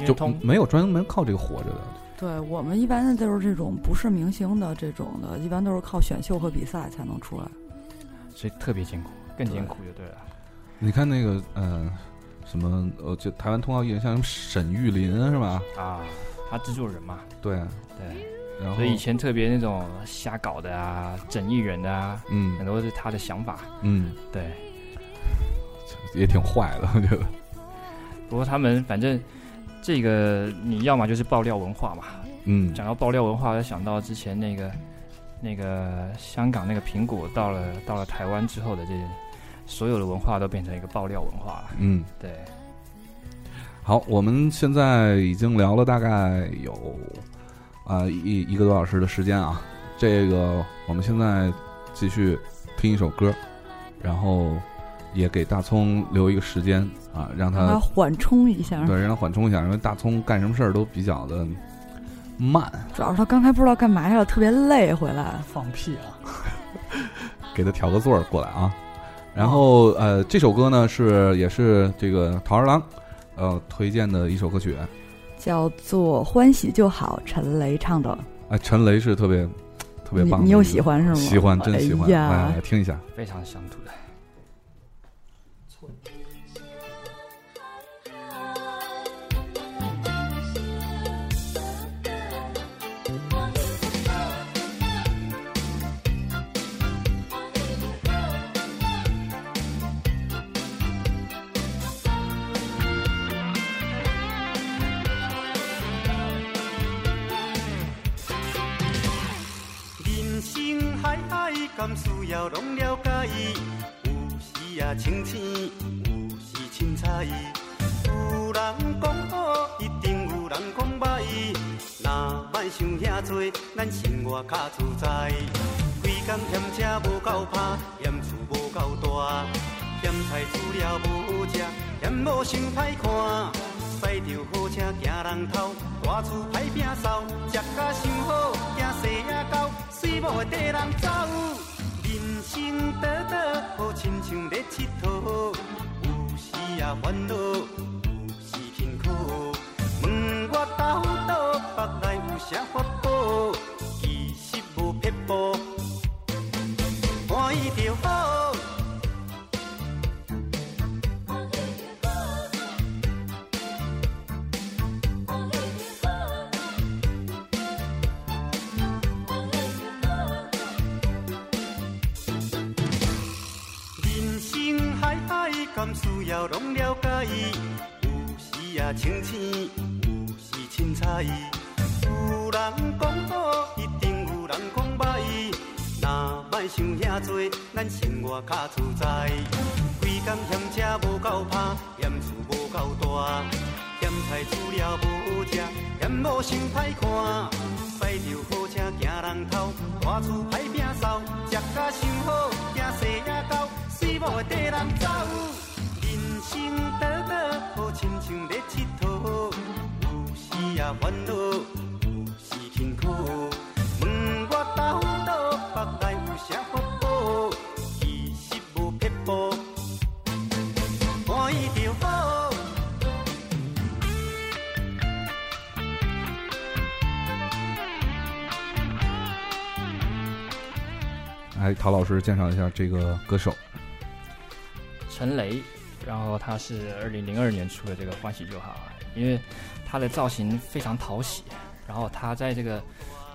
Speaker 3: 因为
Speaker 1: 就嗯
Speaker 3: 通
Speaker 1: 没有专门靠这个活着的。
Speaker 2: 对我们一般的都是这种不是明星的这种的，一般都是靠选秀和比赛才能出来。
Speaker 3: 所以特别艰苦，更艰苦就对了。
Speaker 1: 你看那个呃，什么呃，就台湾通告艺人，像什么沈玉琳是吧？
Speaker 3: 啊，他制作人嘛，
Speaker 1: 对，
Speaker 3: 对，
Speaker 1: 然后
Speaker 3: 所以以前特别那种瞎搞的啊，整艺人的啊，很
Speaker 1: 嗯
Speaker 3: 多是他的想法。
Speaker 1: 嗯，
Speaker 3: 对，
Speaker 1: 也挺坏的，我觉得。
Speaker 3: 不过他们反正这个你要么就是爆料文化嘛。
Speaker 1: 嗯，
Speaker 3: 讲到爆料文化，我就想到之前那个那个香港那个苹果到了到了台湾之后的这所有的文化都变成一个爆料文化了。
Speaker 1: 嗯，
Speaker 3: 对，
Speaker 1: 好，我们现在已经聊了大概有啊、一一个多小时的时间啊。这个我们现在继续听一首歌，然后也给大葱留一个时间啊，让
Speaker 2: 让他
Speaker 1: 他
Speaker 2: 缓冲一下，
Speaker 1: 对让他缓冲一下，因为大葱干什么事儿都比较的慢，
Speaker 2: 主要是他刚才不知道干嘛去了，特别累回来。
Speaker 6: 放屁啊！
Speaker 1: 给他调个座儿过来啊。然后呃，这首歌呢是也是这个桃二郎呃推荐的一首歌曲，
Speaker 2: 叫做《欢喜就好》，陈雷唱的，
Speaker 1: 哎，陈雷是特别特别
Speaker 2: 你
Speaker 1: 棒的
Speaker 2: 你又
Speaker 1: 一个
Speaker 2: 喜欢是吗？
Speaker 1: 喜欢，真喜欢，
Speaker 2: 哎呀
Speaker 1: 来来来听一下。
Speaker 3: 非常乡土的。
Speaker 7: 人生海海，甘需要拢了解？有时也清醒，有时凊彩。有人讲好，一定有人讲歹。若莫想遐多，咱生活较自在。规工嫌车无够拍，嫌厝无够大，嫌菜煮了无好食，嫌某想歹看。驶着好车行人头，大厝歹摒扫，食甲想好，惊细仔狗，水某会缀人走。人生短短，好亲像咧佚佗，有时也烦恼，有时辛苦。问我斗倒，腹内有啥法宝？其实无撇步，欢喜就好。甘需要拢了解，有时也清醒，有时凊彩。有人讲好，一定有人讲歹，若莫想遐多，咱生活较自在。规工嫌车无够拍，嫌厝无够大，嫌菜煮了无好食，嫌某想歹看。驶着好车行人头，大厝歹摒扫，食甲想好，惊世也到，死某会跟人走。人生短短，好亲像咧佚佗，有时也烦恼，有时辛苦。问我到倒，腹内有啥福报？其实无撇步，欢喜就好。
Speaker 1: 哎，陶老师介绍一下这个歌手，
Speaker 3: 陈雷，然后他是二零零二年出的这个《欢喜就好》，因为他的造型非常讨喜，然后他在这个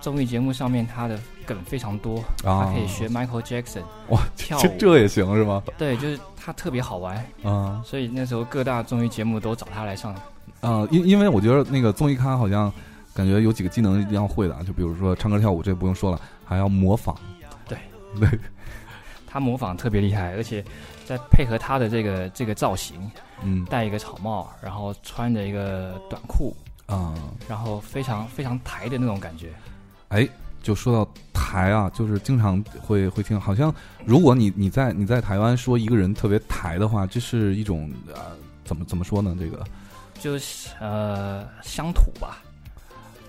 Speaker 3: 综艺节目上面他的梗非常多，
Speaker 1: 啊
Speaker 3: 他可以学 Michael Jackson，
Speaker 1: 哇，
Speaker 3: 跳
Speaker 1: 这
Speaker 3: 舞
Speaker 1: 这也行是吗？
Speaker 3: 对，就是他特别好玩，
Speaker 1: 啊
Speaker 3: 所以那时候各大综艺节目都找他来上。
Speaker 1: 啊，因因为我觉得那个综艺咖好像感觉有几个技能一定要会的啊，就比如说唱歌跳舞，这不用说了，还要模仿。
Speaker 3: 对
Speaker 1: 对，
Speaker 3: 他模仿特别厉害，而且再配合他的这个这个造型，
Speaker 1: 嗯
Speaker 3: 戴一个草帽，然后穿着一个短裤，
Speaker 1: 啊，
Speaker 3: 然后非常非常台的那种感觉。
Speaker 1: 哎，就说到台啊，就是经常会会听，好像如果你你在你在台湾说一个人特别台的话，这是一种呃怎么怎么说呢？这个
Speaker 3: 就是呃乡土吧，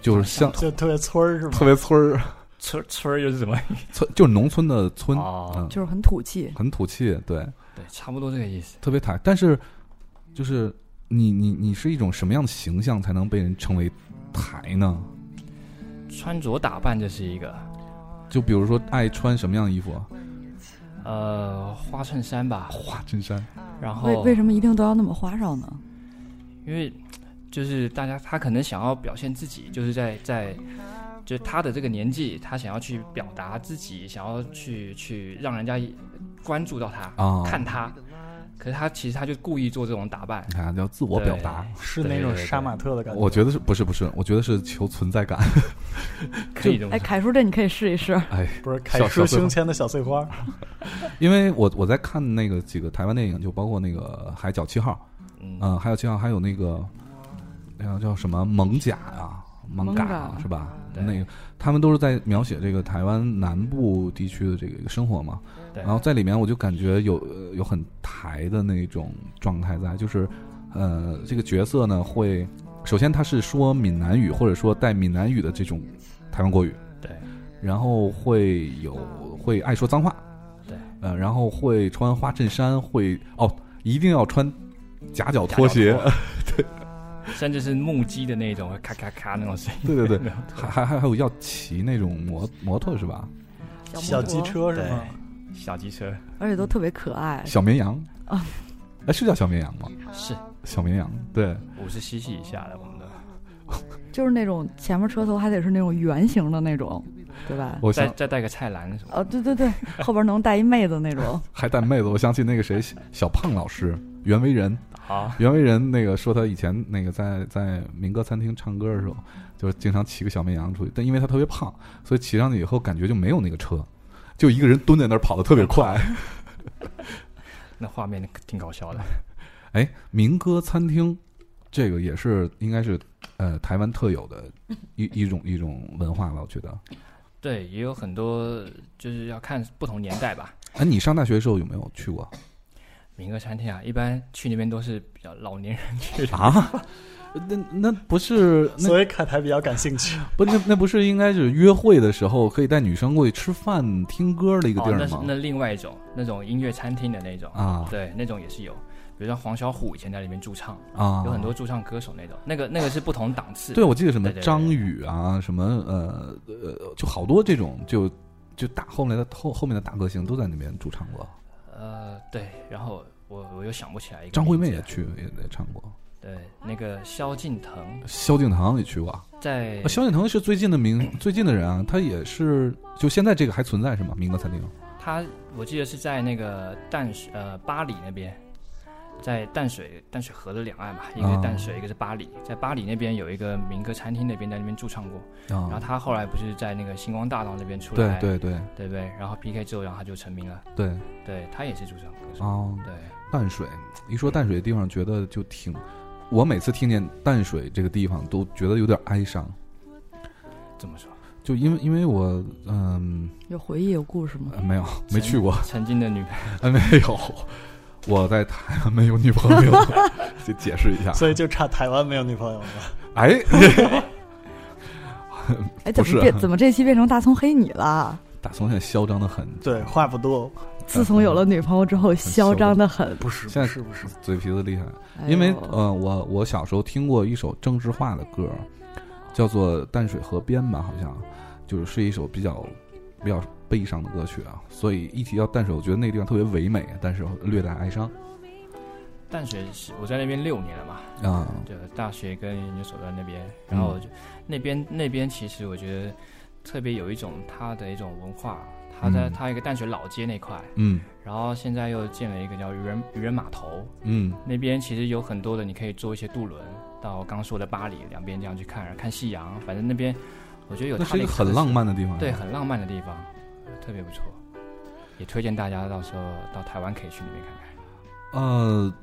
Speaker 1: 就是像
Speaker 6: 就特别村儿是吗？
Speaker 1: 特别村儿
Speaker 3: 村村儿又是什么？
Speaker 1: 村，就是农村的村，
Speaker 3: 哦，
Speaker 1: 嗯，
Speaker 2: 就是很土气。
Speaker 1: 很土气，对。
Speaker 3: 对，差不多这个意思。
Speaker 1: 特别台，但是就是你你你是一种什么样的形象才能被人称为台呢？
Speaker 3: 穿着打扮这是一个，
Speaker 1: 就比如说爱穿什么样的衣服啊？
Speaker 3: 呃，花衬衫吧，
Speaker 1: 花衬衫
Speaker 3: 然
Speaker 2: 为
Speaker 3: 后
Speaker 2: 为什么一定都要那么花哨呢？
Speaker 3: 因为就是大家他可能想要表现自己，就是在在就是他的这个年纪，他想要去表达自己，想要去去让人家关注到他，
Speaker 1: 啊，
Speaker 3: 看他。可是他其实他就故意做这种打扮
Speaker 1: 你，看叫自我表达。
Speaker 6: 是那种杀马特的感觉。
Speaker 1: 我觉得是不是不是？我觉得是求存在感。
Speaker 3: 可以这么
Speaker 2: 哎，
Speaker 3: 说。
Speaker 2: 凯叔这你可以试一试。
Speaker 1: 哎，
Speaker 6: 不是凯
Speaker 1: 小
Speaker 6: 叔
Speaker 1: 小碎花
Speaker 6: 胸前的小碎花，
Speaker 1: 因为我我在看那个几个台湾电影，就包括那个《海角七号》，
Speaker 3: 嗯，
Speaker 1: 嗯，《海角七号》还有那个那个叫什么《猛甲》啊，《猛
Speaker 2: 艮
Speaker 1: 嘎
Speaker 2: 嘎》
Speaker 1: 是吧？
Speaker 3: 对
Speaker 1: 那个他们都是在描写这个台湾南部地区的这个生活嘛。
Speaker 3: 对
Speaker 1: 然后在里面我就感觉有呃有很台的那种状态在，就是呃这个角色呢会首先他是说闽南语或者说带闽南语的这种台湾国语，
Speaker 3: 对，
Speaker 1: 然后会有会爱说脏话，
Speaker 3: 嗯对，
Speaker 1: 呃然后会穿花衬衫，会哦一定要穿夹脚拖鞋，
Speaker 3: 夹脚拖，甚至是木屐的那种，咔咔咔那种声音。
Speaker 1: 对对对，
Speaker 3: 没有
Speaker 1: 还还还还有要骑那种摩摩托是吧？
Speaker 2: 小
Speaker 6: 小
Speaker 2: 摩
Speaker 6: 机
Speaker 2: 托，
Speaker 6: 车是
Speaker 3: 对
Speaker 6: 吗？，
Speaker 3: 小机车
Speaker 2: 而且都特别可爱。
Speaker 1: 小绵羊
Speaker 2: 啊，
Speaker 1: 哎是叫小绵羊吗？
Speaker 3: 呃哦是
Speaker 1: 小绵羊对。
Speaker 3: 五十 cc 以下的，我们的
Speaker 2: 就是那种前面车头还得是那种圆形的那种，对吧？
Speaker 1: 我
Speaker 3: 再
Speaker 1: 想
Speaker 3: 再带个菜篮什么的。
Speaker 2: 哦，对对对，后边能带一妹子那 种。
Speaker 1: 还带妹子，我想起那个谁，小胖老师，袁惟仁，
Speaker 3: 好，
Speaker 1: 袁惟仁那个说他以前那个在在民歌餐厅唱歌的时候，就是经常骑个小绵羊出去，但因为他特别胖，所以骑上去以后感觉就没有那个车，就一个人蹲在那儿跑得特别快。
Speaker 3: 那画面挺搞笑的。
Speaker 1: 哎，民歌餐厅这个也是应该是呃台湾特有的一一种一种文化吧，我觉得。
Speaker 3: 对，也有很多就是要看不同年代吧。
Speaker 1: 哎，你上大学的时候有没有去过
Speaker 3: 民歌餐厅啊，一般去那边都是比较老年人去的。
Speaker 1: 啊？ 那那不是那
Speaker 6: 所以凯台比较感兴趣。
Speaker 1: 不，那那不是应该是约会的时候可以带女生过去吃饭、听歌的一个地
Speaker 3: 哦，
Speaker 1: 儿
Speaker 3: 那是
Speaker 1: 吗？
Speaker 3: 那另外一种那种音乐餐厅的那种，
Speaker 1: 啊
Speaker 3: 对，那种也是有。比如像黄小琥以前在里面驻唱，
Speaker 1: 啊，
Speaker 3: 有很多驻唱歌手那种，那个那个是不同档次。
Speaker 1: 对，我记得什么
Speaker 3: 对对对
Speaker 1: 张宇啊，什么呃呃，就好多这种就就大后来的后后面的大歌星都在那边驻唱过，
Speaker 3: 呃，对，然后我我又想不起来一个
Speaker 1: 张惠妹
Speaker 3: 名
Speaker 1: 也
Speaker 3: 字
Speaker 1: 去也也唱过，
Speaker 3: 对，那个萧敬腾
Speaker 1: 萧敬腾也去过啊，
Speaker 3: 在
Speaker 1: 萧敬腾是最近的名最近的人啊，他也是就现在这个还存在是吗？民歌餐厅
Speaker 3: 他我记得是在那个淡水呃巴黎那边，在淡水淡水河的两岸嘛，
Speaker 1: 啊
Speaker 3: 一个是淡水，一个是巴黎，在巴黎那边有一个民歌餐厅，那边在那边驻唱过。然后
Speaker 1: 啊，
Speaker 3: 他后来不是在那个星光大道那边出
Speaker 1: 对
Speaker 3: 来，
Speaker 1: 对对
Speaker 3: 对不对？然后 PK 之后，然后他就成名了。
Speaker 1: 对，
Speaker 3: 对他也是驻唱歌手。
Speaker 1: 哦，
Speaker 3: 对，
Speaker 1: 淡水，一说淡水的地方，觉得就挺，我每次听见淡水这个地方，都觉得有点哀伤，
Speaker 3: 这么说，
Speaker 1: 就因为因为我嗯、
Speaker 2: 有回忆有故事吗？
Speaker 1: 呃没有没去过，
Speaker 3: 曾经的女朋
Speaker 1: 呃没有，我在台湾没有女朋友， 就解释一下，
Speaker 6: 所以就差台湾没有女朋友了。
Speaker 1: 哎，
Speaker 2: 哎，
Speaker 1: 不
Speaker 2: 怎
Speaker 1: 是
Speaker 2: 么变？怎么这期变成大葱黑你了？
Speaker 1: 大葱现在嚣张的很，
Speaker 6: 对，话不多，
Speaker 2: 自从有了女朋友之
Speaker 1: 嗯
Speaker 2: 后，嚣张的很。
Speaker 6: 不是
Speaker 1: 现在
Speaker 6: 不是？
Speaker 1: 嘴皮子厉害。
Speaker 2: 哎呦
Speaker 1: 因为呃，我我小时候听过一首郑智化的歌，叫做《淡水河边》吧，好像就是是一首比较比较悲伤的歌曲啊。所以一提到淡水，我觉得那个地方特别唯美，但是略带哀伤
Speaker 3: 友，淡水是我在那边六年了嘛，
Speaker 1: 啊。
Speaker 3: 对，大学跟研究所在那边，然后
Speaker 1: 嗯
Speaker 3: 我就、那边那边其实我觉得特别有一种它的一种文化，它在、
Speaker 1: 嗯
Speaker 3: 它一个淡水老街那块，
Speaker 1: 嗯
Speaker 3: 然后现在又建了一个叫渔人渔人码头，
Speaker 1: 嗯
Speaker 3: 那边其实有很多的，你可以坐一些渡轮到刚说的巴黎两边这样去看看夕阳，反正那边我觉得有
Speaker 1: 那
Speaker 3: 它
Speaker 1: 是一
Speaker 3: 的
Speaker 1: 个
Speaker 3: 特
Speaker 1: 很
Speaker 3: 色
Speaker 1: 浪，漫的地方。
Speaker 3: 对，很浪漫的地方，特别不错，也推荐大家到时候到台湾可以去那边看看。
Speaker 1: 呃，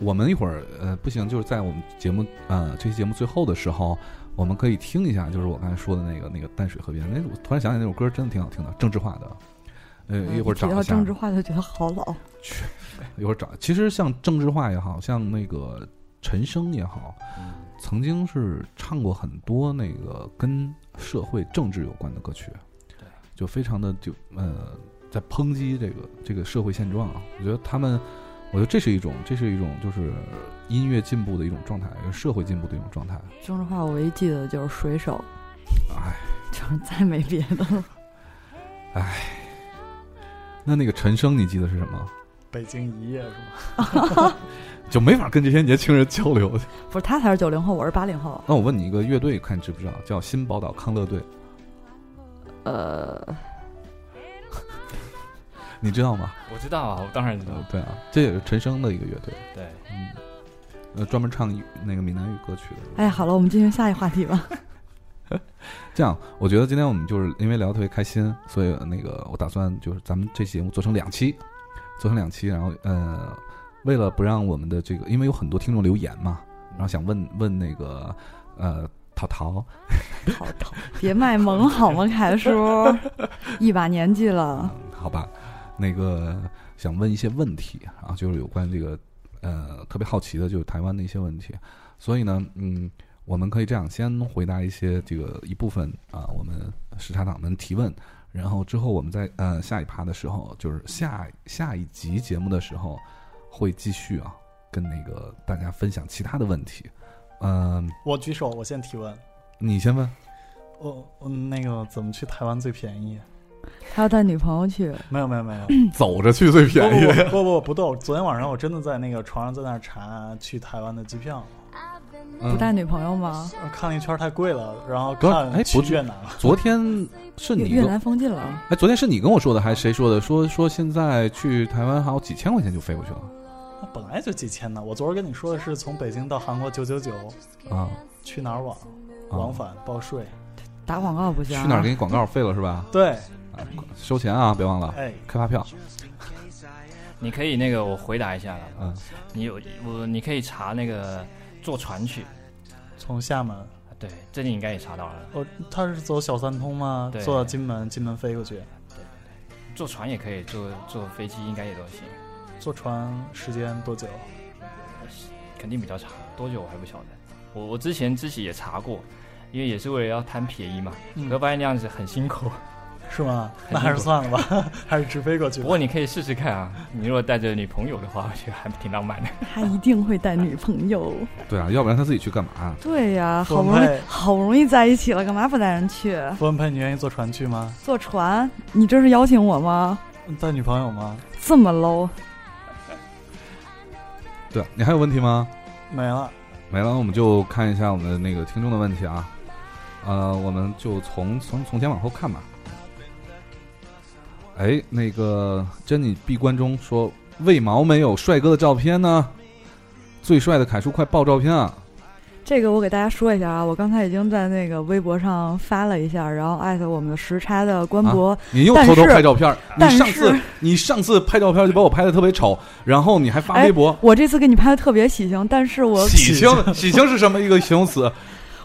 Speaker 1: 我们一会儿呃不行，就是在我们节目呃这期节目最后的时候，我们可以听一下，就是我刚才说的那个那个淡水河边。那我突然想起那首歌真的挺好听的，郑智化的。呃，一会儿
Speaker 2: 哎提
Speaker 1: 找
Speaker 2: 到
Speaker 1: 一下。
Speaker 2: 政治化就觉得好老。
Speaker 1: 一会儿找。其实像郑智化也好像那个陈升也好，
Speaker 3: 嗯
Speaker 1: 曾经是唱过很多那个跟社会政治有关的歌曲，
Speaker 3: 对，
Speaker 1: 就非常的就呃，在抨击这个这个社会现状啊。我觉得他们，我觉得这是一种这是一种就是音乐进步的一种状态，社会进步的一种状态。
Speaker 2: 政治化我唯一记得就是水手，
Speaker 1: 哎，
Speaker 2: 就是再没别的了。
Speaker 1: 那那个陈升，你记得是什么？
Speaker 6: 北京一夜是吗？
Speaker 1: 就没法跟这些年轻人交流。
Speaker 2: 不是他才是九零后，我是八零后。
Speaker 1: 那我问你一个乐队，看你知不知道，叫新宝岛康乐队，
Speaker 2: 呃，
Speaker 1: 你知道吗？
Speaker 3: 我知道啊，我当然知道
Speaker 1: 呃，，对啊，这也是陈升的一个乐队。
Speaker 3: 对。
Speaker 1: 嗯，呃，专门唱那个闽南语歌曲的。
Speaker 2: 哎，好了，我们进行下一话题吧。
Speaker 1: 这样，我觉得今天我们就是因为聊得特别开心，所以那个我打算就是咱们这期节目做成两期，做成两期，然后呃，为了不让我们的这个，因为有很多听众留言嘛，然后想问问那个呃淘淘，
Speaker 2: 好疼，别卖萌好吗，凯叔？一把年纪了，
Speaker 1: 嗯好吧，那个想问一些问题啊，就是有关这个呃特别好奇的，就是台湾的一些问题。所以呢，嗯，我们可以这样，先回答一些这个一部分啊，我们时差党们提问，然后之后我们在呃下一趴的时候，就是下下一集节目的时候会继续啊，跟那个大家分享其他的问题。嗯、
Speaker 6: 我举手，我先提问。
Speaker 1: 你先问，
Speaker 6: 我我那个怎么去台湾最便宜？
Speaker 2: 他要带女朋友去。
Speaker 6: 没有没有没有，
Speaker 2: 嗯
Speaker 1: 走着去最便
Speaker 2: 哦
Speaker 1: 宜。
Speaker 6: 不不不不逗！昨天晚上我真的在那个床上在那儿查去台湾的机票，
Speaker 1: 嗯
Speaker 2: 不带女朋友吗？
Speaker 6: 呃看了一圈太贵了，然后
Speaker 1: 不是哎
Speaker 6: 看去
Speaker 1: 不是
Speaker 6: 越南了。
Speaker 1: 昨天是你
Speaker 2: 越
Speaker 1: 跟
Speaker 2: 南封禁了，
Speaker 1: 哎，昨天是你跟我说的，还是谁说的？说说现在去台湾好几千块钱就飞过去了
Speaker 6: 那本来就几千呢，我昨儿跟你说的是从北京到韩国九九九，
Speaker 1: 啊！
Speaker 6: 去哪儿网
Speaker 1: 啊
Speaker 6: 往返报税。
Speaker 2: 打广告不
Speaker 1: 去
Speaker 2: 行啊。
Speaker 1: 哪儿给你广告费了是吧？
Speaker 6: 对，
Speaker 1: 啊收钱啊，别忘了
Speaker 6: 哎，
Speaker 1: 开发票。
Speaker 3: 你可以那个我回答一下了，
Speaker 1: 嗯，
Speaker 3: 你有我你可以查那个坐船去，
Speaker 6: 从厦门，
Speaker 3: 对，这你应该也查到了，
Speaker 6: 我、他是走小三通吗？
Speaker 3: 对
Speaker 6: 坐到金门，金门飞过去，
Speaker 3: 坐船也可以，坐坐飞机应该也都行，
Speaker 6: 坐船时间多久？
Speaker 3: 肯定比较长，多久我还不晓得。我我之前自己也查过，因为也是为了要贪便宜嘛，
Speaker 6: 嗯
Speaker 3: 可发现那样子很辛苦。
Speaker 6: 是吗？那还是算了吧， 还是直飞过去
Speaker 3: 不
Speaker 6: 吧。
Speaker 3: 过你可以试试看啊，你如果带着女朋友的话，我觉得还挺浪漫的。
Speaker 2: 他一定会带女朋友。
Speaker 1: 对啊，要不然他自己去干嘛？
Speaker 2: 对呀、好
Speaker 6: 分
Speaker 2: 不容易
Speaker 6: 配
Speaker 2: 好不容易在一起了，干嘛不带人去？
Speaker 6: 傅文佩，你愿意坐船去吗？
Speaker 2: 坐船？你这是邀请我吗？
Speaker 6: 带女朋友吗？
Speaker 2: 这么 low？
Speaker 1: 对，啊你还有问题吗？
Speaker 6: 没了。
Speaker 1: 没了，我们就看一下我们的那个听众的问题啊。呃，我们就从从从前往后看吧。哎，那个珍妮闭关中说，为毛没有帅哥的照片呢？最帅的凯叔，快爆照片啊！
Speaker 2: 这个我给大家说一下啊，我刚才已经在那个微博上发了一下，然后艾特我们的时差的官博，
Speaker 1: 你又
Speaker 2: 但
Speaker 1: 偷偷
Speaker 2: 是
Speaker 1: 拍照片儿，啊你
Speaker 2: 但
Speaker 1: 上
Speaker 2: 是
Speaker 1: 次你上次拍照片就把我拍的特别丑，然后你还发微博，
Speaker 2: 我这次给你拍的特别喜庆，但是我
Speaker 1: 喜庆喜庆是什么一个形容词？
Speaker 2: 啊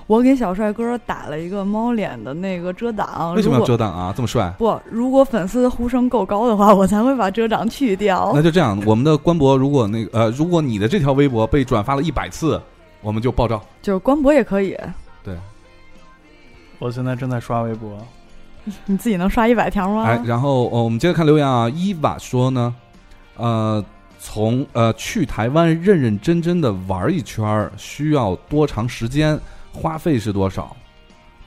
Speaker 2: 我给小帅哥打了一个猫脸的那个遮挡，
Speaker 1: 为什么要
Speaker 2: 如果
Speaker 1: 遮挡啊？这么帅？
Speaker 2: 不，如果粉丝的呼声够高的话，我才会把遮挡去掉
Speaker 1: 那。就这样，我们的官博如果那个呃，如果你的这条微博被转发了一百次，我们就爆照。
Speaker 2: 就是官博也可以，
Speaker 6: 我现在正在刷微博，
Speaker 2: 你自己能刷一百条吗？
Speaker 1: 哎，然后呃，我们接着看留言啊。伊娃说呢，呃，从呃去台湾认认真真的玩一圈儿需要多长时间？花费是多少？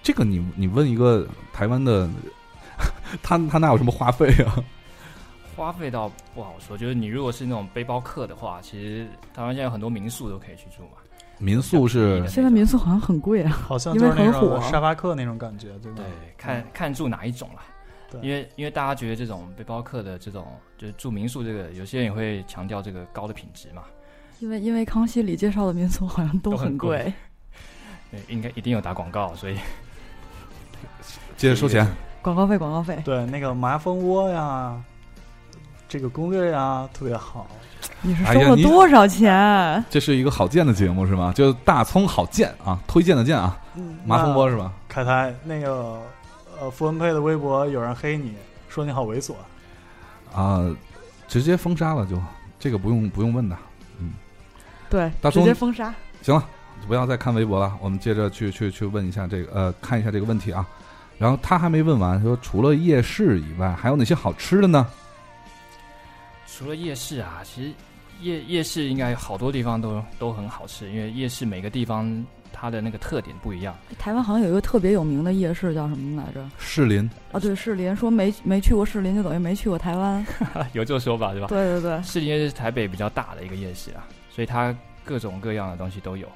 Speaker 1: 这个你你问一个台湾的，他他哪有什么花费啊？
Speaker 3: 花费倒不好说，就是你如果是那种背包客的话，其实台湾现在有很多民宿都可以去住嘛。
Speaker 1: 民宿是
Speaker 2: 现在民宿好像很贵啊，
Speaker 6: 好像
Speaker 2: 因
Speaker 6: 就
Speaker 2: 为
Speaker 6: 是那
Speaker 2: 很火
Speaker 6: 种沙发客那种感觉，对吧
Speaker 3: 对？，看看住哪一种啦。
Speaker 6: 对
Speaker 3: 因为因为大家觉得这种背包客的这种就是住民宿这个，有些人也会强调这个高的品质嘛。
Speaker 2: 因为因为康熙里介绍的民宿好像都
Speaker 3: 都很
Speaker 2: 很
Speaker 3: 贵。对，应该一定有打广告，所以
Speaker 1: 接着收钱。
Speaker 2: 广告费，广告费，
Speaker 6: 对，那个麻蜂窝呀，这个攻略呀，特别好。
Speaker 2: 你是
Speaker 1: 哎
Speaker 2: 收
Speaker 1: 呀
Speaker 2: 了
Speaker 1: 你
Speaker 2: 多少钱？
Speaker 1: 这是一个好见的节目是吗？就大葱好见啊，推荐的见啊，
Speaker 6: 嗯
Speaker 1: 麻蜂窝是吧？
Speaker 6: 凯台那个呃，傅文佩的微博有人黑你说你好猥琐，
Speaker 1: 啊、直接封杀了就，这个不用不用问的。
Speaker 2: 对，
Speaker 1: 大
Speaker 2: 直
Speaker 1: 葱
Speaker 2: 接封杀。
Speaker 1: 行了，不要再看微博了，我们接着去去去问一下这个呃，看一下这个问题啊。然后他还没问完，说除了夜市以外，还有哪些好吃的呢？
Speaker 3: 除了夜市啊，其实夜夜市应该有好多地方都都很好吃，因为夜市每个地方它的那个特点不一样。
Speaker 2: 台湾好像有一个特别有名的夜市，叫什么来着？
Speaker 1: 士林，
Speaker 2: 啊，对，士林。说没没去过士林，就等于没去过台湾。
Speaker 3: 有这说法是吧？
Speaker 2: 对对对，
Speaker 3: 士林夜市是台北比较大的一个夜市啊，所以它各种各样的东西都有。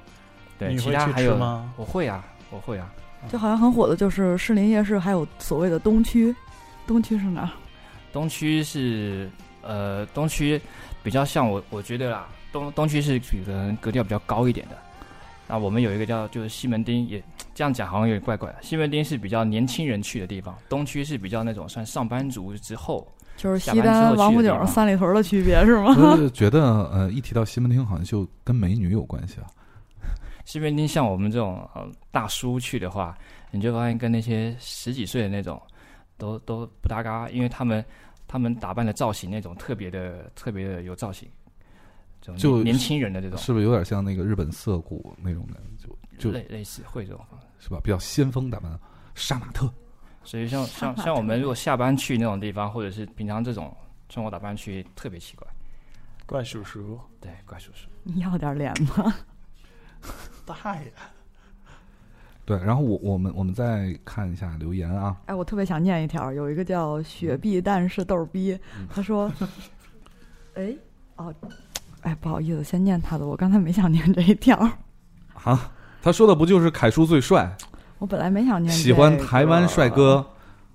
Speaker 3: 对，
Speaker 6: 你
Speaker 3: 其
Speaker 6: 会
Speaker 3: 他
Speaker 6: 去
Speaker 3: 还
Speaker 6: 吃
Speaker 3: 有
Speaker 6: 吗？
Speaker 3: 我会啊，我会啊。
Speaker 2: 就好像很火的就是士林夜市，还有所谓的东区。东区是哪儿？
Speaker 3: 东区是呃，东区比较像我，我觉得啦，东东区是可能格调比较高一点的。那我们有一个叫就是西门町，也这样讲好像有点怪怪的。西门町是比较年轻人去的地方，东区是比较那种算上班族之后。
Speaker 2: 就是
Speaker 3: 下
Speaker 2: 西
Speaker 3: 班之后
Speaker 2: 单、
Speaker 3: 去
Speaker 2: 王府
Speaker 3: 的地
Speaker 2: 井、
Speaker 3: 方
Speaker 2: 三里屯的区别是吗？
Speaker 1: 我就觉得呃，一提到西门町，好像就跟美女有关 系啊。
Speaker 3: 西门町像我们这种呃大叔去的话，你就发现跟那些十几岁的那种呃都都不搭嘎，因为他们他们打扮的造型那种特别的特别的有造型，这种
Speaker 1: 就
Speaker 3: 年年轻人的这种
Speaker 1: 是不是有点像那个日本涩谷那种的，就就
Speaker 3: 类类似会这种。
Speaker 1: 是吧？比较先锋打扮，杀马 特。
Speaker 3: 所以像
Speaker 2: 想
Speaker 3: 像
Speaker 2: 法
Speaker 3: 像我
Speaker 2: 特别
Speaker 3: 们如果下班去那种地方，或者是平常这种生活打扮去，特别奇怪。
Speaker 6: 怪叔叔，
Speaker 3: 对，怪叔叔，
Speaker 2: 你要点脸吗？
Speaker 6: 大爷，
Speaker 1: 对，然后我我们我们再看一下留言啊，
Speaker 2: 哎，我特别想念一条，有一个叫“雪碧蛋是豆儿逼”，他说：“哎，哦，哎，不好意思，先念他的，我刚才没想念这一条，
Speaker 1: 啊，他说的不就是凯叔最帅，
Speaker 2: 我本来没想念、
Speaker 1: 喜欢台湾帅。哥，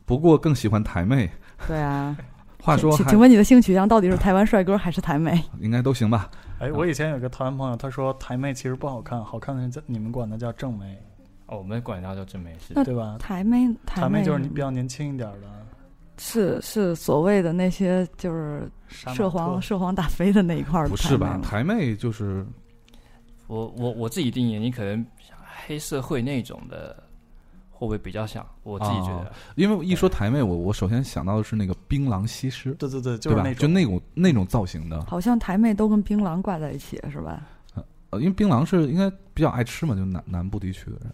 Speaker 1: 不过更喜欢台妹。
Speaker 2: 对啊，
Speaker 1: 话说
Speaker 2: 请
Speaker 1: 还
Speaker 2: 请问你的性取向到底是台湾帅哥还是台妹？
Speaker 1: 应该都行吧？
Speaker 3: 嗯
Speaker 6: 哎，我以前有个台湾朋友，他说台妹其实不好看，好看的叫你们管她叫正妹，
Speaker 3: 哦，我们管他叫真没事
Speaker 2: 那。
Speaker 6: 对吧？
Speaker 2: 台妹，
Speaker 6: 台妹
Speaker 2: 妹
Speaker 6: 就是你比较年轻一点的，
Speaker 2: 是是所谓的那些就是
Speaker 6: 杀马
Speaker 2: 涉
Speaker 6: 特
Speaker 2: 黄涉黄大飞的那一块儿，
Speaker 1: 不是吧？？台妹就是
Speaker 3: 我我我自己定义，你可能像黑社会那种的，会不会比较像？我自己觉
Speaker 1: 哦
Speaker 3: 得，
Speaker 1: 因为一说台妹，我我首先想到的是那个槟榔西施，
Speaker 6: 对对对，就
Speaker 1: 对
Speaker 6: 是
Speaker 1: 吧？
Speaker 6: 那
Speaker 1: 就
Speaker 6: 种。
Speaker 1: 那种那种造型的，
Speaker 2: 好像台妹都跟槟榔挂在一起是吧？
Speaker 1: 呃，因为槟榔是应该比较爱吃嘛，就南南部地区的人。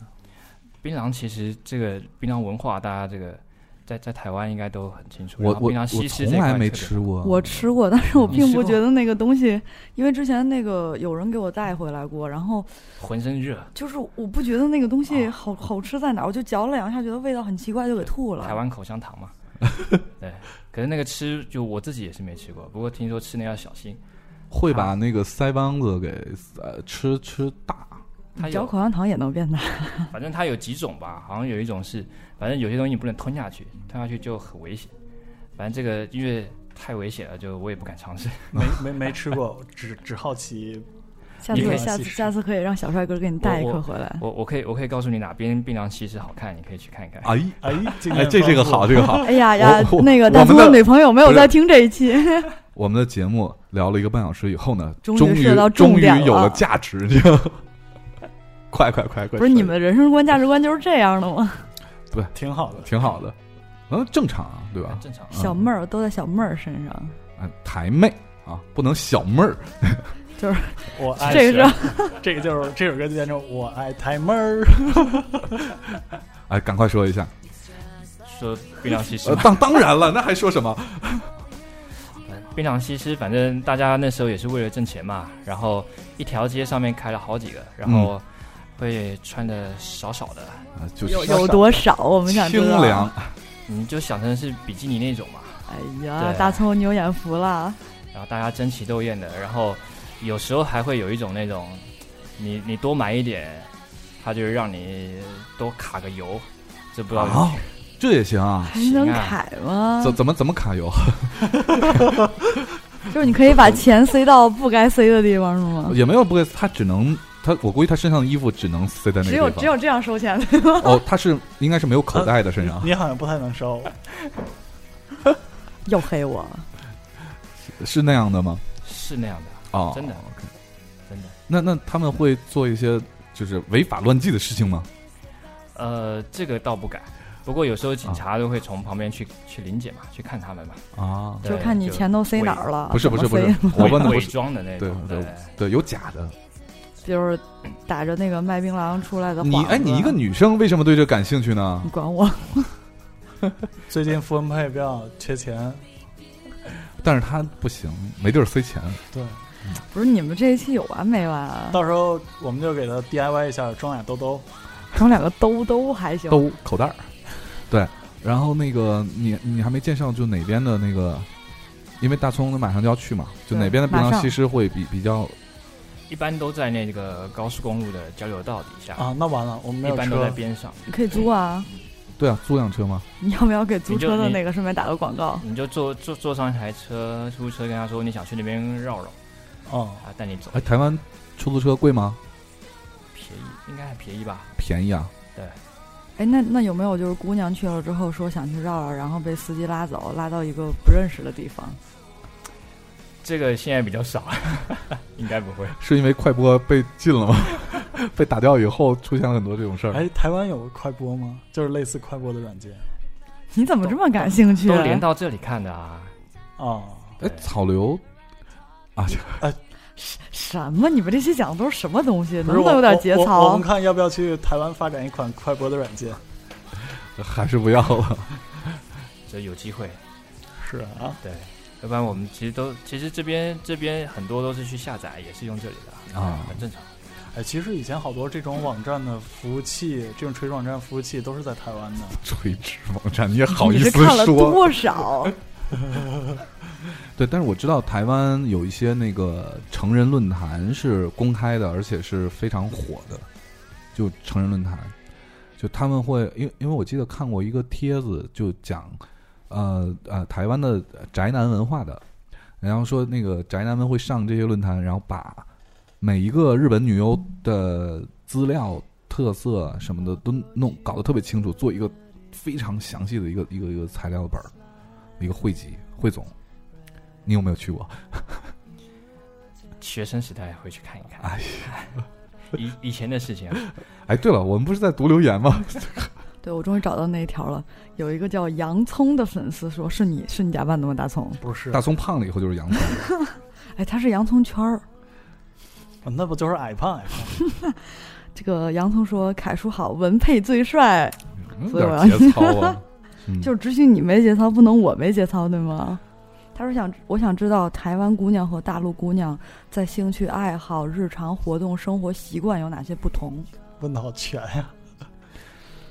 Speaker 3: 槟榔其实这个槟榔文化，大家这个在在台湾应该都很清楚。
Speaker 1: 我
Speaker 3: 然后
Speaker 1: 我
Speaker 3: 啊槟榔
Speaker 1: 我
Speaker 3: 西施
Speaker 1: 从
Speaker 3: 这块
Speaker 1: 来没
Speaker 3: 特别
Speaker 1: 吃过，
Speaker 2: 我吃过，但是我
Speaker 3: 你
Speaker 2: 并
Speaker 3: 吃
Speaker 2: 不
Speaker 3: 过
Speaker 2: 觉得那个东西，因为之前那个有人给我带回来过，然后
Speaker 3: 浑身热。
Speaker 2: 就是我不觉得那个东西
Speaker 1: 哦
Speaker 2: 好、好吃在哪儿，我就嚼了两下，觉得味道很奇怪，就给吐了。
Speaker 3: 台湾口香糖 嘛，对。可是那个吃，就我自己也是没吃过，不过听说吃那要小心。
Speaker 1: 会把那个腮帮子给呃吃吃大。
Speaker 3: 它
Speaker 2: 嚼
Speaker 3: 有
Speaker 2: 口香糖也能 变大，
Speaker 3: 反正它有几种吧，好像有一种是，反正有些东西你不能吞下去，吞下去就很危险。反正这个因为太危险了，就我也不敢尝试。
Speaker 6: 没没没吃过，只只好奇
Speaker 2: 下
Speaker 3: 你
Speaker 2: 次
Speaker 3: 可以
Speaker 2: 下次下次可以让小帅哥给你带一颗回来。
Speaker 3: 我我可以我可以告诉你哪边槟榔西施好看，你可以去看一看。
Speaker 1: 哎
Speaker 6: 哎，今
Speaker 1: 哎，
Speaker 6: 天
Speaker 1: 这这个好，这个 好。
Speaker 2: 哎呀呀
Speaker 1: 我我，
Speaker 2: 那个
Speaker 1: 我
Speaker 2: 大
Speaker 1: 们
Speaker 2: 葱的
Speaker 1: 的
Speaker 2: 女朋友没有
Speaker 1: 不是
Speaker 2: 在听这一期，
Speaker 1: 我们的节目聊了一个半小时以后呢，
Speaker 2: 终于
Speaker 1: 终于
Speaker 2: 说到重
Speaker 1: 终于
Speaker 2: 点了
Speaker 1: 有了价值，你知道吗 快快快快！
Speaker 2: 不是你们的人生观价值观就是这样的吗？
Speaker 6: 挺好的。
Speaker 1: 挺好的，嗯，正常啊，对吧？
Speaker 3: 正常。
Speaker 1: 嗯
Speaker 2: 小妹儿都在小妹儿身上，
Speaker 1: 嗯，台妹啊，不能小妹儿。
Speaker 6: 我爱
Speaker 2: 这个是
Speaker 6: 这个就是这首歌就变成我爱台妹儿，
Speaker 1: 哎，赶快说一下。
Speaker 3: 说槟榔西施
Speaker 1: 呃，
Speaker 3: 嘛，
Speaker 1: 当当然了，那还说什么？
Speaker 3: 槟榔西施，反正大家那时候也是为了挣钱嘛，然后一条街上面开了好几个，然
Speaker 1: 嗯
Speaker 3: 后会穿的少少的，
Speaker 1: 啊就
Speaker 2: 有
Speaker 1: 稍
Speaker 2: 有多少？我们想知
Speaker 1: 清
Speaker 2: 道。啊
Speaker 1: 凉，
Speaker 3: 你就想成是比基尼那种嘛。
Speaker 2: 哎呀，
Speaker 3: 对
Speaker 2: 大葱你有眼福了，
Speaker 3: 然后大家争奇斗艳的，然后有时候还会有一种那种，你你多买一点，他就是让你多卡个油，这不知道、
Speaker 1: 啊，这也行啊？
Speaker 2: 还能
Speaker 3: 行啊
Speaker 2: 凯吗？
Speaker 1: 怎怎么怎么卡油？
Speaker 2: 就是你可以把钱塞到不该塞的地方，是吗？
Speaker 1: 也没有不给，他只能他，我估计他身上的衣服只能塞在那个
Speaker 2: 只
Speaker 1: 地
Speaker 2: 有
Speaker 1: 方。
Speaker 2: 只有这样收钱对吗？
Speaker 1: 哦，他是应该是没有口袋的身上，
Speaker 6: 你好像不太能收。
Speaker 2: 又黑我，嗯
Speaker 1: 是那样的吗？
Speaker 3: 是那样的，
Speaker 1: 哦，
Speaker 3: 真的真的。
Speaker 1: 那那他们会做一些就是违法乱纪的事情吗？
Speaker 3: 呃，这个倒不敢，不过有时候警察都会从旁边去、去临检嘛，去看他们嘛，
Speaker 1: 啊，
Speaker 2: 就
Speaker 3: 对
Speaker 2: 看你钱都塞哪儿了。
Speaker 1: 不是不是
Speaker 2: 啊怎
Speaker 1: 不
Speaker 2: 么
Speaker 1: 是
Speaker 2: 塞，
Speaker 1: 我
Speaker 3: 伪
Speaker 1: 问的不
Speaker 3: 伪
Speaker 1: 是
Speaker 3: 装的那种，
Speaker 1: 对
Speaker 3: 对
Speaker 1: 对，有假的。
Speaker 2: 就是打着那个卖槟榔出来的幌子。
Speaker 1: 你哎，你一个女生为什么对这感兴趣呢
Speaker 2: 你？管我？
Speaker 6: 最近符文派比较缺钱，
Speaker 1: 但是她不行，没地儿塞钱。
Speaker 6: 对，
Speaker 2: 不是你们这一期有完没完啊？
Speaker 6: 到时候我们就给他 DIY 一下装俩兜兜。
Speaker 2: 整两个兜兜还行。
Speaker 1: 兜口袋儿，对。然后那个你你还没介绍就哪边的那个，因为大葱马上就要去嘛，就
Speaker 2: 对
Speaker 1: 哪边的槟
Speaker 2: 马
Speaker 1: 榔
Speaker 2: 上
Speaker 1: 西施会比比较
Speaker 3: 一般都在那个高速公路的交流道底下，
Speaker 6: 啊，那完了，我们没
Speaker 3: 一
Speaker 6: 有
Speaker 3: 般都在
Speaker 6: 车。
Speaker 3: 边上，
Speaker 2: 你可以租啊，
Speaker 1: 对啊，租辆车吗？
Speaker 2: 你要不要给租
Speaker 3: 你就
Speaker 2: 车的
Speaker 3: 你
Speaker 2: 那个顺便打个广告？
Speaker 3: 你就坐坐坐上一台车，出租车跟他说你想去那边绕绕，
Speaker 6: 哦，
Speaker 3: 他带你走，
Speaker 1: 哎，台湾出租车贵吗？
Speaker 3: 便宜，应该还便宜吧？
Speaker 1: 便宜啊，
Speaker 2: 哎，那那有没有就是姑娘去了之后说想去绕绕，然后被司机拉走，拉到一个不认识的地方？
Speaker 3: 这个现在比较少， 应该不会。
Speaker 1: 是因为快播被禁了吗？ 被打掉以后出现了很多这种事儿。
Speaker 6: 哎，台湾有快播吗？就是类似快播的软件。
Speaker 2: 你怎么这么感兴趣？啊
Speaker 3: 都连到这里看的啊，
Speaker 6: 哦，
Speaker 1: 哎
Speaker 3: 对，
Speaker 1: 草榴啊，这
Speaker 2: 什么？你们这些讲的都是什么东西？能
Speaker 6: 不是
Speaker 2: 不能
Speaker 6: 我
Speaker 2: 有点节
Speaker 6: 我我我
Speaker 2: 操
Speaker 6: 们？看要不要去台湾发展一款快播的软件？
Speaker 1: 还是不要了。
Speaker 3: 这有机会。
Speaker 6: 是啊，
Speaker 3: 对，要不然我们其实都其实这边这边很多都是去下载，也是用这里的
Speaker 1: 啊
Speaker 3: 很正常。
Speaker 6: 哎，其实以前好多这种网站的服务器，这种垂直网站服务器都是在台湾的。
Speaker 1: 垂直网站，你也好
Speaker 2: 你
Speaker 1: 意
Speaker 2: 是
Speaker 1: 思
Speaker 2: 看了
Speaker 1: 说？
Speaker 2: 多少？
Speaker 1: 对，但是我知道台湾有一些那个成人论坛是公开的，而且是非常火的，就成人论坛，就他们会，因为因为我记得看过一个帖子，就讲，呃呃，台湾的宅男文化的，然后说那个宅男们会上这些论坛，然后把每一个日本女优的资料、特色什么的都弄搞得特别清楚，做一个非常详细的一个一个一个材料本儿，一个汇集汇总。你有没有去过？
Speaker 3: 学生时代会去看一看，
Speaker 1: 哎呀，
Speaker 3: 以以前的事情啊，
Speaker 1: 哎，对了，我们不是在读留言吗？
Speaker 2: 对，我终于找到那一条了。有一个叫洋葱的粉丝说：“是你是你家班的吗？大葱
Speaker 6: 不是
Speaker 1: 大葱胖了以后就是洋葱，？”
Speaker 2: 哎，他是洋葱圈儿。
Speaker 6: 哦那不就是矮胖矮胖？
Speaker 2: 这个洋葱说：“凯叔好，文配最帅。
Speaker 1: 嗯有
Speaker 2: 所以我
Speaker 1: 点
Speaker 2: 要
Speaker 1: 节操啊。 嗯
Speaker 2: 就是只许你没节操，不能我没节操，对吗？他说想，我想知道台湾姑娘和大陆姑娘在兴趣爱好、日常活动、生活习惯有哪些不同？
Speaker 6: 问的好全呀、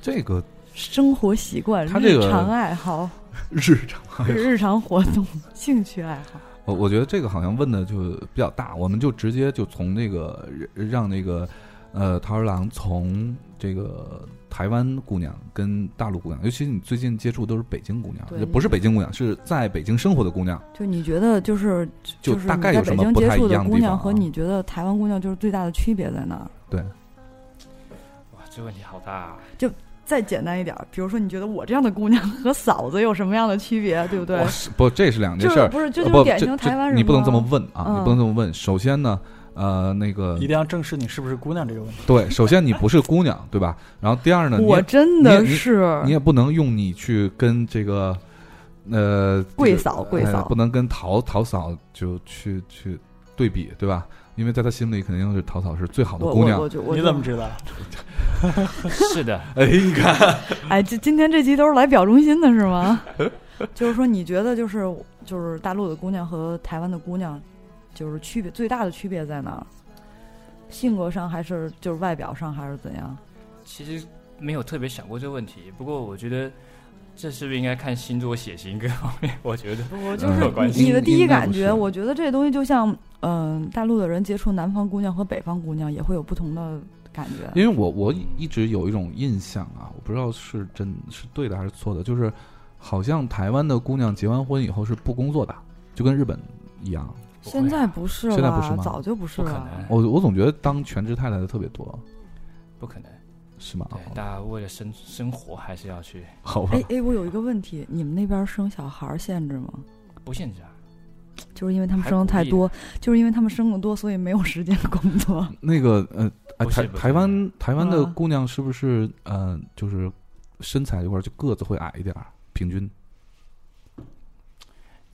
Speaker 1: 这个
Speaker 2: 生活习惯、
Speaker 1: 他这个
Speaker 2: 日常爱好、
Speaker 1: 日常，
Speaker 2: 日常活动、兴趣爱好。
Speaker 1: 我我觉得这个好像问的就比较大，我们就直接就从这个让那个呃桃二郎从这个台湾姑娘跟大陆姑娘，尤其你最近接触都是北京姑娘，
Speaker 2: 对
Speaker 1: 就不是北京姑娘，是在北京生活的姑娘，
Speaker 2: 就你觉得就是
Speaker 1: 就是大
Speaker 2: 你
Speaker 1: 概
Speaker 2: 在
Speaker 1: 有什
Speaker 2: 北
Speaker 1: 么
Speaker 2: 京
Speaker 1: 不
Speaker 2: 接
Speaker 1: 太
Speaker 2: 触
Speaker 1: 一
Speaker 2: 的
Speaker 1: 样的
Speaker 2: 姑
Speaker 1: 地
Speaker 2: 娘
Speaker 1: 方
Speaker 2: 和
Speaker 1: 啊
Speaker 2: 你觉得台湾姑娘就是最大的区别在哪儿？
Speaker 1: 对，
Speaker 3: 哇，这问题好大、啊。
Speaker 2: 再简单一点儿，比如说你觉得我这样的姑娘和嫂子有什么样的区别，对不对
Speaker 1: 哇？是不，这是两件哦
Speaker 2: 就
Speaker 1: 事
Speaker 2: 是
Speaker 1: 儿，
Speaker 2: 不是这
Speaker 1: 呃
Speaker 2: 就是
Speaker 1: 不
Speaker 2: 典
Speaker 1: 这
Speaker 2: 型
Speaker 1: 这
Speaker 2: 台湾人吗？
Speaker 1: 你不能这么问啊，你
Speaker 2: 嗯
Speaker 1: 不能这么问。首先呢，呃，那个
Speaker 6: 一定要正视你是不是姑娘这个问题。
Speaker 1: 对，首先你不是姑娘，对吧？然后第二呢，啊你
Speaker 2: 我
Speaker 1: 也
Speaker 2: 真
Speaker 1: 你也
Speaker 2: 的
Speaker 1: 你
Speaker 2: 是
Speaker 1: 你也不能用你去跟这个呃
Speaker 2: 贵
Speaker 1: 这个
Speaker 2: 嫂贵
Speaker 1: 呃
Speaker 2: 嫂
Speaker 1: 不能跟桃桃嫂就去去对比，对吧？因为在他心里肯定是桃嫂是最好的
Speaker 2: 我
Speaker 1: 姑娘
Speaker 2: 我我。就我
Speaker 6: 你
Speaker 2: 就
Speaker 6: 怎么知道？
Speaker 3: 是的，
Speaker 1: 哎，你看，
Speaker 2: 哎，这今天这集都是来表忠心的是吗？就是说，你觉得就是就是大陆的姑娘和台湾的姑娘，就是区别最大的区别在哪儿？性格上还是就是外表上还是怎样？
Speaker 3: 其实没有特别想过这个问题，不过我觉得这是不是应该看星座血型各方面？我觉得
Speaker 2: 我
Speaker 1: 就
Speaker 2: 就是是
Speaker 1: 没
Speaker 3: 有关系
Speaker 2: 你的第一感
Speaker 1: 应该
Speaker 2: 觉，
Speaker 1: 不是
Speaker 2: 我觉得这东西就像嗯、大陆的人接触南方姑娘和北方姑娘也会有不同的感觉。
Speaker 1: 因为我我一直有一种印象啊，我不知道是真是对的还是错的，就是好像台湾的姑娘结完婚以后是不工作的，就跟日本一样。
Speaker 3: 不会啊
Speaker 2: 现在不是
Speaker 1: 现在不是
Speaker 2: 了，
Speaker 1: 吗
Speaker 2: 早就不是啊
Speaker 3: 不可
Speaker 2: 了。
Speaker 3: 能，
Speaker 1: 我我总觉得当全职太太的特别多，
Speaker 3: 不可能。
Speaker 1: 是吗？
Speaker 3: 对，大家为了生生活还是要去，
Speaker 1: 好吧
Speaker 2: 哎，哎，我有一个问题，你们那边生小孩儿限制吗？
Speaker 3: 不限制啊。
Speaker 2: 就是因为他们
Speaker 3: 还
Speaker 2: 生的
Speaker 3: 鼓
Speaker 2: 太
Speaker 3: 励
Speaker 2: 多，就是因为他们生的多，所以没有时间工作。
Speaker 3: 嗯
Speaker 1: 那个呃，哎
Speaker 3: 不是
Speaker 1: 台
Speaker 3: 不是
Speaker 1: 台湾台湾的
Speaker 2: 嗯
Speaker 1: 姑娘是不是呃，就是身材这块儿就个子会矮一点儿，平均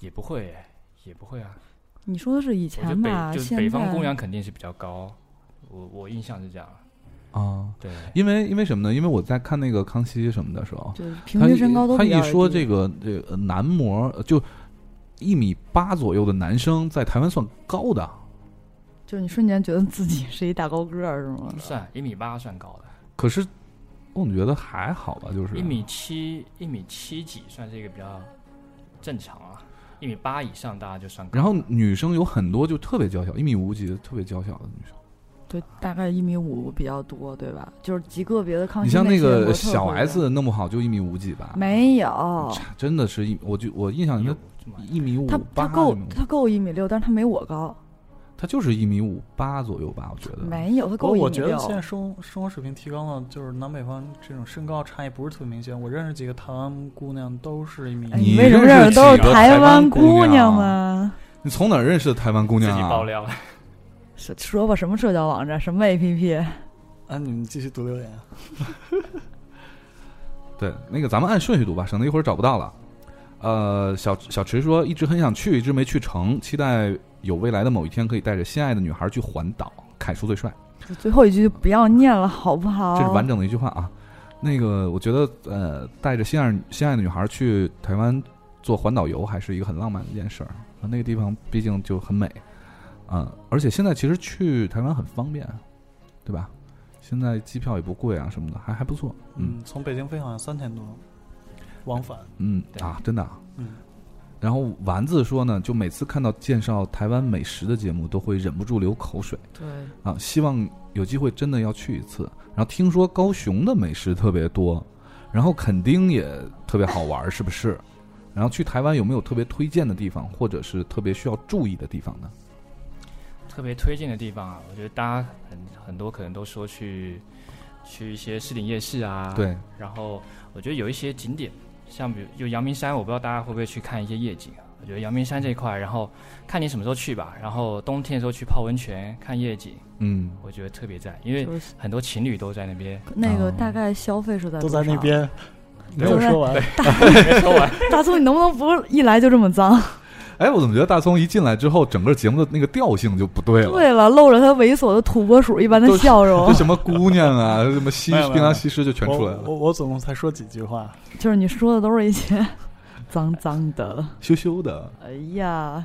Speaker 3: 也不会，也不会啊。
Speaker 2: 你说的是以
Speaker 3: 我觉得
Speaker 2: 前
Speaker 3: 北
Speaker 2: 吧？
Speaker 3: 就是
Speaker 2: 现
Speaker 3: 北方
Speaker 2: 在
Speaker 3: 姑娘肯定是比较高，我我印象是这样。
Speaker 2: 哦
Speaker 1: 啊？
Speaker 3: 对，
Speaker 1: 因为因为什么呢？因为我在看那个康熙什么的时候，
Speaker 2: 就是平均身高都
Speaker 1: 他
Speaker 2: 比
Speaker 1: 一
Speaker 2: 较
Speaker 1: 他一说
Speaker 2: 低
Speaker 1: 这个这个男模呃就一米八左右的男生在台湾算高的，
Speaker 2: 就是你瞬间觉得自己是一大高个儿是吗？
Speaker 3: 算一米八算高的，
Speaker 1: 可是我总觉得还好吧，就是啊
Speaker 3: 一米七一米七几算是一个比较正常啊。一米八以上大家就算高。
Speaker 1: 然后女生有很多就特别娇小，一米五几的特别娇小的女生。
Speaker 2: 对，大概一米五比较多，对吧？就是极个别的抗
Speaker 1: 你
Speaker 2: 性
Speaker 1: 像
Speaker 2: 类
Speaker 1: 那
Speaker 2: 型的模
Speaker 1: 个
Speaker 2: 特
Speaker 1: 小
Speaker 2: 会有
Speaker 1: S 弄不好就一米五几吧？
Speaker 2: 没有，
Speaker 1: 差真的是一，我就我印象里
Speaker 3: 有
Speaker 1: 他一米五
Speaker 2: 哦他
Speaker 1: 八，
Speaker 2: 他够他够一米六，但是他没我高，
Speaker 1: 他就是一米五八左右吧，我觉得。
Speaker 2: 没有他
Speaker 6: 不
Speaker 2: 够
Speaker 6: 过
Speaker 2: 一
Speaker 6: 我
Speaker 2: 米
Speaker 6: 觉得
Speaker 2: 六。
Speaker 6: 现在生生活水平提高了，就是南北方这种身高差异不是特别明显。我认识几个台湾姑娘，都是一米
Speaker 2: 哎，
Speaker 1: 你
Speaker 2: 为什么
Speaker 1: 认识
Speaker 2: 认识都
Speaker 1: 几
Speaker 2: 是
Speaker 1: 个台湾
Speaker 2: 湾
Speaker 1: 姑娘啊
Speaker 2: 姑娘吗？
Speaker 1: 你从哪儿认识的台湾姑
Speaker 3: 自
Speaker 1: 娘
Speaker 3: 己爆
Speaker 1: 啊？
Speaker 3: 料了，
Speaker 2: 说说吧，什么社交网站，什么 APP？
Speaker 6: 啊，你们继续读留言。啊
Speaker 1: 对，那个咱们按顺序读吧，省得一会儿找不到了。呃，小小池说一直很想去，一直没去成，期待有未来的某一天可以带着心爱的女孩去环岛。凯叔最帅，
Speaker 2: 就最后一句就不要念了，好不好？
Speaker 1: 这是完整的一句话啊。那个，我觉得呃，带着心爱心爱的女孩去台湾做环岛游，还是一个很浪漫的一件事儿。啊那个地方毕竟就很美，啊、而且现在其实去台湾很方便，对吧？现在机票也不贵啊，什么的，还还不错。嗯
Speaker 6: 嗯，从北京飞好像三千多，往返。
Speaker 1: 嗯
Speaker 3: 对
Speaker 1: 啊，真的啊。
Speaker 6: 嗯，
Speaker 1: 然后丸子说呢，就每次看到介绍台湾美食的节目，都会忍不住流口水
Speaker 2: 对，
Speaker 1: 啊！希望有机会真的要去一次。然后听说高雄的美食特别多，然后垦丁也特别好玩儿，是不是？然后去台湾有没有特别推荐的地方，或者是特别需要注意的地方呢？
Speaker 3: 特别推荐的地方啊，我觉得大家很很多可能都说去去一些市顶夜市啊，，
Speaker 1: 对，
Speaker 3: 然后我觉得有一些景点，像比如有阳明山，我不知道大家会不会去看一些夜景啊。我觉得阳明山这一块，然后看你什么时候去吧，然后冬天的时候去泡温泉看夜景，
Speaker 1: 嗯，
Speaker 3: 我觉得特别赞，因为
Speaker 2: 就是
Speaker 3: 很多情侣都在那边。
Speaker 2: 那
Speaker 1: 哦
Speaker 2: 个大概消费是在
Speaker 6: 都
Speaker 2: 多
Speaker 6: 在那
Speaker 2: 少啊
Speaker 6: 边，没有说完。
Speaker 2: 大葱，你能不能不一来就这么脏？
Speaker 1: 哎，我怎么觉得大葱一进来之后，整个节目的那个调性就不 对了？
Speaker 2: 对了，露着他猥琐的土拨鼠一般的
Speaker 1: 都是
Speaker 2: 笑
Speaker 1: 这
Speaker 2: 容，
Speaker 1: 什么姑娘啊，什么西
Speaker 6: 哦没有没有
Speaker 1: 槟榔西施就全
Speaker 6: 我
Speaker 1: 出来了，
Speaker 6: 我我总共才说几句话，
Speaker 2: 就是你说的都是一些 脏脏的。
Speaker 1: 羞羞的。
Speaker 2: 哎呀，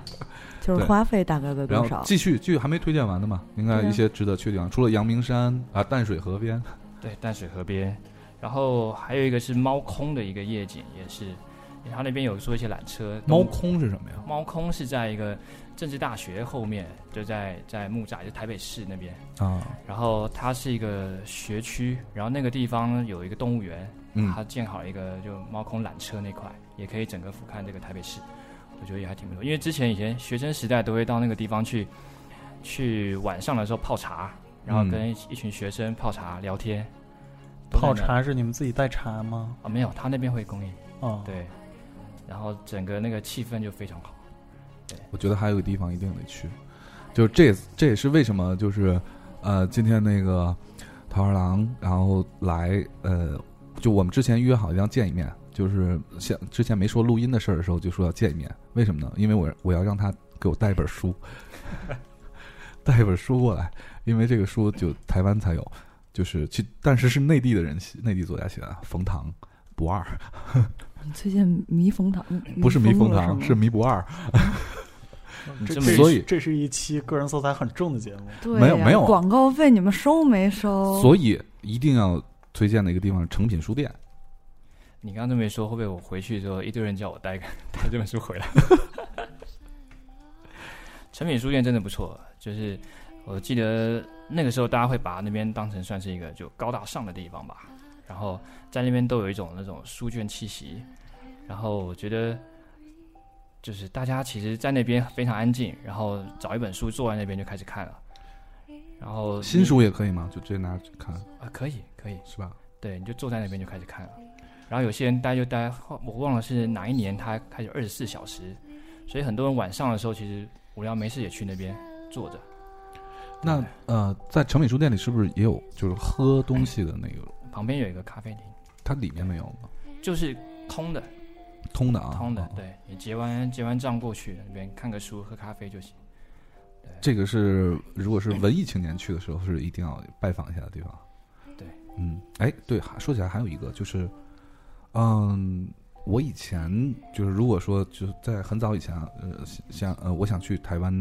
Speaker 2: 就是
Speaker 1: 对
Speaker 2: 花费大概在
Speaker 1: 然
Speaker 2: 多
Speaker 1: 后
Speaker 2: 少？
Speaker 1: 继续继续还没推荐完的嘛，应该
Speaker 2: 对啊
Speaker 1: 一些值得去的地方，除了阳明山啊、淡水河边，
Speaker 3: 对，淡水河边，然后还有一个是猫空的一个夜景，也是，因为它那边有做一些缆车。
Speaker 1: 猫空是什么呀？
Speaker 3: 猫空是在一个政治大学后面，就在在木栅，就台北市那边。
Speaker 1: 啊，
Speaker 3: 然后它是一个学区，然后那个地方有一个动物园，
Speaker 1: 嗯
Speaker 3: 它建好一个就猫空缆车那块，也可以整个俯瞰这个台北市，我觉得也还挺不错。因为之前以前学生时代都会到那个地方去，去晚上的时候泡茶，然后
Speaker 1: 嗯
Speaker 3: 跟一群学生泡茶聊天。都在
Speaker 6: 泡
Speaker 3: 那
Speaker 6: 茶是你们自己带茶吗？
Speaker 3: 啊？没有，他那边会供应。
Speaker 6: 哦，，
Speaker 3: 对，然后整个那个气氛就非常好。
Speaker 1: 我觉得还有个地方一定得去，就这也这也是为什么就是呃，今天那个桃二郎然后来呃，就我们之前约好要见一面，就是像之前没说录音的事儿的时候就说要见一面，为什么呢？因为我我要让他给我带一本书， 带一本书过来，因为这个书就台湾才有，就是去，但是是内地的人写，内地作家写的，啊冯唐。不二
Speaker 2: 你最近迷冯唐，
Speaker 1: 不是迷
Speaker 2: 疯
Speaker 1: 冯
Speaker 2: 了
Speaker 1: 唐，
Speaker 2: 吗
Speaker 1: 是迷不二，
Speaker 3: 这
Speaker 6: 这
Speaker 3: 么一
Speaker 1: 所以
Speaker 6: 这是一期个人色彩很重的节目。
Speaker 2: 对
Speaker 1: 没有
Speaker 2: 呀
Speaker 1: 没有
Speaker 2: 广告费，你们收没收？
Speaker 1: 所以一定要推荐的一个地方是诚品书店。
Speaker 3: 你刚刚这么一说，会不会我回去之后一堆人叫我带个 带这本书回来？ 诚品书店真的不错，就是我记得那个时候大家会把那边当成算是一个就高大上的地方吧，然后在那边都有一种那种书卷气息，然后我觉得就是大家其实，在那边非常安静，然后找一本书坐在那边就开始看了，然后呃你
Speaker 1: 新书也可以吗？就直接拿去看，
Speaker 3: 啊可以可以，
Speaker 1: 是吧？
Speaker 3: 对，你就坐在那边就开始看了。然后有些人待就待，我忘了是哪一年他开始二十四小时，所以很多人晚上的时候其实无聊没事也去那边坐着。
Speaker 1: 那呃，在诚品书店里是不是也有就是喝东西的那个？
Speaker 3: 旁边有一个咖啡厅，
Speaker 1: 它里面没有吗？
Speaker 3: 就是空的，
Speaker 1: 通的啊，
Speaker 3: 空的
Speaker 1: 哦。
Speaker 3: 对你结完结完账过去那边看个书喝咖啡就行。
Speaker 1: 这个是如果是文艺青年去的时候，是一定要拜访一下的地方。
Speaker 3: 对，
Speaker 1: 嗯，哎，对，还说起来还有一个就是，嗯，我以前就是如果说就是在很早以前啊，呃，像呃，我想去台湾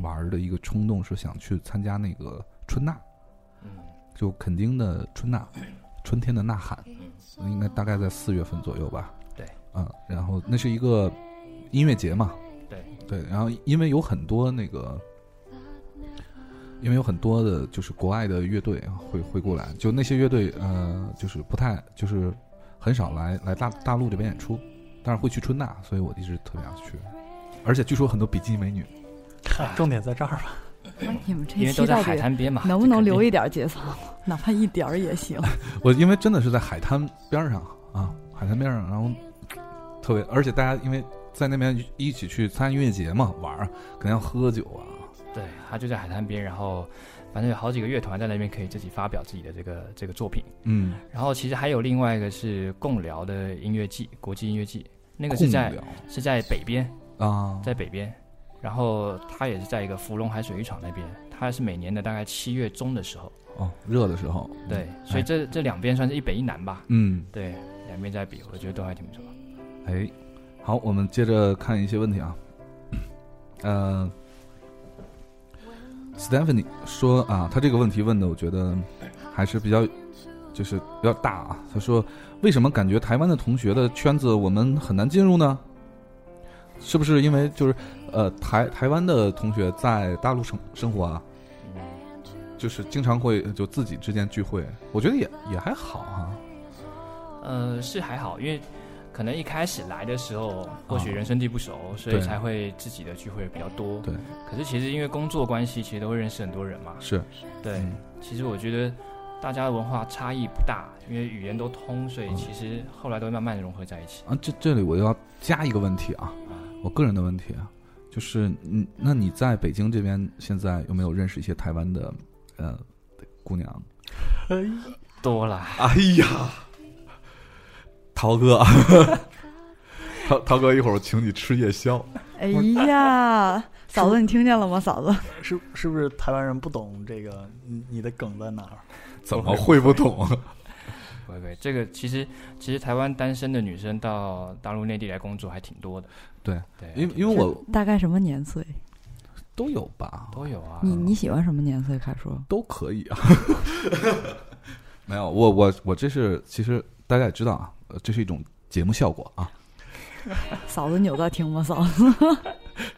Speaker 1: 玩儿的一个冲动是想去参加那个春娜，
Speaker 3: 嗯，
Speaker 1: 就垦丁的春呐，春天的呐喊，应该大概在四月份左右吧。
Speaker 3: 对，
Speaker 1: 嗯，然后那是一个音乐节嘛。
Speaker 3: 对
Speaker 1: 对，然后因为有很多那个，因为有很多的就是国外的乐队会会过来，就那些乐队呃，就是不太就是很少来来大大陆这边演出，但是会去春娜，所以我一直特别想去。而且据说很多比基尼美女，
Speaker 6: 啊 重点在这儿 吧。
Speaker 2: 哎你们这
Speaker 3: 因为
Speaker 2: 期
Speaker 3: 都在
Speaker 2: 到
Speaker 3: 海
Speaker 2: 底
Speaker 3: 滩边嘛，
Speaker 2: 能不能留
Speaker 3: 意？
Speaker 2: 一点节操，哪怕一点儿也行。
Speaker 1: 我因为真的是在海滩边儿上啊，海滩边儿上，然后特别，而且大家因为在那边一起去参加音乐节嘛，玩儿肯定要喝酒啊。
Speaker 3: 对，他就在海滩边，然后反正有好几个乐团在那边可以自己发表自己的这个这个作品。
Speaker 1: 嗯，
Speaker 3: 然后其实还有另外一个是共聊的音乐季，国际音乐季，那个是在
Speaker 1: 共
Speaker 3: 是在北边，
Speaker 1: 聊啊，
Speaker 3: 在北边，然后它也是在一个芙蓉海水浴场那边，它是每年的大概七月中的时候，
Speaker 1: 哦热的时候，
Speaker 3: 对，所以
Speaker 1: 哎
Speaker 3: 这、这两边算是一北一南吧，
Speaker 1: 嗯，
Speaker 3: 对，两边在比，我觉得都还挺不错。
Speaker 1: 哎，好，我们接着看一些问题啊。 呃，Stephanie 说啊，他这个问题问的，我觉得还是比较，就是比较大啊。他说，为什么感觉台湾的同学的圈子我们很难进入呢？是不是因为就是呃台台湾的同学在大陆生生活啊，
Speaker 3: 嗯，
Speaker 1: 就是经常会呃就自己之间聚会，我觉得也也还好啊。
Speaker 3: 呃，是还好，因为可能一开始来的时候，或许人生地不熟，所以
Speaker 1: 哦对
Speaker 3: 才会自己的聚会比较多。
Speaker 1: 对，
Speaker 3: 可是其实因为工作关系，其实都会认识很多人嘛。
Speaker 1: 是，
Speaker 3: 对，
Speaker 1: 嗯
Speaker 3: 其实我觉得大家文化差异不大，因为语言都通，所以
Speaker 1: 哦
Speaker 3: 其实后来都会慢慢地融合在一起。
Speaker 1: 啊，这这里我要加一个问题啊，我个人的问题啊，就是你那你在北京这边现在有没有认识一些台湾的呃姑娘？
Speaker 6: 呃
Speaker 3: 多了，
Speaker 1: 哎呀，陶 哥，陶陶哥，一会儿我请你吃夜宵。
Speaker 2: 哎呀，嫂子，你听见了吗？嫂子，
Speaker 6: 是是不是台湾人不懂这个？你你的梗在哪儿？
Speaker 1: 怎么会不懂？
Speaker 3: 不会不会，这个其实其实台湾单身的女生到大陆内地来工作还挺多的。
Speaker 1: 对，
Speaker 3: 对，
Speaker 1: 因为因为我
Speaker 2: 大概什么年岁？
Speaker 1: 都有吧，
Speaker 3: 都有啊。
Speaker 2: 你你喜欢什么年岁？凯叔，
Speaker 1: 都可以啊。 没有，我我我这是其实大家也知道啊，呃这是一种节目效果啊。
Speaker 2: 嫂子你有在听吗？嫂子，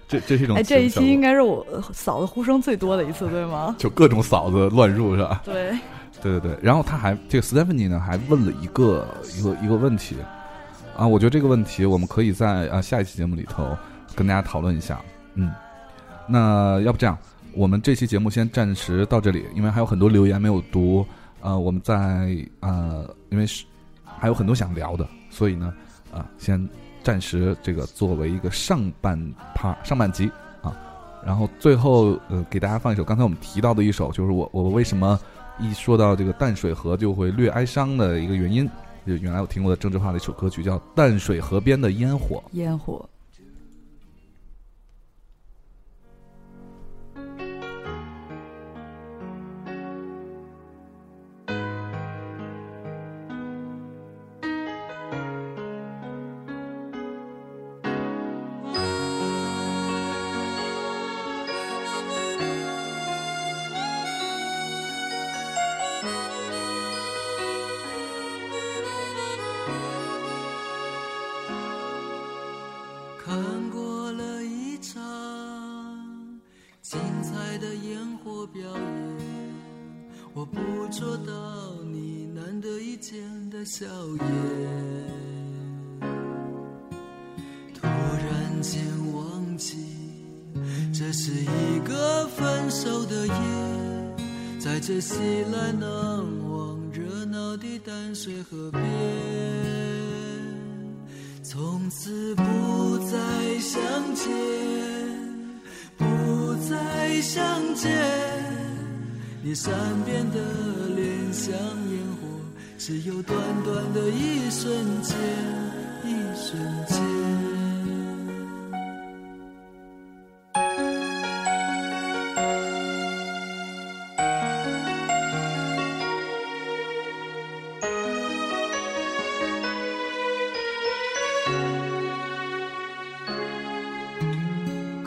Speaker 1: 这这是一种
Speaker 2: 哎，这一
Speaker 1: 小小
Speaker 2: 期应该是我嫂子呼声最多的一次，对吗？
Speaker 1: 就各种嫂子乱入是吧？
Speaker 2: 对，
Speaker 1: 对对对，然后他还这个 Stephanie 呢，还问了一个一个一个问题啊，我觉得这个问题我们可以在啊下一期节目里头跟大家讨论一下。嗯，那要不这样，我们这期节目先暂时到这里，因为还有很多留言没有读。呃，我们在呃，因为是还有很多想聊的，所以呢，啊、先暂时这个作为一个上半趴上半集啊，然后最后呃给大家放一首刚才我们提到的一首，就是我我为什么。一说到这个淡水河，就会略哀伤的一个原因。就原来我听过的郑智化的一首歌曲叫《淡水河边的烟火》。
Speaker 2: 烟火。
Speaker 4: 看过了一场精彩的烟火表演，我捕捉到你难得一见的笑颜。突然间忘记，这是一个分手的夜，在这熙来攘往热闹的淡水河边。从此不再相见，不再相见。你善变的脸像烟火，只有短短的一瞬间，一瞬间。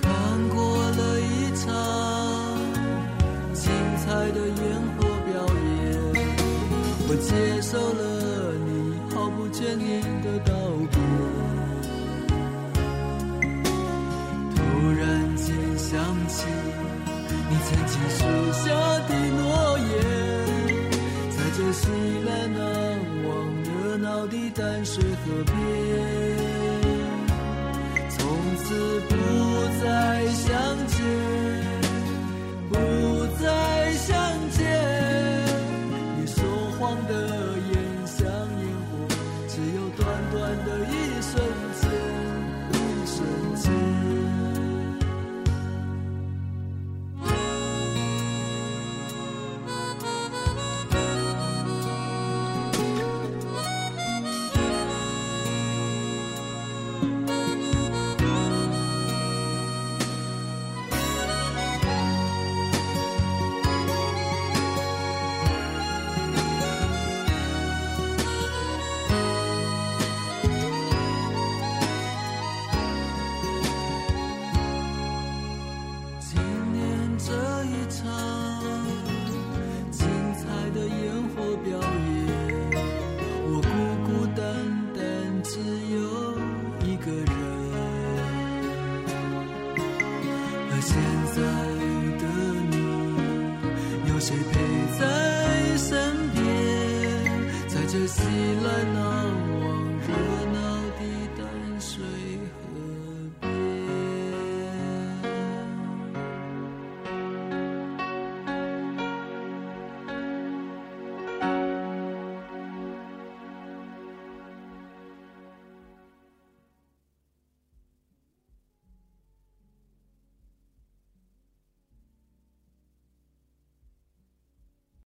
Speaker 4: 看过了一场精彩的烟火表演，我接受了你毫不眷恋的道别。突然间想起你曾经许下的诺言，在这熙来攘往热闹的淡水河边。从此不再相见，不再相见。你说谎的眼像烟火，只有短短的一瞬间，一瞬间。纪念这一场精彩的烟火表演，我孤孤单单只有一个人，而现在的你有谁陪在身边？在这熙来攘往热